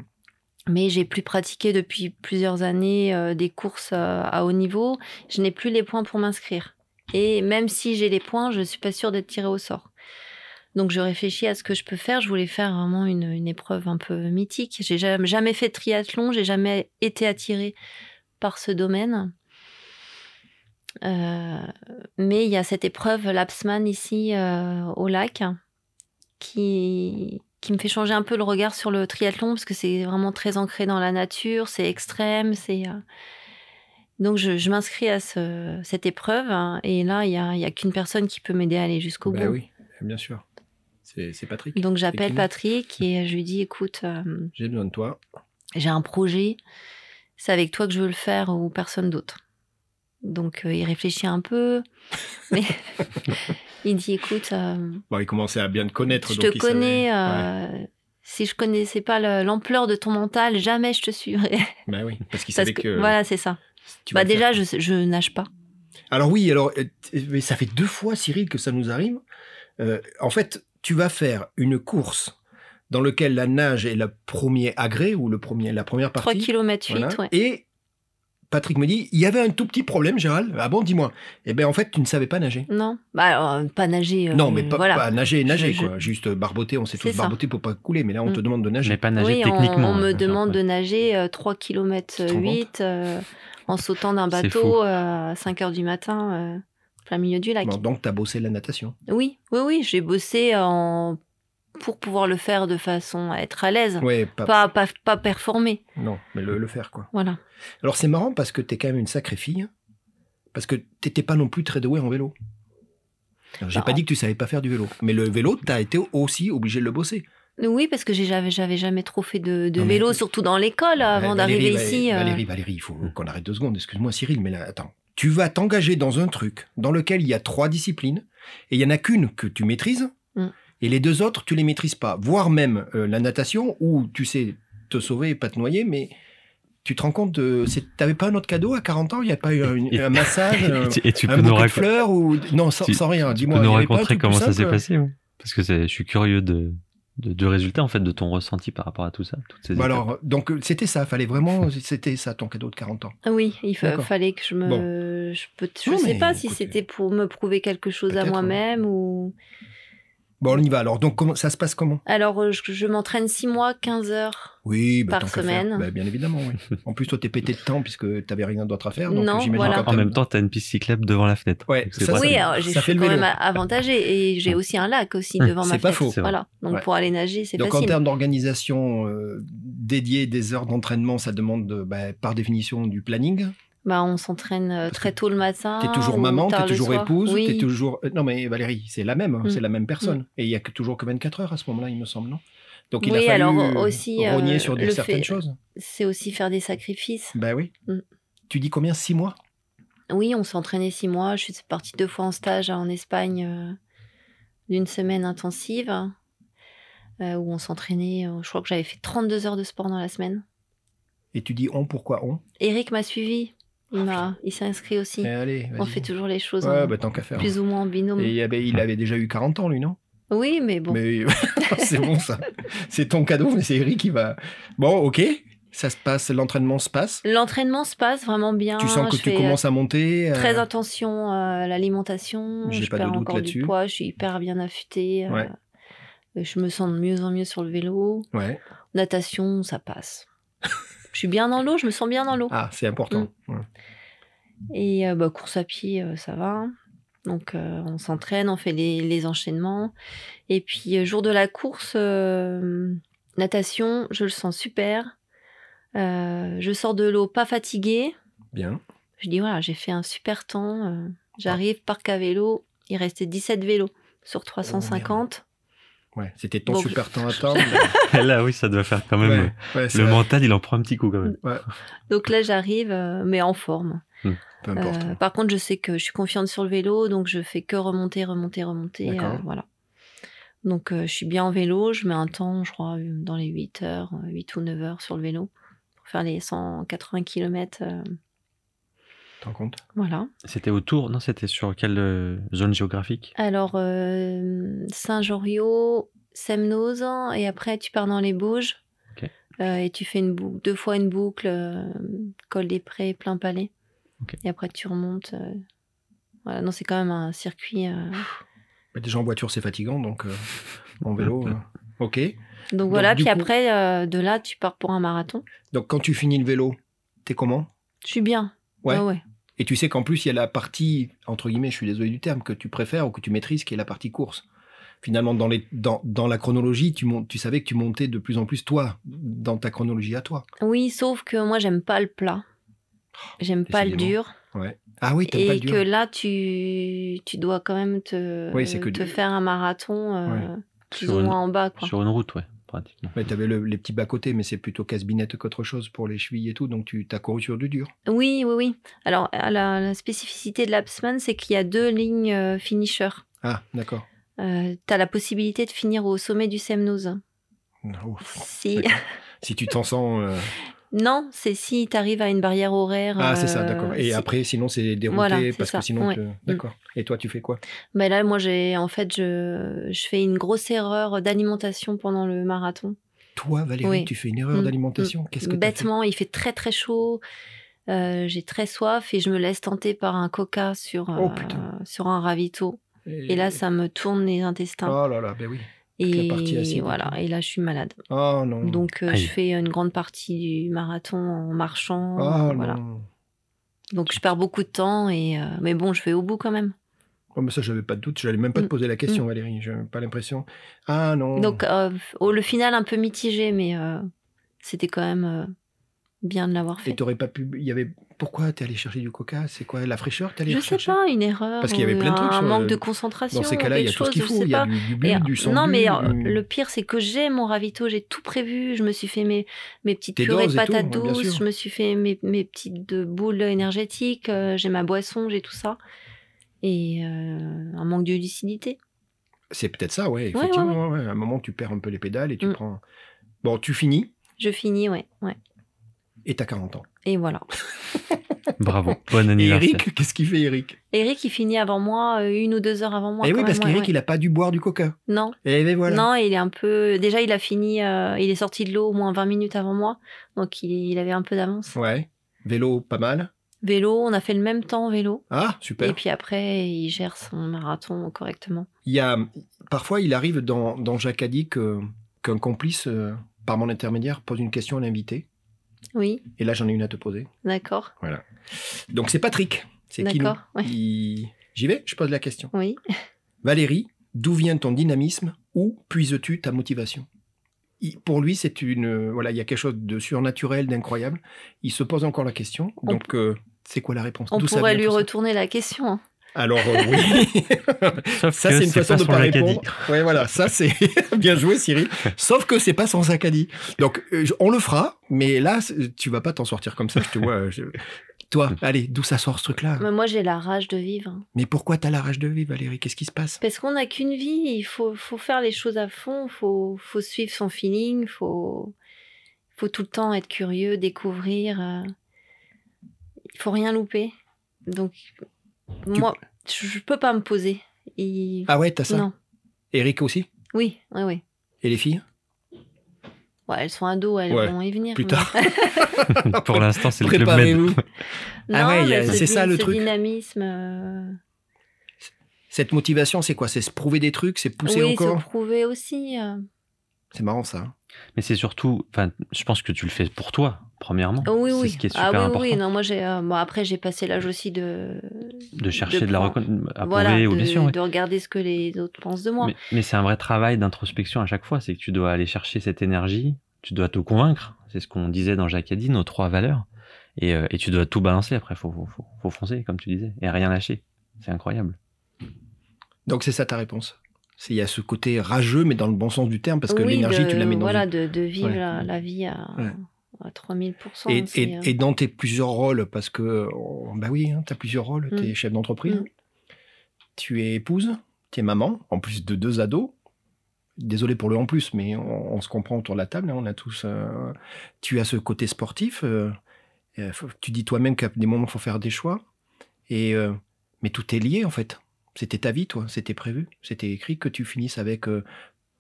mais j'ai plus pratiqué depuis plusieurs années euh, des courses euh, à haut niveau. Je n'ai plus les points pour m'inscrire. Et même si j'ai les points, je ne suis pas sûre d'être tirée au sort. Donc je réfléchis à ce que je peux faire. Je voulais faire vraiment une, une épreuve un peu mythique. J'ai jamais, jamais fait de triathlon, j'ai jamais été attirée par ce domaine. Euh, mais il y a cette épreuve, l'Apsman ici euh, au lac, qui, qui me fait changer un peu le regard sur le triathlon, parce que c'est vraiment très ancré dans la nature, c'est extrême, c'est... euh, donc je, je m'inscris à ce- cette épreuve hein, et là il n'y a, il y a qu'une personne qui peut m'aider à aller jusqu'au Bah bout. oui, bien sûr. C'est c'est Patrick. Donc j'appelle Kim. Patrick et je lui dis écoute, euh, J'ai besoin de toi. j'ai un projet, c'est avec toi que je veux le faire ou personne d'autre. Donc euh, il réfléchit un peu, mais il dit écoute, euh, Bon, il commençait à bien te connaître. je donc te il savait- connais, Ouais. euh, si je connaissais pas le- l'ampleur de ton mental, jamais je te suivrais. Bah oui, parce qu'il Parce savait que- que. Voilà, c'est ça. tu vas Bah le faire. déjà, je, je nage pas. Alors oui, alors euh, t- mais ça fait deux fois, Cyril, que ça nous arrive. Euh, en fait, tu vas faire une course dans laquelle la nage est le premier agré ou le premier, la première 3 partie. km 8, Voilà. ouais. Et Patrick me dit, il y avait un tout petit problème, Gérald. Ah bon, dis-moi. Eh bien, en fait, tu ne savais pas nager. Non, bah, alors, euh, pas nager. euh, non, mais pas, voilà. pas nager, nager, Je- je- quoi. Juste barboter, on s'est C'est tous ça. barboter pour pas couler, mais là, on Mm. te demande de Je nager. n'ai pas nagé oui, on, techniquement. on hein, me bien sûr, demande ouais. de nager euh, 3 km Tu te rends 8 euh, en sautant d'un C'est fou. bateau euh, à 5 heures du matin, euh, plein milieu du lac. Bon, donc, tu as bossé la natation. Oui, oui, oui, j'ai bossé euh, en... pour pouvoir le faire de façon à être à l'aise, Ouais, pas, pas, pas, pas performer. Non, mais le, le faire, quoi. Voilà. Alors, c'est marrant parce que tu es quand même une sacrée fille. Parce que t'étais pas non plus très douée en vélo. Alors, J'ai Bah, pas en- dit que tu savais pas faire du vélo. Mais le vélo, tu as été aussi obligé de le bosser. Oui, parce que j'ai- j'avais j'avais jamais trop fait de, de Non, mais- vélo, surtout dans l'école, Ah, avant Valérie, d'arriver Valérie, ici. euh, Valérie, Valérie, il faut qu'on arrête deux secondes. Excuse-moi, Cyril, mais là, attends. Tu vas t'engager dans un truc dans lequel il y a trois disciplines et il y en a qu'une que tu maîtrises Mm. et les deux autres, tu les maîtrises pas, voire même euh, la natation où tu sais te sauver et pas te noyer, mais tu te rends compte, de- c'est- t'avais pas un autre cadeau à 40 ans Il n'y a pas eu un, Et- un massage, Et un, tu- Et tu Euh, un peux nous bouquet de raconter. fleurs ou Non, sans, Tu- sans rien, Tu dis-moi. peux il nous y avait pas un raconter truc plus comment ça s'est simple passé ouais. Parce que c'est- je suis curieux de, de- du résultat en fait de ton ressenti par rapport à tout ça. Toutes ces Bah étapes. alors, donc euh, c'était ça, fallait vraiment, c'était ça ton cadeau de 40 ans. ah Oui, il fa- D'accord. fallait que je me. Je, peux, je Non, sais mais pas si écoutez, c'était pour me prouver quelque chose à peut-être, moi-même ou. Bon, on y va. Alors, donc comment ça se passe comment Alors, euh, je, je m'entraîne 6 mois, 15 heures. Oui, bah, par tant qu'à semaine. faire. Bah, bien évidemment, oui. En plus, toi, t'es pété de temps puisque t'avais rien d'autre à faire. Donc, Non, j'imagine voilà. qu'en En termes- même temps, tu as une piste cyclable devant la fenêtre. Ouais, Donc c'est ça, pas- oui, c'est- alors j'ai- ça je fait suis le quand vélo. même avantagée et j'ai aussi un lac aussi Hum, devant ma c'est pas fête. faux. C'est vrai. Voilà. Donc Ouais. pour aller nager, c'est Donc, en facile. termes d'organisation euh, dédiée, des heures d'entraînement, ça demande euh, bah, par définition du planning. Bah, on s'entraîne euh, très tôt le matin. t'es toujours ou maman, tard t'es le toujours soir. épouse, Oui. t'es toujours. euh, Non, mais Valérie, c'est la même, hein, Mm. c'est la même personne. Et il y a que- toujours que 24 heures à ce moment-là, il me semble, non Donc, il Oui, a fallu alors, euh, aussi, euh, rogner sur des- le certaines fait- choses. C'est aussi faire des sacrifices. Bah oui. Mm. Tu dis combien Six mois Oui, on s'entraînait six mois. Je suis partie deux fois en stage hein, en Espagne euh, d'une semaine intensive euh, où on s'entraînait. euh, je crois que j'avais fait 32 heures de sport dans la semaine. Et tu dis on, pourquoi on Eric m'a suivi. Il, m'a- il s'est inscrit aussi. Ah, Eh, Allez, on vas-y. fait toujours les choses Ouais, en- bah, tant qu'à faire. plus ou moins en binôme. Et il avait- il avait déjà eu 40 ans, lui, non Oui, mais bon. Mais ah, c'est bon ça. C'est ton cadeau, mais c'est Eric qui va. Bon, ok. Ça se passe, l'entraînement se passe. L'entraînement se passe vraiment bien. tu sens que Je tu fais, euh, commences à monter. euh, très attention euh, à l'alimentation. J'ai Je pas de perds doute encore là-dessus. du poids, je suis hyper bien affûtée. euh, Ouais. Je me sens de mieux en mieux sur le vélo. Ouais. Natation, ça passe. je suis bien dans l'eau, je me sens bien dans l'eau. Ah, c'est important. Mm. Ouais. Et euh, bah, course à pied, euh, ça va. Donc euh, on s'entraîne, on fait les, les enchaînements. Et puis euh, jour de la course, euh, natation, je le sens super. Euh, je sors de l'eau pas fatiguée. Bien. Je dis voilà, j'ai fait un super temps. euh, J'arrive, parc à vélo. Il restait 17 vélos sur 350. Ouais. C'était ton Bon, super temps à temps. hein. Là, oui, ça doit faire quand mais- même. euh, ouais, ouais, Le ça- mental, il en prend un petit coup quand Mm. même. Donc là, j'arrive, euh, mais en forme. Peu Euh, importe. par contre, je sais que je suis confiante sur le vélo, donc je fais que remonter, remonter, remonter. D'accord. euh, voilà. Donc euh, je suis bien en vélo. Je mets un temps, je crois, euh, dans les 8 heures, euh, 8 ou 9 heures sur le vélo pour faire les 180 km. T'en compte euh, voilà. C'était autour, non, c'était sur quelle euh, zone géographique Alors, euh, Saint-Joriot, Semnoz, et après tu pars dans les Bauges. Ok. Euh, et tu fais une boucle, deux fois une boucle, euh, col des prés, plein palais. Ok. Et après tu remontes. euh, voilà, non, c'est quand même un circuit. euh, Bah, Déjà en voiture, c'est fatigant, donc euh, en vélo. euh, Ok. Donc, Donc, voilà, du puis coup- après, euh, de là, tu pars pour un marathon. Donc quand tu finis le vélo, t'es comment Je suis bien. Ouais. Ah ouais. Et tu sais qu'en plus, il y a la partie, entre guillemets, je suis désolé du terme, que tu préfères ou que tu maîtrises, qui est la partie course. Finalement, dans, les, dans, dans la chronologie, tu, mon- tu savais que tu montais de plus en plus, toi, dans ta chronologie à toi. Oui, sauf que moi, j'aime pas le plat. J'aime pas le Décidément. dur. Ah oui, t'aimes pas le Et dur. que là, tu, tu dois quand même te, Oui, c'est que te du- faire un marathon euh, plus sur ou une, moins en bas. Quoi. sur une route, ouais, pratiquement. Mais t'avais le- les petits bas-côtés, mais c'est plutôt casse-binette qu'autre chose pour les chevilles et tout, donc tu t'as couru sur du dur. Oui, oui, oui. Alors, à la, la spécificité de l'Apsman, c'est qu'il y a deux lignes euh, finisher. Ah, d'accord. Euh, tu as la possibilité de finir au sommet du Semnoz. Ouf. Si... D'accord. Si tu t'en sens... euh, non, c'est si tu arrives à une barrière horaire. Ah, c'est ça, euh, d'accord. Et si- après, sinon, c'est dérouté, Voilà, c'est parce ça, que sinon... ouais. Mm. tu- D'accord. Et toi, tu fais quoi Mais Bah, là, moi, j'ai en fait, je, je fais une grosse erreur d'alimentation pendant le marathon. Toi, Valérie, Oui. tu fais une erreur Mm, d'alimentation. Qu'est-ce que t'as fait Bêtement, il fait très très chaud. euh, j'ai très soif et je me laisse tenter par un coca sur, Oh, euh, putain. sur un ravito. Et là, ça me tourne les intestins. Oh là là, ben oui. toute la partie et acide. voilà, et là, je suis malade. Oh non. Donc euh, Aïe. je fais une grande partie du marathon en marchant. Ah, voilà. non. Donc je perds beaucoup de temps et euh, mais bon, je vais au bout quand même. Oh, mais ça, j'avais pas de doute. J'allais même pas te Mm. poser la question, Valérie. J'avais pas l'impression. Ah non. oh, Donc euh, au- le final un peu mitigé mais euh, c'était quand même euh, bien de l'avoir Et fait. t'aurais pas pu. Il y avait. Pourquoi t'es allé chercher du coca C'est quoi la fraîcheur T'es allé Je sais rechercher pas, une erreur. Parce qu'il y avait ou plein de trucs Un sur manque le- de concentration. Dans ces cas-là, il y a quelque tout ce qu'il chose, je faut. sais Il y a pas. du, du Et, euh, bu, du sang. non, mais bu, alors, du- le pire, c'est que j'ai mon ravito, j'ai tout prévu. Je me suis fait mes, mes petites Tes purées de doses et tout, patates ouais, bien douces, sûr. je me suis fait mes, mes petites de boules énergétiques, euh, j'ai ma boisson, j'ai tout ça. Et euh, un manque de lucidité. C'est peut-être ça, ouais. ouais, Effectivement, ouais, ouais. à un moment, tu perds un peu les pédales et tu Mm. prends. Bon, tu finis Je finis, ouais. ouais. et t'as 40 ans. Et voilà. Bravo. Bon Et anniversaire. Eric, qu'est-ce qu'il fait, Eric Eric, il finit avant moi, euh, une ou deux heures avant moi. Eh quand oui, même, parce ouais, qu'Eric, ouais. il a pas dû boire du coca. Non, Et ben voilà. non, il est un peu. Déjà, il a fini, euh, il est sorti de l'eau au moins 20 minutes avant moi, donc il, il avait un peu d'avance. Ouais. Vélo, pas mal. Vélo, on a fait le même temps en vélo. Ah, Et super. puis après, il gère son marathon correctement. Il y a, parfois, il arrive dans, dans Jacadi que, qu'un complice, euh, par mon intermédiaire, pose une question à l'invité. Oui, Et là, j'en ai une à te poser. d'accord. Donc, c'est Patrick. C'est qui D'accord, ouais. Il- J'y vais, je pose la question. Oui. Valérie, d'où vient ton dynamisme Où puises-tu ta motivation Il- Pour lui, c'est une euh, voilà, il y a quelque chose de surnaturel, d'incroyable. Il se pose encore la question. On Donc, euh, c'est quoi la réponse On D'où ça pourrait vient, lui tout ça retourner la question. hein. Alors euh, oui, Sauf ça que c'est une façon pas de son pas Jacadi. répondre. Ouais, voilà, ça c'est bien joué Cyril. Sauf que c'est pas son Zacadie. Donc euh, je- on le fera, mais là c'est- tu vas pas t'en sortir comme ça. Je te vois. euh, je- Toi, allez, d'où ça sort ce truc-là Mais moi, j'ai la rage de vivre. hein. Mais pourquoi t'as la rage de vivre, Valérie Qu'est-ce qui se passe Parce qu'on n'a qu'une vie, il faut, faut faire les choses à fond, faut, faut suivre son feeling, faut, faut tout le temps être curieux, découvrir. euh, il faut rien louper. Donc, moi, je je peux pas me poser. Il- Ah ouais, t'as ça. non. Eric aussi Oui, oui, oui. Et les filles Ouais, elles sont ados, elles Ouais, vont y venir. Plus mais- tard. Pour l'instant, c'est le club Med. Préparez-vous. Ah ouais, il y a- mais ce c'est ça, dy- le ce truc. dynamisme. euh, Cette motivation, c'est quoi C'est se prouver des trucs, c'est pousser oui, encore se prouver aussi. euh. C'est marrant ça. hein. Mais c'est surtout, enfin, je pense que tu le fais pour toi, premièrement. Oh oui, c'est oui. ce qui est super ah oui, important. oui, non, moi j'ai. euh, bon, après, j'ai passé l'âge aussi de. de chercher de, la prendre- reconnaissance Ah, à Voilà, prouver, de, ou bien sûr. ouais. de regarder ce que les autres pensent de moi. Mais, mais c'est un vrai travail d'introspection à chaque fois, c'est que tu dois aller chercher cette énergie, tu dois te convaincre, c'est ce qu'on disait dans Jacques Addy, nos trois valeurs, et, euh, et tu dois tout balancer après, faut, faut, faut, faut foncer, comme tu disais, et rien lâcher. C'est incroyable. Donc c'est ça ta réponse. C'est il y a ce côté rageux, mais dans le bon sens du terme, parce que Oui, l'énergie, de- tu la mets dans Voilà, une- de, de vivre Ouais. la, la vie à, Ouais. à 3000%. Et, c'est, et- euh, et dans tes plusieurs rôles, parce que, oh, bah oui, tu as plusieurs rôles, tu es chef d'entreprise, Mm. tu es épouse, tu es maman, en plus de deux ados. Désolé pour le en plus, mais on, on se comprend autour de la table, hein, on a tous. euh, tu as ce côté sportif, euh, euh, faut- tu dis toi-même qu'à des moments, il faut faire des choix, et, euh, mais tout est lié en fait. C'était ta vie, toi, c'était prévu, c'était écrit que tu finisses avec euh,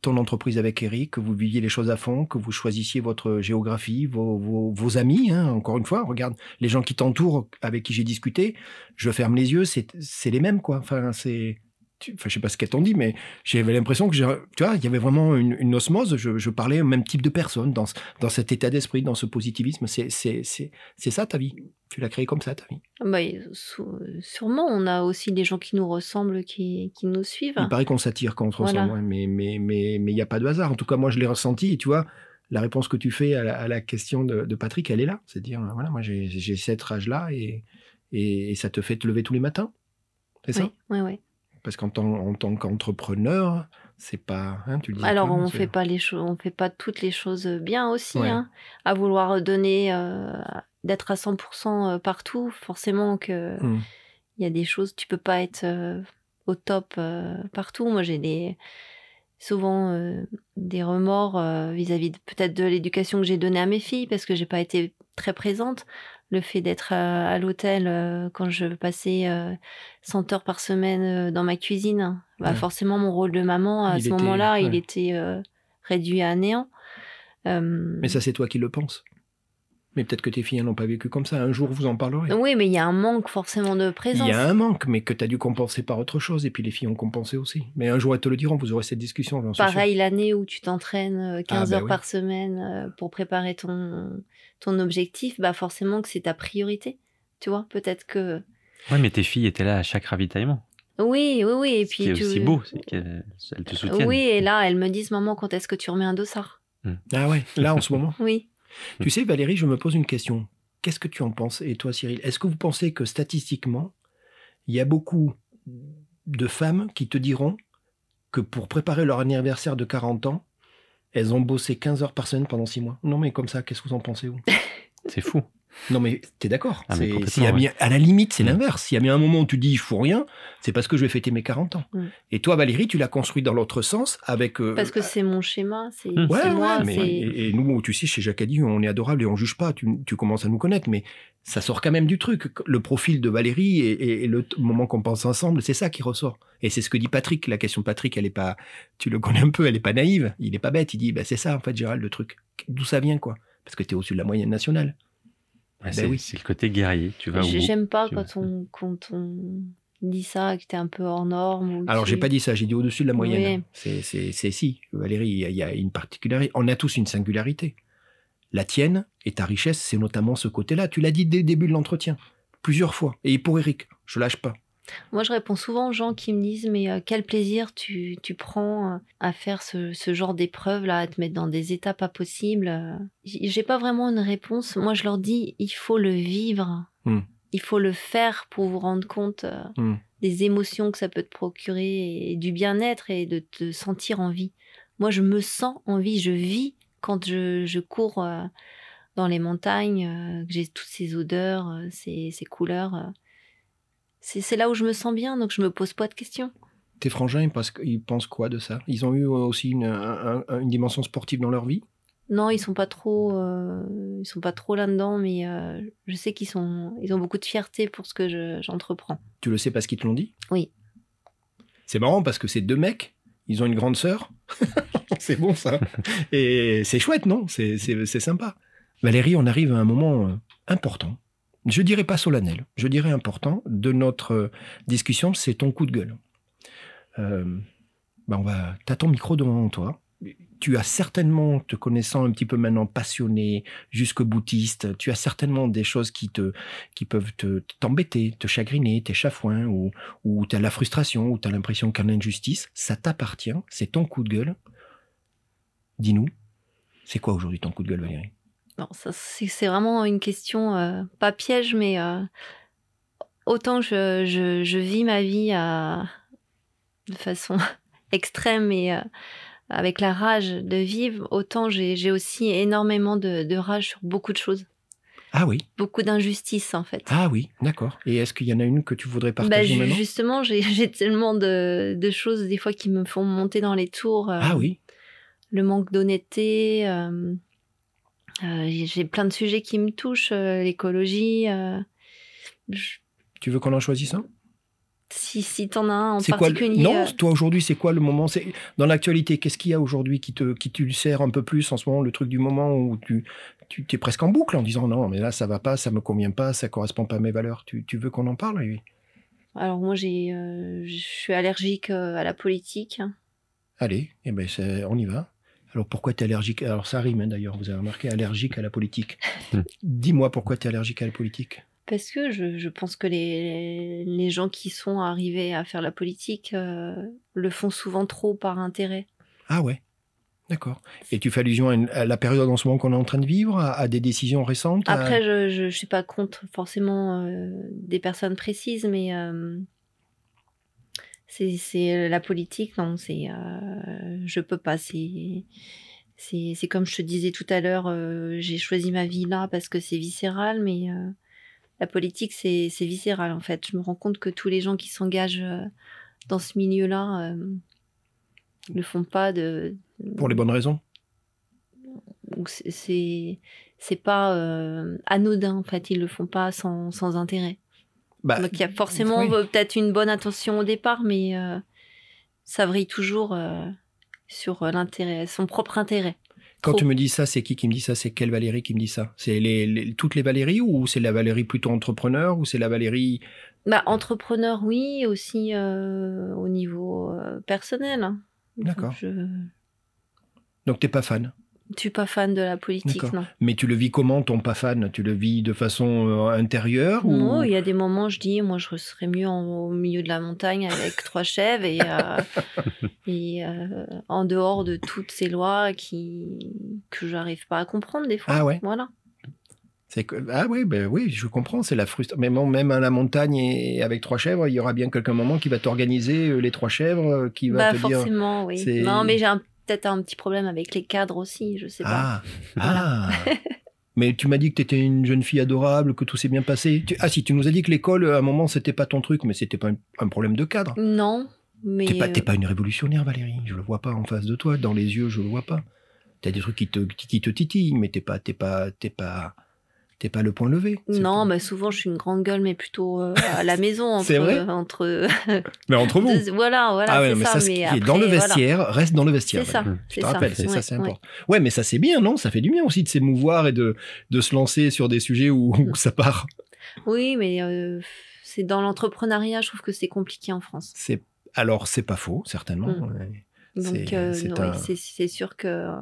ton entreprise avec Eric, que vous viviez les choses à fond, que vous choisissiez votre géographie, vos, vos- vos amis. hein. encore une fois, regarde les gens qui t'entourent, avec qui j'ai discuté. Je ferme les yeux, c'est c'est les mêmes quoi. Enfin, c'est, tu- enfin, je sais pas ce qu'elles t'ont dit, mais j'avais l'impression que j'ai- tu vois, il y avait vraiment une, une osmose. Je, je parlais au même type de personne dans ce- dans cet état d'esprit, dans ce positivisme. C'est c'est c'est c'est ça ta vie. Tu l'as créée comme ça ta vie. bah, sou- sûrement, on a aussi des gens qui nous ressemblent, qui, qui nous suivent. Il paraît qu'on s'attire quand on se Ah. Voilà. ressemble, ouais, mais mais mais mais il n'y a pas de hasard. En tout cas, moi, je l'ai ressenti. Et tu vois, la réponse que tu fais à la, à la question de, de Patrick, elle est là. C'est dire, voilà, moi, j'ai- j'ai cette rage-là et, et ça te fait te lever tous les matins. C'est ça Oui, oui, oui. Parce qu'en tant, en tant qu'entrepreneur, c'est pas. hein, tu le disais Alors, toi-même, on c'est- fait pas les choses, on fait pas toutes les choses bien aussi. Ouais. hein. À vouloir donner, euh, d'être à 100% euh, partout, forcément que il Hmm. y a des choses, tu peux pas être euh, au top euh, partout. Moi, j'ai des souvent euh, des remords euh, vis-à-vis de- peut-être de l'éducation que j'ai donnée à mes filles parce que j'ai pas été très présente. Le fait d'être euh, à l'hôtel euh, quand je passais euh, 100 heures par semaine euh, dans ma cuisine, bah Ouais. forcément mon rôle de maman à Il ce était- moment-là, il ouais. était euh, réduit à néant. Euh, Mais ça, c'est toi qui le penses. Mais peut-être que tes filles elles n'ont pas vécu comme ça. Un jour, vous en parlerez. oui, mais il y a un manque forcément de Il présence. y a un manque, mais que tu as dû compenser par autre chose. Et puis les filles ont compensé aussi. Mais un jour, elles te le diront. Vous aurez cette discussion. j'en suis sûr. Pareil, l'année où tu t'entraînes euh, 15 Ah, bah heures oui. par semaine euh, pour préparer ton, ton objectif, bah forcément que c'est ta priorité. Tu vois, peut-être que. Ouais, mais tes filles étaient là à chaque ravitaillement. Oui, oui, oui. Et ce puis. qui est tu- aussi beau, c'est qu'elles elles te soutiennent. Oui, et là, elles me disent Maman, quand est-ce que tu remets un dossard Ah ouais, là en ce moment. Oui. Hmm. Tu sais, Valérie, je me pose une question. Qu'est-ce que tu en penses Et toi, Cyril, est-ce que vous pensez que statistiquement, il y a beaucoup de femmes qui te diront que pour préparer leur anniversaire de 40 ans, elles ont bossé 15 heures par semaine pendant 6 mois Non, mais comme ça, qu'est-ce que vous en pensez vous C'est fou. Non, mais t'es d'accord. Ah, mais C'est- complètement, s'il y a ouais. bien- À la limite, c'est Mm. l'inverse. S'il y a bien un moment où tu dis, il faut rien, c'est parce que je vais fêter mes 40 ans. Mm. Et toi, Valérie, tu l'as construit dans l'autre sens avec... euh, Mmh. Parce que c'est mon schéma, c'est Mm. Ouais, c'est ouais, moi, mais- c'est et, et nous, tu sais, chez Jacadi, on est adorable et on juge pas. Tu, tu commences à nous connaître, mais ça sort quand même du truc. Le profil de Valérie et, et- et le t- moment qu'on pense ensemble, c'est ça qui ressort. Et c'est ce que dit Patrick. La question de Patrick, elle est pas, tu le connais un peu, elle est pas naïve. Il est pas bête. Il dit, bah, c'est ça en fait, Gérald, le truc. D'où ça vient, quoi Parce que tu es au-dessus de la moyenne nationale. Ouais, Ben c'est oui. c'est le côté guerrier. Tu vas au J'ai- bout. j'aime pas tu quand vois. on quand on dit ça que t'es un peu hors norme ou Alors, que- j'ai pas dit ça. J'ai dit au-dessus de la moyenne. hein. Oui. C'est, c'est, c'est si, Valérie, il y a- il y a une particularité. On a tous une singularité. La tienne et ta richesse, c'est notamment ce côté-là. Tu l'as dit dès le début de l'entretien, plusieurs fois. Et pour Eric, je lâche pas. Moi, je réponds souvent aux gens qui me disent Mais euh, quel plaisir tu, tu prends euh, à faire ce, ce genre d'épreuve-là, à te mettre dans des états pas possibles. euh. J- J'ai pas vraiment une réponse. Moi, je leur dis Il faut le vivre. Hmm. Il faut le faire pour vous rendre compte euh, Hmm. des émotions que ça peut te procurer et du bien-être et de te sentir en vie. Moi, je me sens en vie. Je vis quand je, je cours euh, dans les montagnes, euh, que j'ai toutes ces odeurs, euh, ces, ces couleurs. euh. C'est c'est là où je me sens bien, donc je me pose pas de questions. Tes frangins, ils pensent, ils pensent quoi de ça Ils ont eu euh, aussi une, un- un- une dimension sportive dans leur vie Non, ils sont pas trop, euh, ils sont pas trop là-dedans, mais euh, je sais qu'ils sont, ils ont beaucoup de fierté pour ce que je- j'entreprends. Tu le sais parce qu'ils te l'ont dit Oui. C'est marrant parce que ces deux mecs, ils ont une grande sœur. c'est bon ça. Et c'est chouette, non C'est- C'est c'est sympa. Valérie, on arrive à un moment euh, important. Je dirais pas solennel, je dirais important de notre euh, discussion, c'est ton coup de gueule. Euh, ben on va, t'as ton micro devant toi. Tu as certainement, te connaissant un petit peu maintenant, passionné, jusque boutiste, tu as certainement des choses qui te, qui peuvent te t'embêter, te chagriner, tes chafouins, ou, ou tu as la frustration, ou tu as l'impression qu'il y a une injustice, ça t'appartient, c'est ton coup de gueule. Dis-nous, c'est quoi aujourd'hui ton coup de gueule, Valérie Non, ça, c'est c'est vraiment une question euh, pas piège, mais euh, autant je, je, je vis ma vie à, de façon extrême et euh, avec la rage de vivre, autant j'ai j'ai aussi énormément de, de rage sur beaucoup de choses, Ah oui, beaucoup d'injustices en fait. ah oui, d'accord. Et est-ce qu'il y en a une que tu voudrais Bah, partager ju- maintenant justement, j'ai- j'ai tellement de, de choses des fois qui me font monter dans les tours. euh, Ah oui, Le manque d'honnêteté. euh, euh, j'ai- j'ai plein de sujets qui me touchent. euh, L'écologie. euh, je- tu veux qu'on en choisisse un si si t'en as un en C'est quoi le- particulier. Non, euh, toi aujourd'hui, c'est quoi le moment C'est dans l'actualité. Qu'est-ce qu'il y a aujourd'hui qui te qui tu sert un peu plus en ce moment Le truc du moment où tu tu es presque en boucle en disant non, mais là ça va pas, ça me convient pas, ça correspond pas à mes valeurs. Tu, tu veux qu'on en parle oui. Alors moi, j'ai, euh, je suis allergique euh, à la politique. Allez, eh ben c'est- on y va. Alors pourquoi tu es allergique Alors ça rime hein, d'ailleurs, vous avez remarqué, allergique à la politique. Hmm. Dis-moi pourquoi tu es allergique à la politique. Parce que je, je pense que les, les gens qui sont arrivés à faire la politique euh, le font souvent trop par intérêt. Ah ouais, d'accord. Et tu fais allusion à, une- à la période en ce moment qu'on est en train de vivre, à, à des décisions récentes à- Après, je, je, je suis pas contre forcément euh, des personnes précises, mais euh, c'est- c'est euh, la politique, non, c'est euh, je peux pas. C'est c'est c'est comme je te disais tout à l'heure, euh, j'ai choisi ma vie là parce que c'est viscéral, mais euh, la politique c'est c'est viscéral en fait. Je me rends compte que tous les gens qui s'engagent euh, dans ce milieu-là euh, ne font pas de Pour les bonnes raisons donc c'est- c'est c'est pas euh, anodin en fait, ils le font pas sans, sans intérêt. Bah, Donc il y a forcément oui. euh, peut-être une bonne intention au départ, mais euh, ça vrille toujours euh, sur euh, l'intérêt, son propre intérêt. Quand Trop. tu me dis ça, c'est qui qui me dit ça C'est quelle Valérie qui me dit ça C'est les, les- toutes les Valéries ou c'est la Valérie plutôt entrepreneur ou c'est la Valérie Bah entrepreneur oui, aussi euh, au niveau euh, personnel. hein. D'accord. Je- Donc t'es pas fan Je suis pas fan de la politique, D'accord. non. Mais tu le vis comment, ton pas fan Tu le vis de façon euh, intérieure ou... Non, il y a des moments je dis, moi, je serais mieux en- au milieu de la montagne avec trois chèvres et, euh, et, euh, en dehors de toutes ces lois qui que j'arrive pas à comprendre des fois. Ah ouais. Voilà. C'est que- Ah oui, ben oui, je comprends, c'est la frustration. Mais bon, même à la montagne et avec trois chèvres, il y aura bien quelqu'un moment qui va t'organiser euh, les trois chèvres, euh, qui va Bah te dire. forcément, c'est- oui. Non, mais j'ai un- peut-être un petit problème avec les cadres aussi, je sais pas. Ah, ah. Mais tu m'as dit que tu étais une jeune fille adorable, que tout s'est bien passé. Tu- Ah si, tu nous as dit que l'école, euh, à un moment, c'était pas ton truc, mais c'était pas un, un problème de cadre. Non, mais T'es pas, euh, t'es pas une révolutionnaire, Valérie. Je le vois pas en face de toi. Dans les yeux, je le vois pas. T'as des trucs qui te, qui, qui te titillent, mais t'es pas, t'es pas, t'es pas, t'es pas le point levé. C'est non, tout. bah souvent je suis une grande gueule, mais plutôt euh, à la maison entre C'est vrai entre mais entre vous. deux- voilà voilà ah ouais, c'est mais ça, ça, ce mais qui est après, dans le voilà. vestiaire reste dans le vestiaire. C'est ça, Valérie. Je c'est te ça. rappelle, c'est ça, Ouais, c'est ouais. important. Ouais. mais ça, c'est bien, non Ça fait du bien aussi de s'émouvoir et de, de se lancer sur des sujets où, où ça part. Oui, mais euh, c'est dans l'entrepreneuriat, je trouve que c'est compliqué en France. C'est alors, c'est pas faux, certainement. Mm. ouais. Donc C'est- euh, c'est ouais, un- c'est c'est sûr que euh,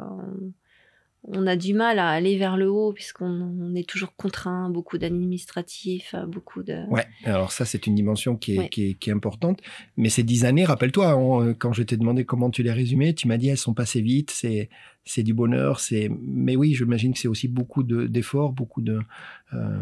on a du mal à aller vers le haut puisqu'on on est toujours contraint, beaucoup d'administratifs, euh, beaucoup de Ouais, alors ça, c'est une dimension qui est, Ouais. qui est, qui est importante. Mais ces dix années, rappelle-toi, on- euh, quand je t'ai demandé comment tu les résumais, tu m'as dit elles sont passées vite, c'est, c'est du bonheur, c'est. Mais oui, j'imagine que c'est aussi beaucoup de, d'efforts, beaucoup de. euh,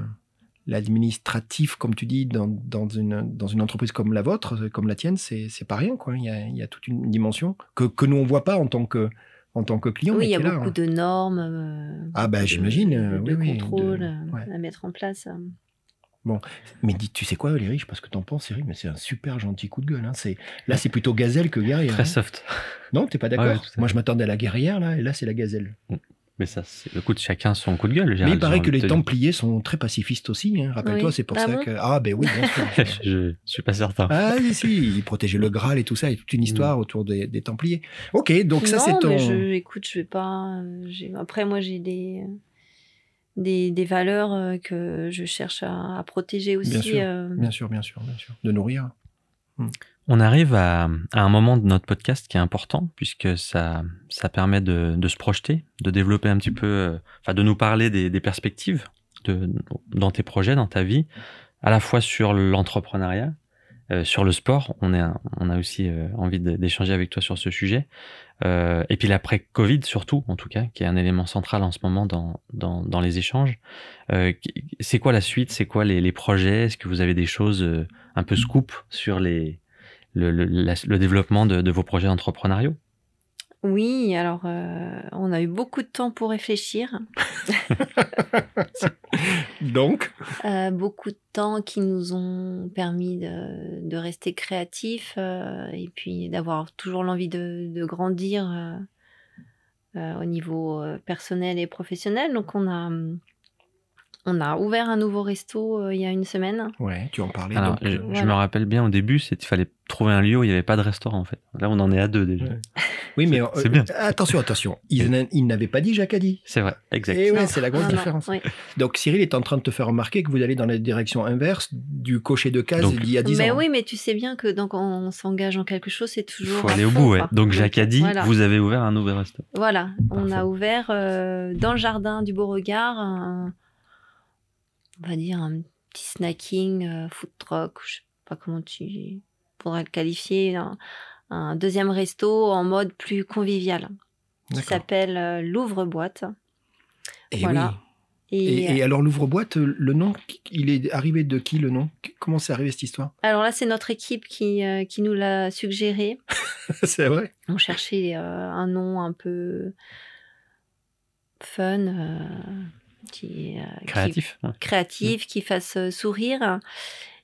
l'administratif, comme tu dis, dans, dans, une, dans une entreprise comme la vôtre, euh, comme la tienne, c'est, c'est pas rien, quoi. Il y a, il y a toute une dimension que, que nous, on voit pas en tant que, en tant que client. Oui, mais il y a qui est là, beaucoup hein. de normes. euh, Ah, bah, de- j'imagine, euh, de, oui, oui, de- contrôle euh, ouais. à mettre en place. euh. Mais dis, tu sais quoi, Valérie, je sais pas ce que t'en penses, Cyril, mais c'est un super gentil coup de gueule. Hein. C'est, là, c'est plutôt gazelle que guerrière. hein. Très soft. Non, t'es pas Ouais, d'accord tout à fait. Moi, je m'attendais à la guerrière, là, et là, c'est la gazelle. Mais ça, c'est le coup de chacun son coup de gueule. Mais Gérald, il paraît j'ai que envie les de te Templiers sont très pacifistes aussi, hein. rappelle-toi, Oui. c'est pour Ah ça bon que... Ah, ben oui, bien dire. sûr. je, je suis pas certain. ah, si, si, ils protégeaient le Graal et tout ça, et toute une Mm. histoire autour des, des Templiers. Ok, donc ça, non, c'est ton... mais je, écoute, je vais pas. euh, j'ai- Après, moi, j'ai des, euh, des des valeurs euh, que je cherche à, à protéger aussi. sûr. euh, Bien sûr, bien sûr, bien sûr. De nourrir. On arrive à, à un moment de notre podcast qui est important, puisque ça, ça permet de, de se projeter, de développer un petit peu, euh, enfin, de nous parler des, des perspectives de, dans tes projets, dans ta vie, à la fois sur l'entrepreneuriat, euh, sur le sport. On, est, un- on a aussi euh, envie de- d'échanger avec toi sur ce sujet. Euh, et puis l'après-Covid, surtout, en tout cas, qui est un élément central en ce moment dans, dans, dans les échanges. Euh, qui- c'est quoi la suite C'est quoi les, les projets Est-ce que vous avez des choses euh, un peu scoop sur les le, le- la- le développement de, de vos projets entrepreneuriaux. Oui, alors euh, on a eu beaucoup de temps pour réfléchir, Donc euh, beaucoup de temps qui nous ont permis de, de rester créatifs euh, et puis d'avoir toujours l'envie de, de grandir euh, euh, au niveau euh, personnel et professionnel. Donc on a hum, on a ouvert un nouveau resto euh, il y a une semaine. Ouais, tu en parlais. Alors, donc, je, je euh, me voilà. rappelle bien au début, c'est il fallait trouver un lieu où il n'y avait pas de restaurant en fait. Là, on en est à deux déjà. Ouais. Oui, mais... c'est euh, bien. Attention, attention. Ils, n'a- ils n'avaient pas dit Jacadi. C'est vrai, exact. Eh ouais, Non, Ah, c'est la grosse non, non, différence. oui. Donc Cyril est en train de te faire remarquer que vous allez dans la direction inverse du cocher de case Donc- d'il y a 10 Mais ans. hein. oui, mais tu sais bien que donc on, s'engage en quelque chose, c'est toujours. Il faut à aller au fond, bout. ouais. quoi. Donc, Jacques a dit, voilà. vous avez ouvert un nouveau restaurant. Voilà, on Parfait. a ouvert euh, dans le jardin du Beauregard, un, on va dire un petit snacking, euh, food truck, je sais pas comment tu pourrais le qualifier, un, un deuxième resto en mode plus convivial, qui D'accord. s'appelle euh, l'ouvre-boîte. Eh voilà. oui. Et, euh, Et, et alors l'ouvre-boîte, le nom, il est arrivé de qui le nom Comment c'est arrivé cette histoire alors là, c'est notre équipe qui, euh, qui nous l'a suggéré. C'est vrai On cherchait euh, un nom un peu fun, euh, qui, euh, qui- Créatif. ouais. Mm. créatif, qui fasse euh, sourire.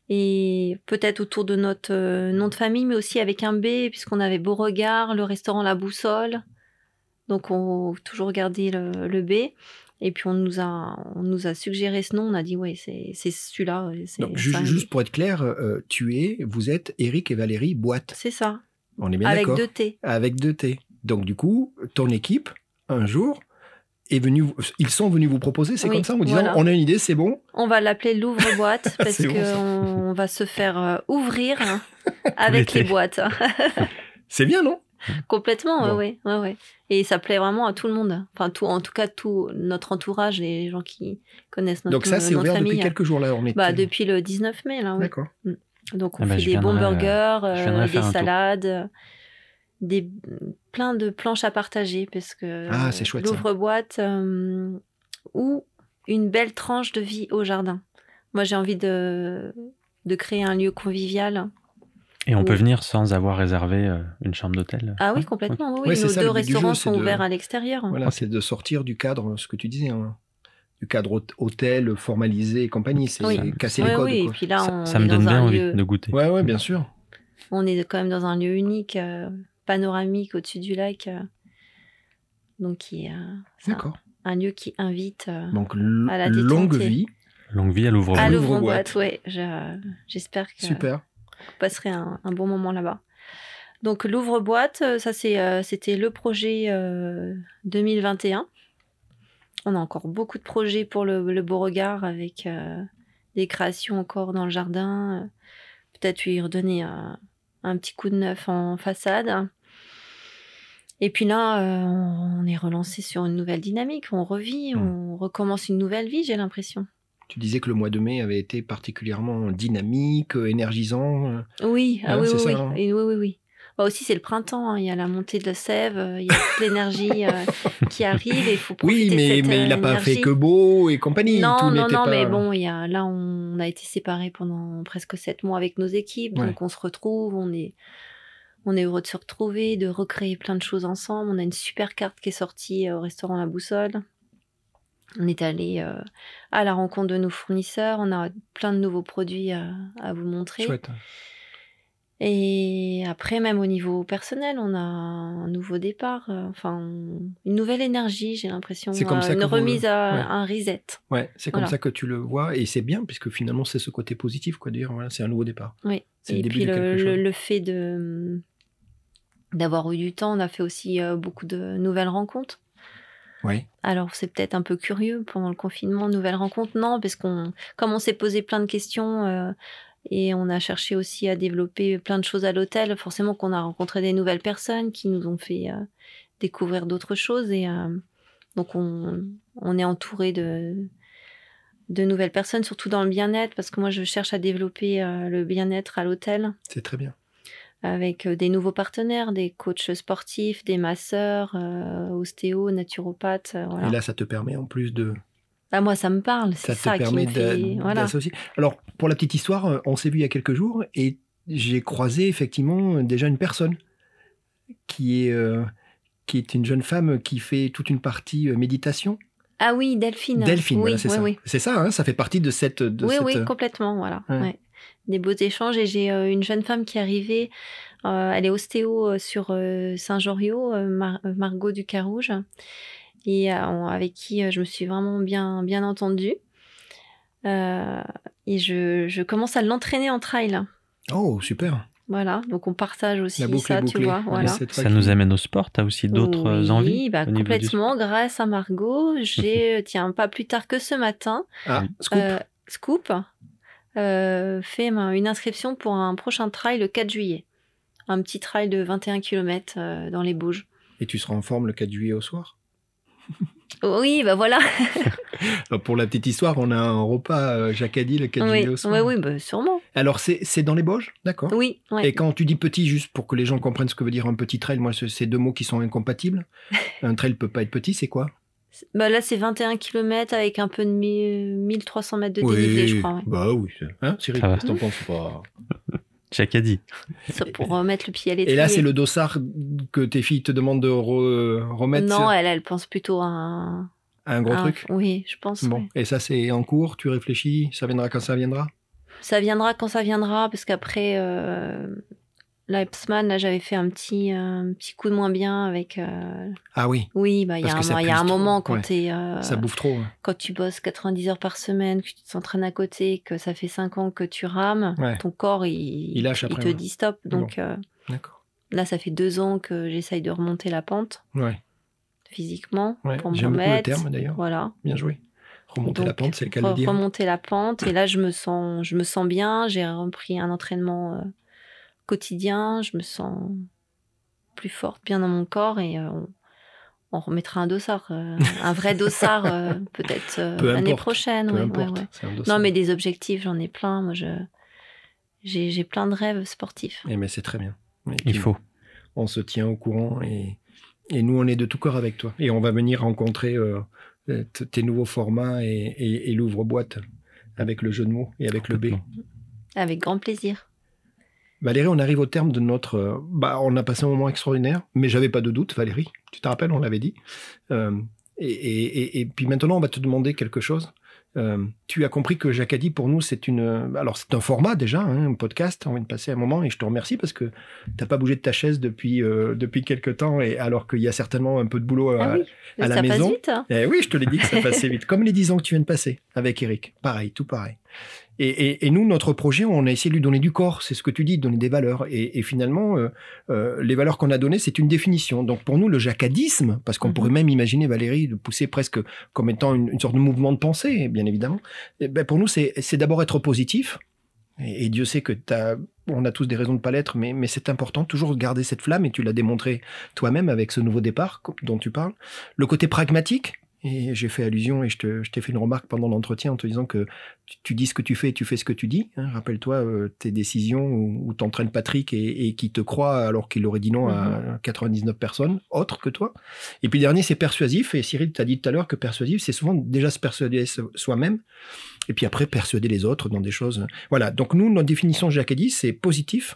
Et peut-être autour de notre euh, nom de famille, mais aussi avec un B, puisqu'on avait Beauregard, le restaurant La Boussole. Donc on toujours gardé le, le B. Et puis on nous, a, on nous a suggéré ce nom, on a dit ouais, c'est c'est celui-là. ouais, c'est Donc ju- ça. juste pour être clair, euh, tu es, vous êtes Eric et Valérie Boîte. C'est ça, On est bien avec d'accord deux T. Avec deux T. Donc du coup, ton équipe, un jour, est venue, vous- ils sont venus vous proposer, c'est Oui, comme ça, en vous disant voilà. on a une idée, c'est bon On va l'appeler l'ouvre-boîte, parce C'est bon, ça. qu'on on va se faire euh, ouvrir hein, avec les l'été. boîtes. C'est bien, non Complètement, Bon. oui, ouais, ouais. Et ça plaît vraiment à tout le monde. Enfin, tout, en tout cas, tout notre entourage, les gens qui connaissent notre, Donc ça, c'est notre ouvert famille. hein. depuis quelques jours là. On est Bah, depuis le 19 mai, là, oui. D'accord. Donc, on Ah bah, fait je des bons viendrai, euh, je burgers, euh, viendrai faire des un tour. salades, euh, des, plein de planches à partager, parce que Ah, c'est chouette, ça. l'ouvre-boîte euh, ou une belle tranche de vie au jardin. Moi, j'ai envie de, de créer un lieu convivial. Et on Oui. peut venir sans avoir réservé euh, une chambre d'hôtel Ah oui, complètement. Oui, Ouais, oui, c'est nos ça, le deux but du jeu, restaurants c'est sont de- ouverts à l'extérieur. Voilà, c'est de sortir du cadre, ce que tu disais, hein, du cadre hôt- hôtel formalisé et compagnie. C'est Oui. c'est casser Oui, les codes. oui, et quoi. puis là, Ça, on, ça est me dans donne bien un envie lieu- de goûter. Ouais, ouais, bien sûr. on est quand même dans un lieu unique, euh, panoramique au-dessus du lac. euh, donc, qui est, euh, c'est un, D'accord. un lieu qui invite euh, Donc À la détente longue et- vie, Longue vie à louvre à l'ouvre-boîte. l'ouvre-boîte. Ouais, je- euh, j'espère que super. vous passerez un, un bon moment là-bas. Donc, l'ouvre-boîte, euh, ça, c'est, euh, c'était le projet euh, 2021. On a encore beaucoup de projets pour le, le Beauregard avec euh, des créations encore dans le jardin. euh, Peut-être lui redonner un, un petit coup de neuf en façade. Et puis là, euh, on est relancé sur une nouvelle dynamique. On revit, on recommence une nouvelle vie, j'ai l'impression. Tu disais que le mois de mai avait été particulièrement dynamique, euh, énergisant. euh. Oui, ah Hein, oui, c'est oui, ça, oui. hein. Et oui, oui, oui. Bah aussi, c'est le printemps. hein. Il y a la montée de la sève, euh, il y a toute l'énergie euh, qui arrive et il faut profiter Oui, de mais, cette, mais il n'a euh, pas fait énergie. que beau et compagnie. tout Non, non, n'était non, pas- mais bon, il y a, là, on a été séparés pendant presque sept mois avec nos équipes, Ouais. donc on se retrouve, on est, on est heureux de se retrouver, de recréer plein de choses ensemble. On a une super carte qui est sortie euh, au restaurant La Boussole. On est allé euh, à la rencontre de nos fournisseurs, on a plein de nouveaux produits à, à vous montrer. Chouette. Et après, même au niveau personnel, on a un nouveau départ, euh, enfin, on- une nouvelle énergie, j'ai l'impression, C'est comme euh, ça une que vous le- remise à Ouais. un reset. Ouais, c'est comme Voilà. ça que tu le vois et c'est bien puisque finalement c'est ce côté positif quoi. Dire voilà, c'est un nouveau départ. Oui. C'est le Et début puis de quelque le, chose. le, le fait de d'avoir eu du temps, on a fait aussi euh, beaucoup de nouvelles rencontres. Oui. Alors c'est peut-être un peu curieux pendant le confinement, nouvelles rencontres, non, parce qu'on comme on s'est posé plein de questions euh, et on a cherché aussi à développer plein de choses à l'hôtel, forcément qu'on a rencontré des nouvelles personnes qui nous ont fait euh, découvrir d'autres choses et euh, donc on, on est entouré de de nouvelles personnes, surtout dans le bien-être, parce que moi je cherche à développer euh, le bien-être à l'hôtel C'est très bien. avec euh, des nouveaux partenaires, des coachs sportifs, des masseurs, euh, ostéos, naturopathes. euh, voilà. Et là, ça te permet en plus de Ah, moi, ça me parle, c'est ça, ça, te qui me permet d'a- fait... Voilà. d'associer. Alors, pour la petite histoire, euh, on s'est vu il y a quelques jours et j'ai croisé effectivement euh, déjà une personne qui est, euh, qui est une jeune femme qui fait toute une partie euh, méditation. Ah oui, Delphine. Delphine, oui, voilà, c'est oui, ça. Oui, C'est ça, hein, ça fait partie de cette. De oui, cette, oui, euh, complètement, voilà. Ouais. ouais. Des beaux échanges. Et j'ai euh, une jeune femme qui est arrivée, euh, elle est ostéo euh, sur euh, Saint-Joriot, euh, Mar- euh, Margot Ducarouge, et euh, on- avec qui euh, je me suis vraiment bien, bien entendue. Euh, et je, je commence à l'entraîner en trail. Oh, super. Voilà, donc on partage aussi La boucle ça, est tu bouclée. vois. Ouais, Voilà. Oh, c'est toi Ça qui- nous amène au sport. T'as aussi d'autres euh, oui, envies bah, au niveau du- Complètement, grâce à Margot, j'ai, euh, tiens, pas plus tard que ce matin, Ah, scoop. euh, Scoop euh, fait ma- une inscription pour un prochain trail le 4 juillet. Un petit trail de 21 km dans les Bouges. Et tu seras en forme le 4 juillet au soir. Oh, oui, bah voilà. Alors, Euh, pour la petite histoire, on a un repas euh, Jacadi le 4 Oui, juillet au oui, soir. oui, bah, sûrement. Alors, c'est c'est dans les Bauges, d'accord Oui, ouais. Et quand tu dis petit, juste pour que les gens comprennent ce que veut dire un petit trail, moi, ce- c'est deux mots qui sont incompatibles. un trail peut pas être petit, c'est quoi Bah, là, c'est 21 km avec un peu de mi- 1300 mètres de dénivelé, je crois. ouais. Bah oui. c'est- Hein, Cyril, Ça va. qu'est-ce que t'en penses pas Jacadi. Ça, Pour euh, mettre le pied à l'étrier. Et là, c'est le dossard que tes filles te demandent de re- remettre Non, ah, c'est elle, elle pense plutôt à un. un gros à un- truc Oui, je pense. Bon, ouais. et ça, c'est en cours, tu réfléchis, ça viendra quand ça viendra Ça viendra quand ça viendra, parce qu'après euh, la Epsman, là, j'avais fait un petit, un petit coup de moins bien avec. euh, Ah oui, Oui, bah, il y a Parce que un, ça il y a pousse un trop, moment quand, ouais. t'es, euh, ça bouffe trop. hein. quand tu bosses 90 heures par semaine, que tu t'entraînes à côté, que ça fait 5 ans que tu rames, Ouais. ton corps, il, Il lâche après, te ouais. dit stop. Donc euh, D'accord. là, ça fait 2 ans que j'essaye de remonter la pente Ouais, physiquement ouais. pour me J'aime beaucoup le remettre. terme d'ailleurs, Voilà. bien joué. Remonter la Donc, pente, c'est le cas de le re- dire. Remonter la pente. Et là, je me sens, je me sens bien. J'ai repris un entraînement euh, quotidien. Je me sens plus forte, bien dans mon corps, et euh, on, on remettra un dossard, euh, un vrai dossard, euh, peut-être euh, Peu l'année importe, prochaine. Peu ouais, ouais, importe. ouais. c'est un dossier. Non, mais des objectifs, j'en ai plein. Moi, je j'ai j'ai plein de rêves sportifs. Eh, mais c'est très bien. Et Il puis, faut. On se tient au courant et, et nous, on est de tout corps avec toi. Et on va venir rencontrer euh, euh, t- tes nouveaux formats et, et- et l'ouvre-boîte avec le jeu de mots et avec le B. Complètement. Avec grand plaisir. Valérie, on arrive au terme de notre. euh, Bah, on a passé un moment extraordinaire, mais j'avais pas de doute, Valérie. Tu te rappelles, on l'avait dit. Euh, et, et- et- et puis maintenant, on va te demander quelque chose. Euh, tu as compris que Jacadi, pour nous, c'est une. euh, Alors, c'est un format déjà, hein, un podcast. On vient de passer un moment et je te remercie parce que t'as pas bougé de ta chaise depuis, euh, depuis quelques temps, et alors qu'il y a certainement un peu de boulot à, ah oui, à la ça passe maison, vite. hein. eh oui, je te l'ai dit que ça passait vite. Comme les 10 ans que tu viens de passer avec Eric. Pareil, tout pareil. Et, et- et nous, notre projet, on a essayé de lui donner du corps. C'est ce que tu dis, de donner des valeurs. Et, et finalement, euh, euh, les valeurs qu'on a données, c'est une définition. Donc pour nous, le jacadisme, parce qu'on Mhm. pourrait même imaginer Valérie de pousser presque comme étant une, une sorte de mouvement de pensée, bien évidemment. Eh ben, pour nous, c'est c'est d'abord être positif. Et, et Dieu sait que t'as- on a tous des raisons de pas l'être, mais, mais c'est important toujours de garder cette flamme. Et tu l'as démontré toi-même avec ce nouveau départ co- dont tu parles. Le côté pragmatique. Et j'ai fait allusion et je te- je t'ai fait une remarque pendant l'entretien en te disant que tu, tu dis ce que tu fais et tu fais ce que tu dis. hein. Rappelle-toi euh, tes décisions où, où t'entraînes Patrick et, et qui te croit alors qu'il aurait dit non à 99 personnes autres que toi. Et puis le dernier, c'est persuasif. Et Cyril t'a dit tout à l'heure que persuasif, c'est souvent déjà se persuader so- soi-même et puis après persuader les autres dans des choses. Voilà. Donc nous, notre définition Jacques c'est positif,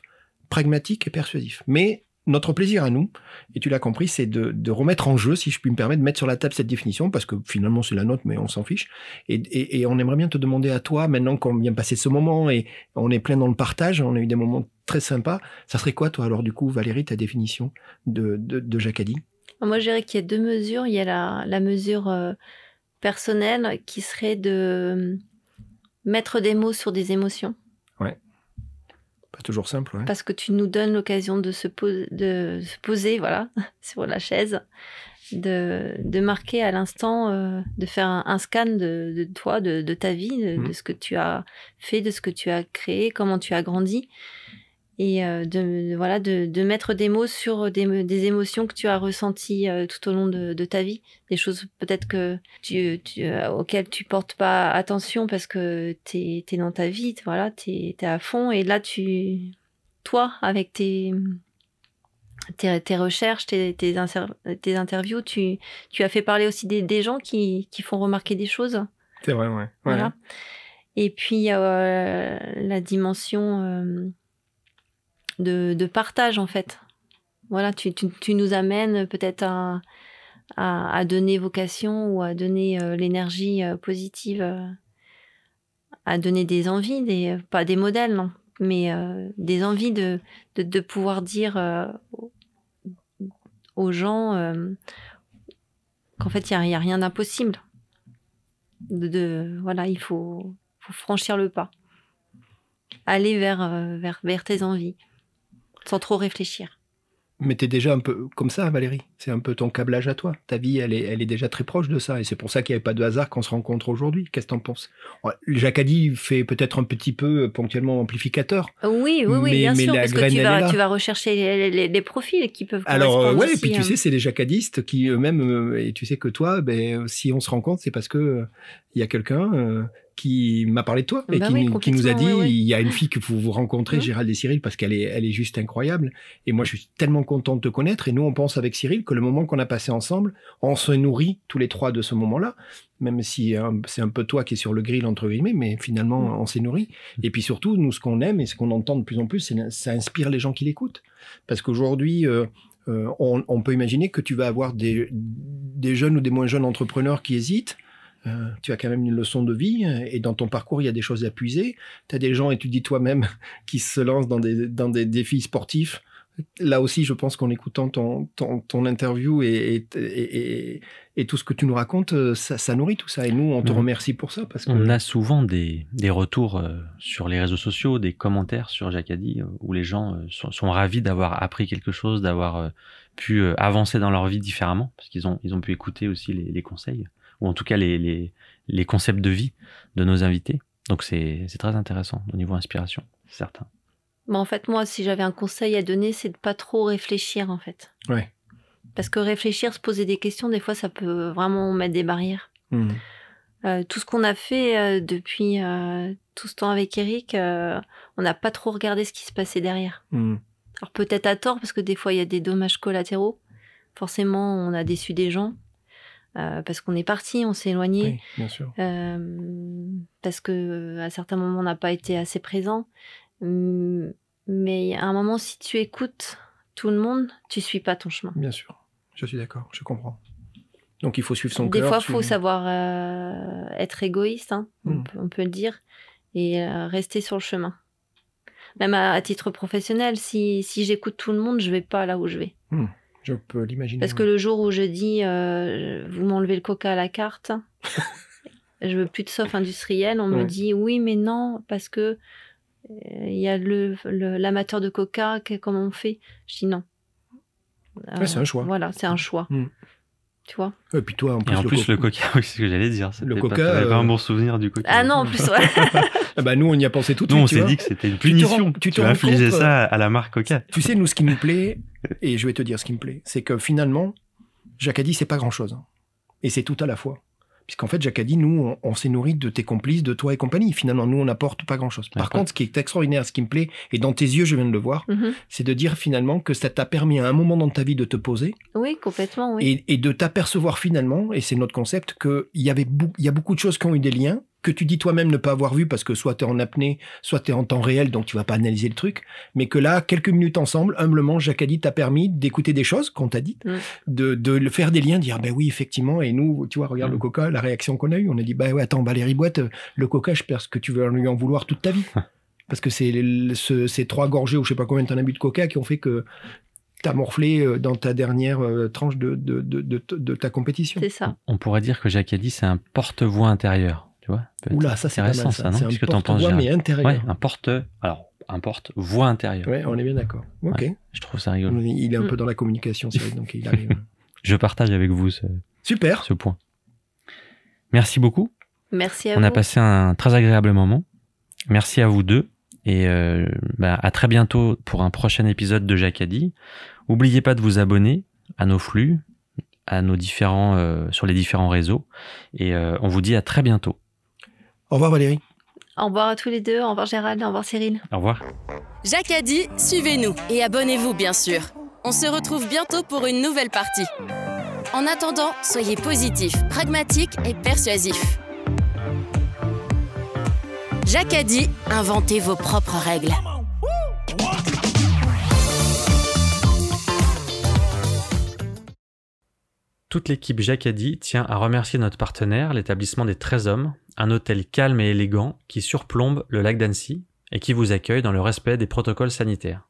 pragmatique et persuasif. Mais notre plaisir à nous, et tu l'as compris, c'est de, de remettre en jeu, si je puis me permettre, de mettre sur la table cette définition, parce que finalement c'est la nôtre, mais on s'en fiche. Et, et- et on aimerait bien te demander à toi, maintenant qu'on vient de passer ce moment et on est plein dans le partage, on a eu des moments très sympas, ça serait quoi toi alors du coup, Valérie, ta définition de, de, de Jacadi Moi, je dirais qu'il y a deux mesures. Il y a la, la mesure euh, personnelle qui serait de euh, mettre des mots sur des émotions. Pas toujours simple, ouais. parce que tu nous donnes l'occasion de se, pos- de se poser voilà, sur la chaise, de, de marquer à l'instant, euh, de faire un, un scan de, de toi, de, de ta vie, de, Mhm. de ce que tu as fait, de ce que tu as créé, comment tu as grandi, et euh, de, de- voilà, de, de mettre des mots sur des, des émotions que tu as ressenties euh, tout au long de, de ta vie, des choses peut-être que tu, tu, euh, auxquelles tu portes pas attention parce que tu es, dans ta vie, voilà, tu es, à fond, et là tu toi, avec tes, tes, tes recherches, tes, tes, inser- tes interviews, tu, tu as fait parler aussi des, des gens qui, qui font remarquer des choses. C'est vrai, ouais. Voilà. Et puis, euh, la dimension euh, de, de partage, en fait. Voilà, tu, tu, tu nous amènes peut-être à, à, à donner vocation ou à donner euh, l'énergie euh, positive, euh, à donner des envies, des, euh, pas des modèles, non, mais euh, des envies de, de, de pouvoir dire euh, aux- aux gens euh, qu'en fait, il n'y a, il y a rien d'impossible. De, de- voilà, il faut, faut franchir le pas. Aller vers, euh, vers, vers tes envies, sans trop réfléchir. Mais t'es déjà un peu comme ça, Valérie. C'est un peu ton câblage à toi. Ta vie, elle est, elle est déjà très proche de ça. Et c'est pour ça qu'il n'y avait pas de hasard qu'on se rencontre aujourd'hui. Qu'est-ce que t'en penses Ouais, Jacadi fait peut-être un petit peu euh, ponctuellement amplificateur. Oui, oui, oui, Mais- bien mais sûr, la parce que graine, tu elle est vas, là. tu vas rechercher les, les- les profils qui peuvent Alors, euh, correspondre ouais, et aussi, puis tu hein. sais, c'est les jacadistes qui eux-mêmes, euh, et tu sais que toi, ben, euh, si on se rencontre, c'est parce que euh, il y a quelqu'un euh, qui m'a parlé de toi et Bah qui, oui, nous- qui nous a dit, complètement, ouais, ouais. il y a une fille que vous vous rencontrez, Mhm. Gérald et Cyril, parce qu'elle est, elle est juste incroyable. Et moi, je suis tellement content de te connaître. Et nous, on pense avec Cyril que le moment qu'on a passé ensemble, on se nourrit tous les trois de ce moment-là, même si euh, c'est un peu toi qui est sur le grill, entre guillemets, mais finalement, Mhm. on s'est nourri. Et puis surtout, nous, ce qu'on aime et ce qu'on entend de plus en plus, c'est- ça inspire les gens qui l'écoutent. Parce qu'aujourd'hui, euh, euh, on, on peut imaginer que tu vas avoir des, des jeunes ou des moins jeunes entrepreneurs qui hésitent. Euh, tu as quand même une leçon de vie euh, et dans ton parcours, il y a des choses à puiser. Tu as des gens, et tu dis toi-même, qui se lancent dans des, dans des défis sportifs. Là aussi, je pense qu'en écoutant ton, ton, ton interview et, et, et- et- et tout ce que tu nous racontes, euh, ça, ça nourrit tout ça. Et nous, on te Mhm. remercie pour ça parce que On a souvent des, des retours euh, sur les réseaux sociaux, des commentaires sur Jacadi, euh, où les gens euh, sont, sont ravis d'avoir appris quelque chose, d'avoir euh, pu euh, avancer dans leur vie différemment, parce qu'ils ont, ils ont pu écouter aussi les, les conseils, ou en tout cas les, les, les concepts de vie de nos invités. Donc c'est c'est très intéressant au niveau inspiration, c'est certain. Bah, en fait, moi, si j'avais un conseil à donner, c'est de pas trop réfléchir, en fait. Ouais. Parce que réfléchir, se poser des questions, des fois, ça peut vraiment mettre des barrières. Hmm. Euh, tout ce qu'on a fait euh, depuis euh, tout ce temps avec Eric, euh, on n'a pas trop regardé ce qui se passait derrière. Hmm. Alors peut-être à tort, parce que des fois, il y a des dommages collatéraux. Forcément, on a déçu des gens. euh, parce qu'on est parti, on s'est éloigné. Oui, bien sûr. Euh, parce que à certains moments on n'a pas été assez présent. Hum, Mais à un moment, si tu écoutes tout le monde, tu suis pas ton chemin. Bien sûr. Je suis d'accord. Je comprends. Donc il faut suivre son Des cœur. fois, tu- faut savoir euh, être égoïste, hein, Mm. on, peut, on peut le dire, et euh, rester sur le chemin. Même à, à titre professionnel, si, si j'écoute tout le monde, je vais pas là où je vais. Je peux l'imaginer. Parce que ouais. le jour où je dis euh, vous m'enlevez le coca à la carte, je veux plus de soif industriel, on me Ouais. dit oui mais non parce que euh, il y a le le- l'amateur de coca, que- comment on fait Je dis non. Euh, Ouais, c'est un choix. Voilà, c'est un choix. Mm. Tu vois Et puis toi, en plus, Et en le plus, coco- le coca, oui, c'est ce que j'allais dire. c'était Le pas- coca, t'avais pas un euh, bon souvenir du coca. Ah non, en plus, ouais. Ah bah, nous, on y a pensé tout de Non, on suite. tu s'est vois. dit que c'était une Tu te rends- punition. tu Tu, te as rends infligé compte, euh, ça à la marque coca. Tu sais, nous, ce qui nous plaît, et je vais te dire ce qui me plaît, c'est que finalement, Jacadi, c'est pas grand-chose. hein. Et c'est tout à la fois. Puisqu'en fait, Jacadi, nous, on, on s'est nourri de tes complices, de toi et compagnie. Finalement, nous, on n'apporte pas grand-chose. Par D'accord. contre, ce qui est extraordinaire, ce qui me plaît, et dans tes yeux, je viens de le voir, Mhm. c'est de dire finalement que ça t'a permis à un moment dans ta vie de te poser Oui, complètement, oui. et, et de t'apercevoir finalement, et c'est notre concept, qu'il y, avait bou- il y a beaucoup de choses qui ont eu des liens, que tu dis toi-même ne pas avoir vu parce que soit tu es en apnée, soit tu es en temps réel, donc tu vas pas analyser le truc, mais que là, quelques minutes ensemble, humblement, Jacques a dit, t'a permis d'écouter des choses qu'on t'a dites, Mm. de, de le faire des liens, dire, ben oui, effectivement, et nous, tu vois, regarde Mm. le coca, la réaction qu'on a eue, on a dit, bah ouais, attends, Valérie Boîte, euh, le coca, je pense que tu veux lui en vouloir toute ta vie. Parce que c'est le- ce- ces trois gorgées ou je sais pas combien t'en as bu de coca qui ont fait que t'as morflé euh, dans ta dernière euh, tranche de, de, de, de, de ta compétition. C'est ça. On pourrait dire que Jacadi, c'est un porte-voix intérieur. Tu vois peut-être. Oula, ça c'est pas mal, intéressant, ça. ça, non c'est Qu'est-ce un que t'en penses, porte-voix, Gérard mais intérieur. Ouais, Ouais, un porte. Alors, un porte-voix intérieure. on est bien d'accord. Ok. Je trouve ça rigolo. Il est un Mm. peu dans la communication, Cyril, donc il arrive. Je partage avec vous ce, Super. ce point. Merci beaucoup. Merci à On vous. a passé un très agréable moment. Merci à vous deux. Et euh, bah, à très bientôt pour un prochain épisode de Jacadi. N'oubliez pas de vous abonner à nos flux, à nos différents, euh, sur les différents réseaux. Et euh, on vous dit à très bientôt. Au revoir Valérie. Au revoir à tous les deux. Au revoir Gérald. Au revoir Cyril. Au revoir. Jacques a dit, suivez-nous et abonnez-vous bien sûr. On se retrouve bientôt pour une nouvelle partie. En attendant, soyez positifs, pragmatiques et persuasifs. Jacques a dit, inventez vos propres règles. Toute l'équipe Jacadi tient à remercier notre partenaire, l'établissement des 13 hommes, un hôtel calme et élégant qui surplombe le lac d'Annecy et qui vous accueille dans le respect des protocoles sanitaires.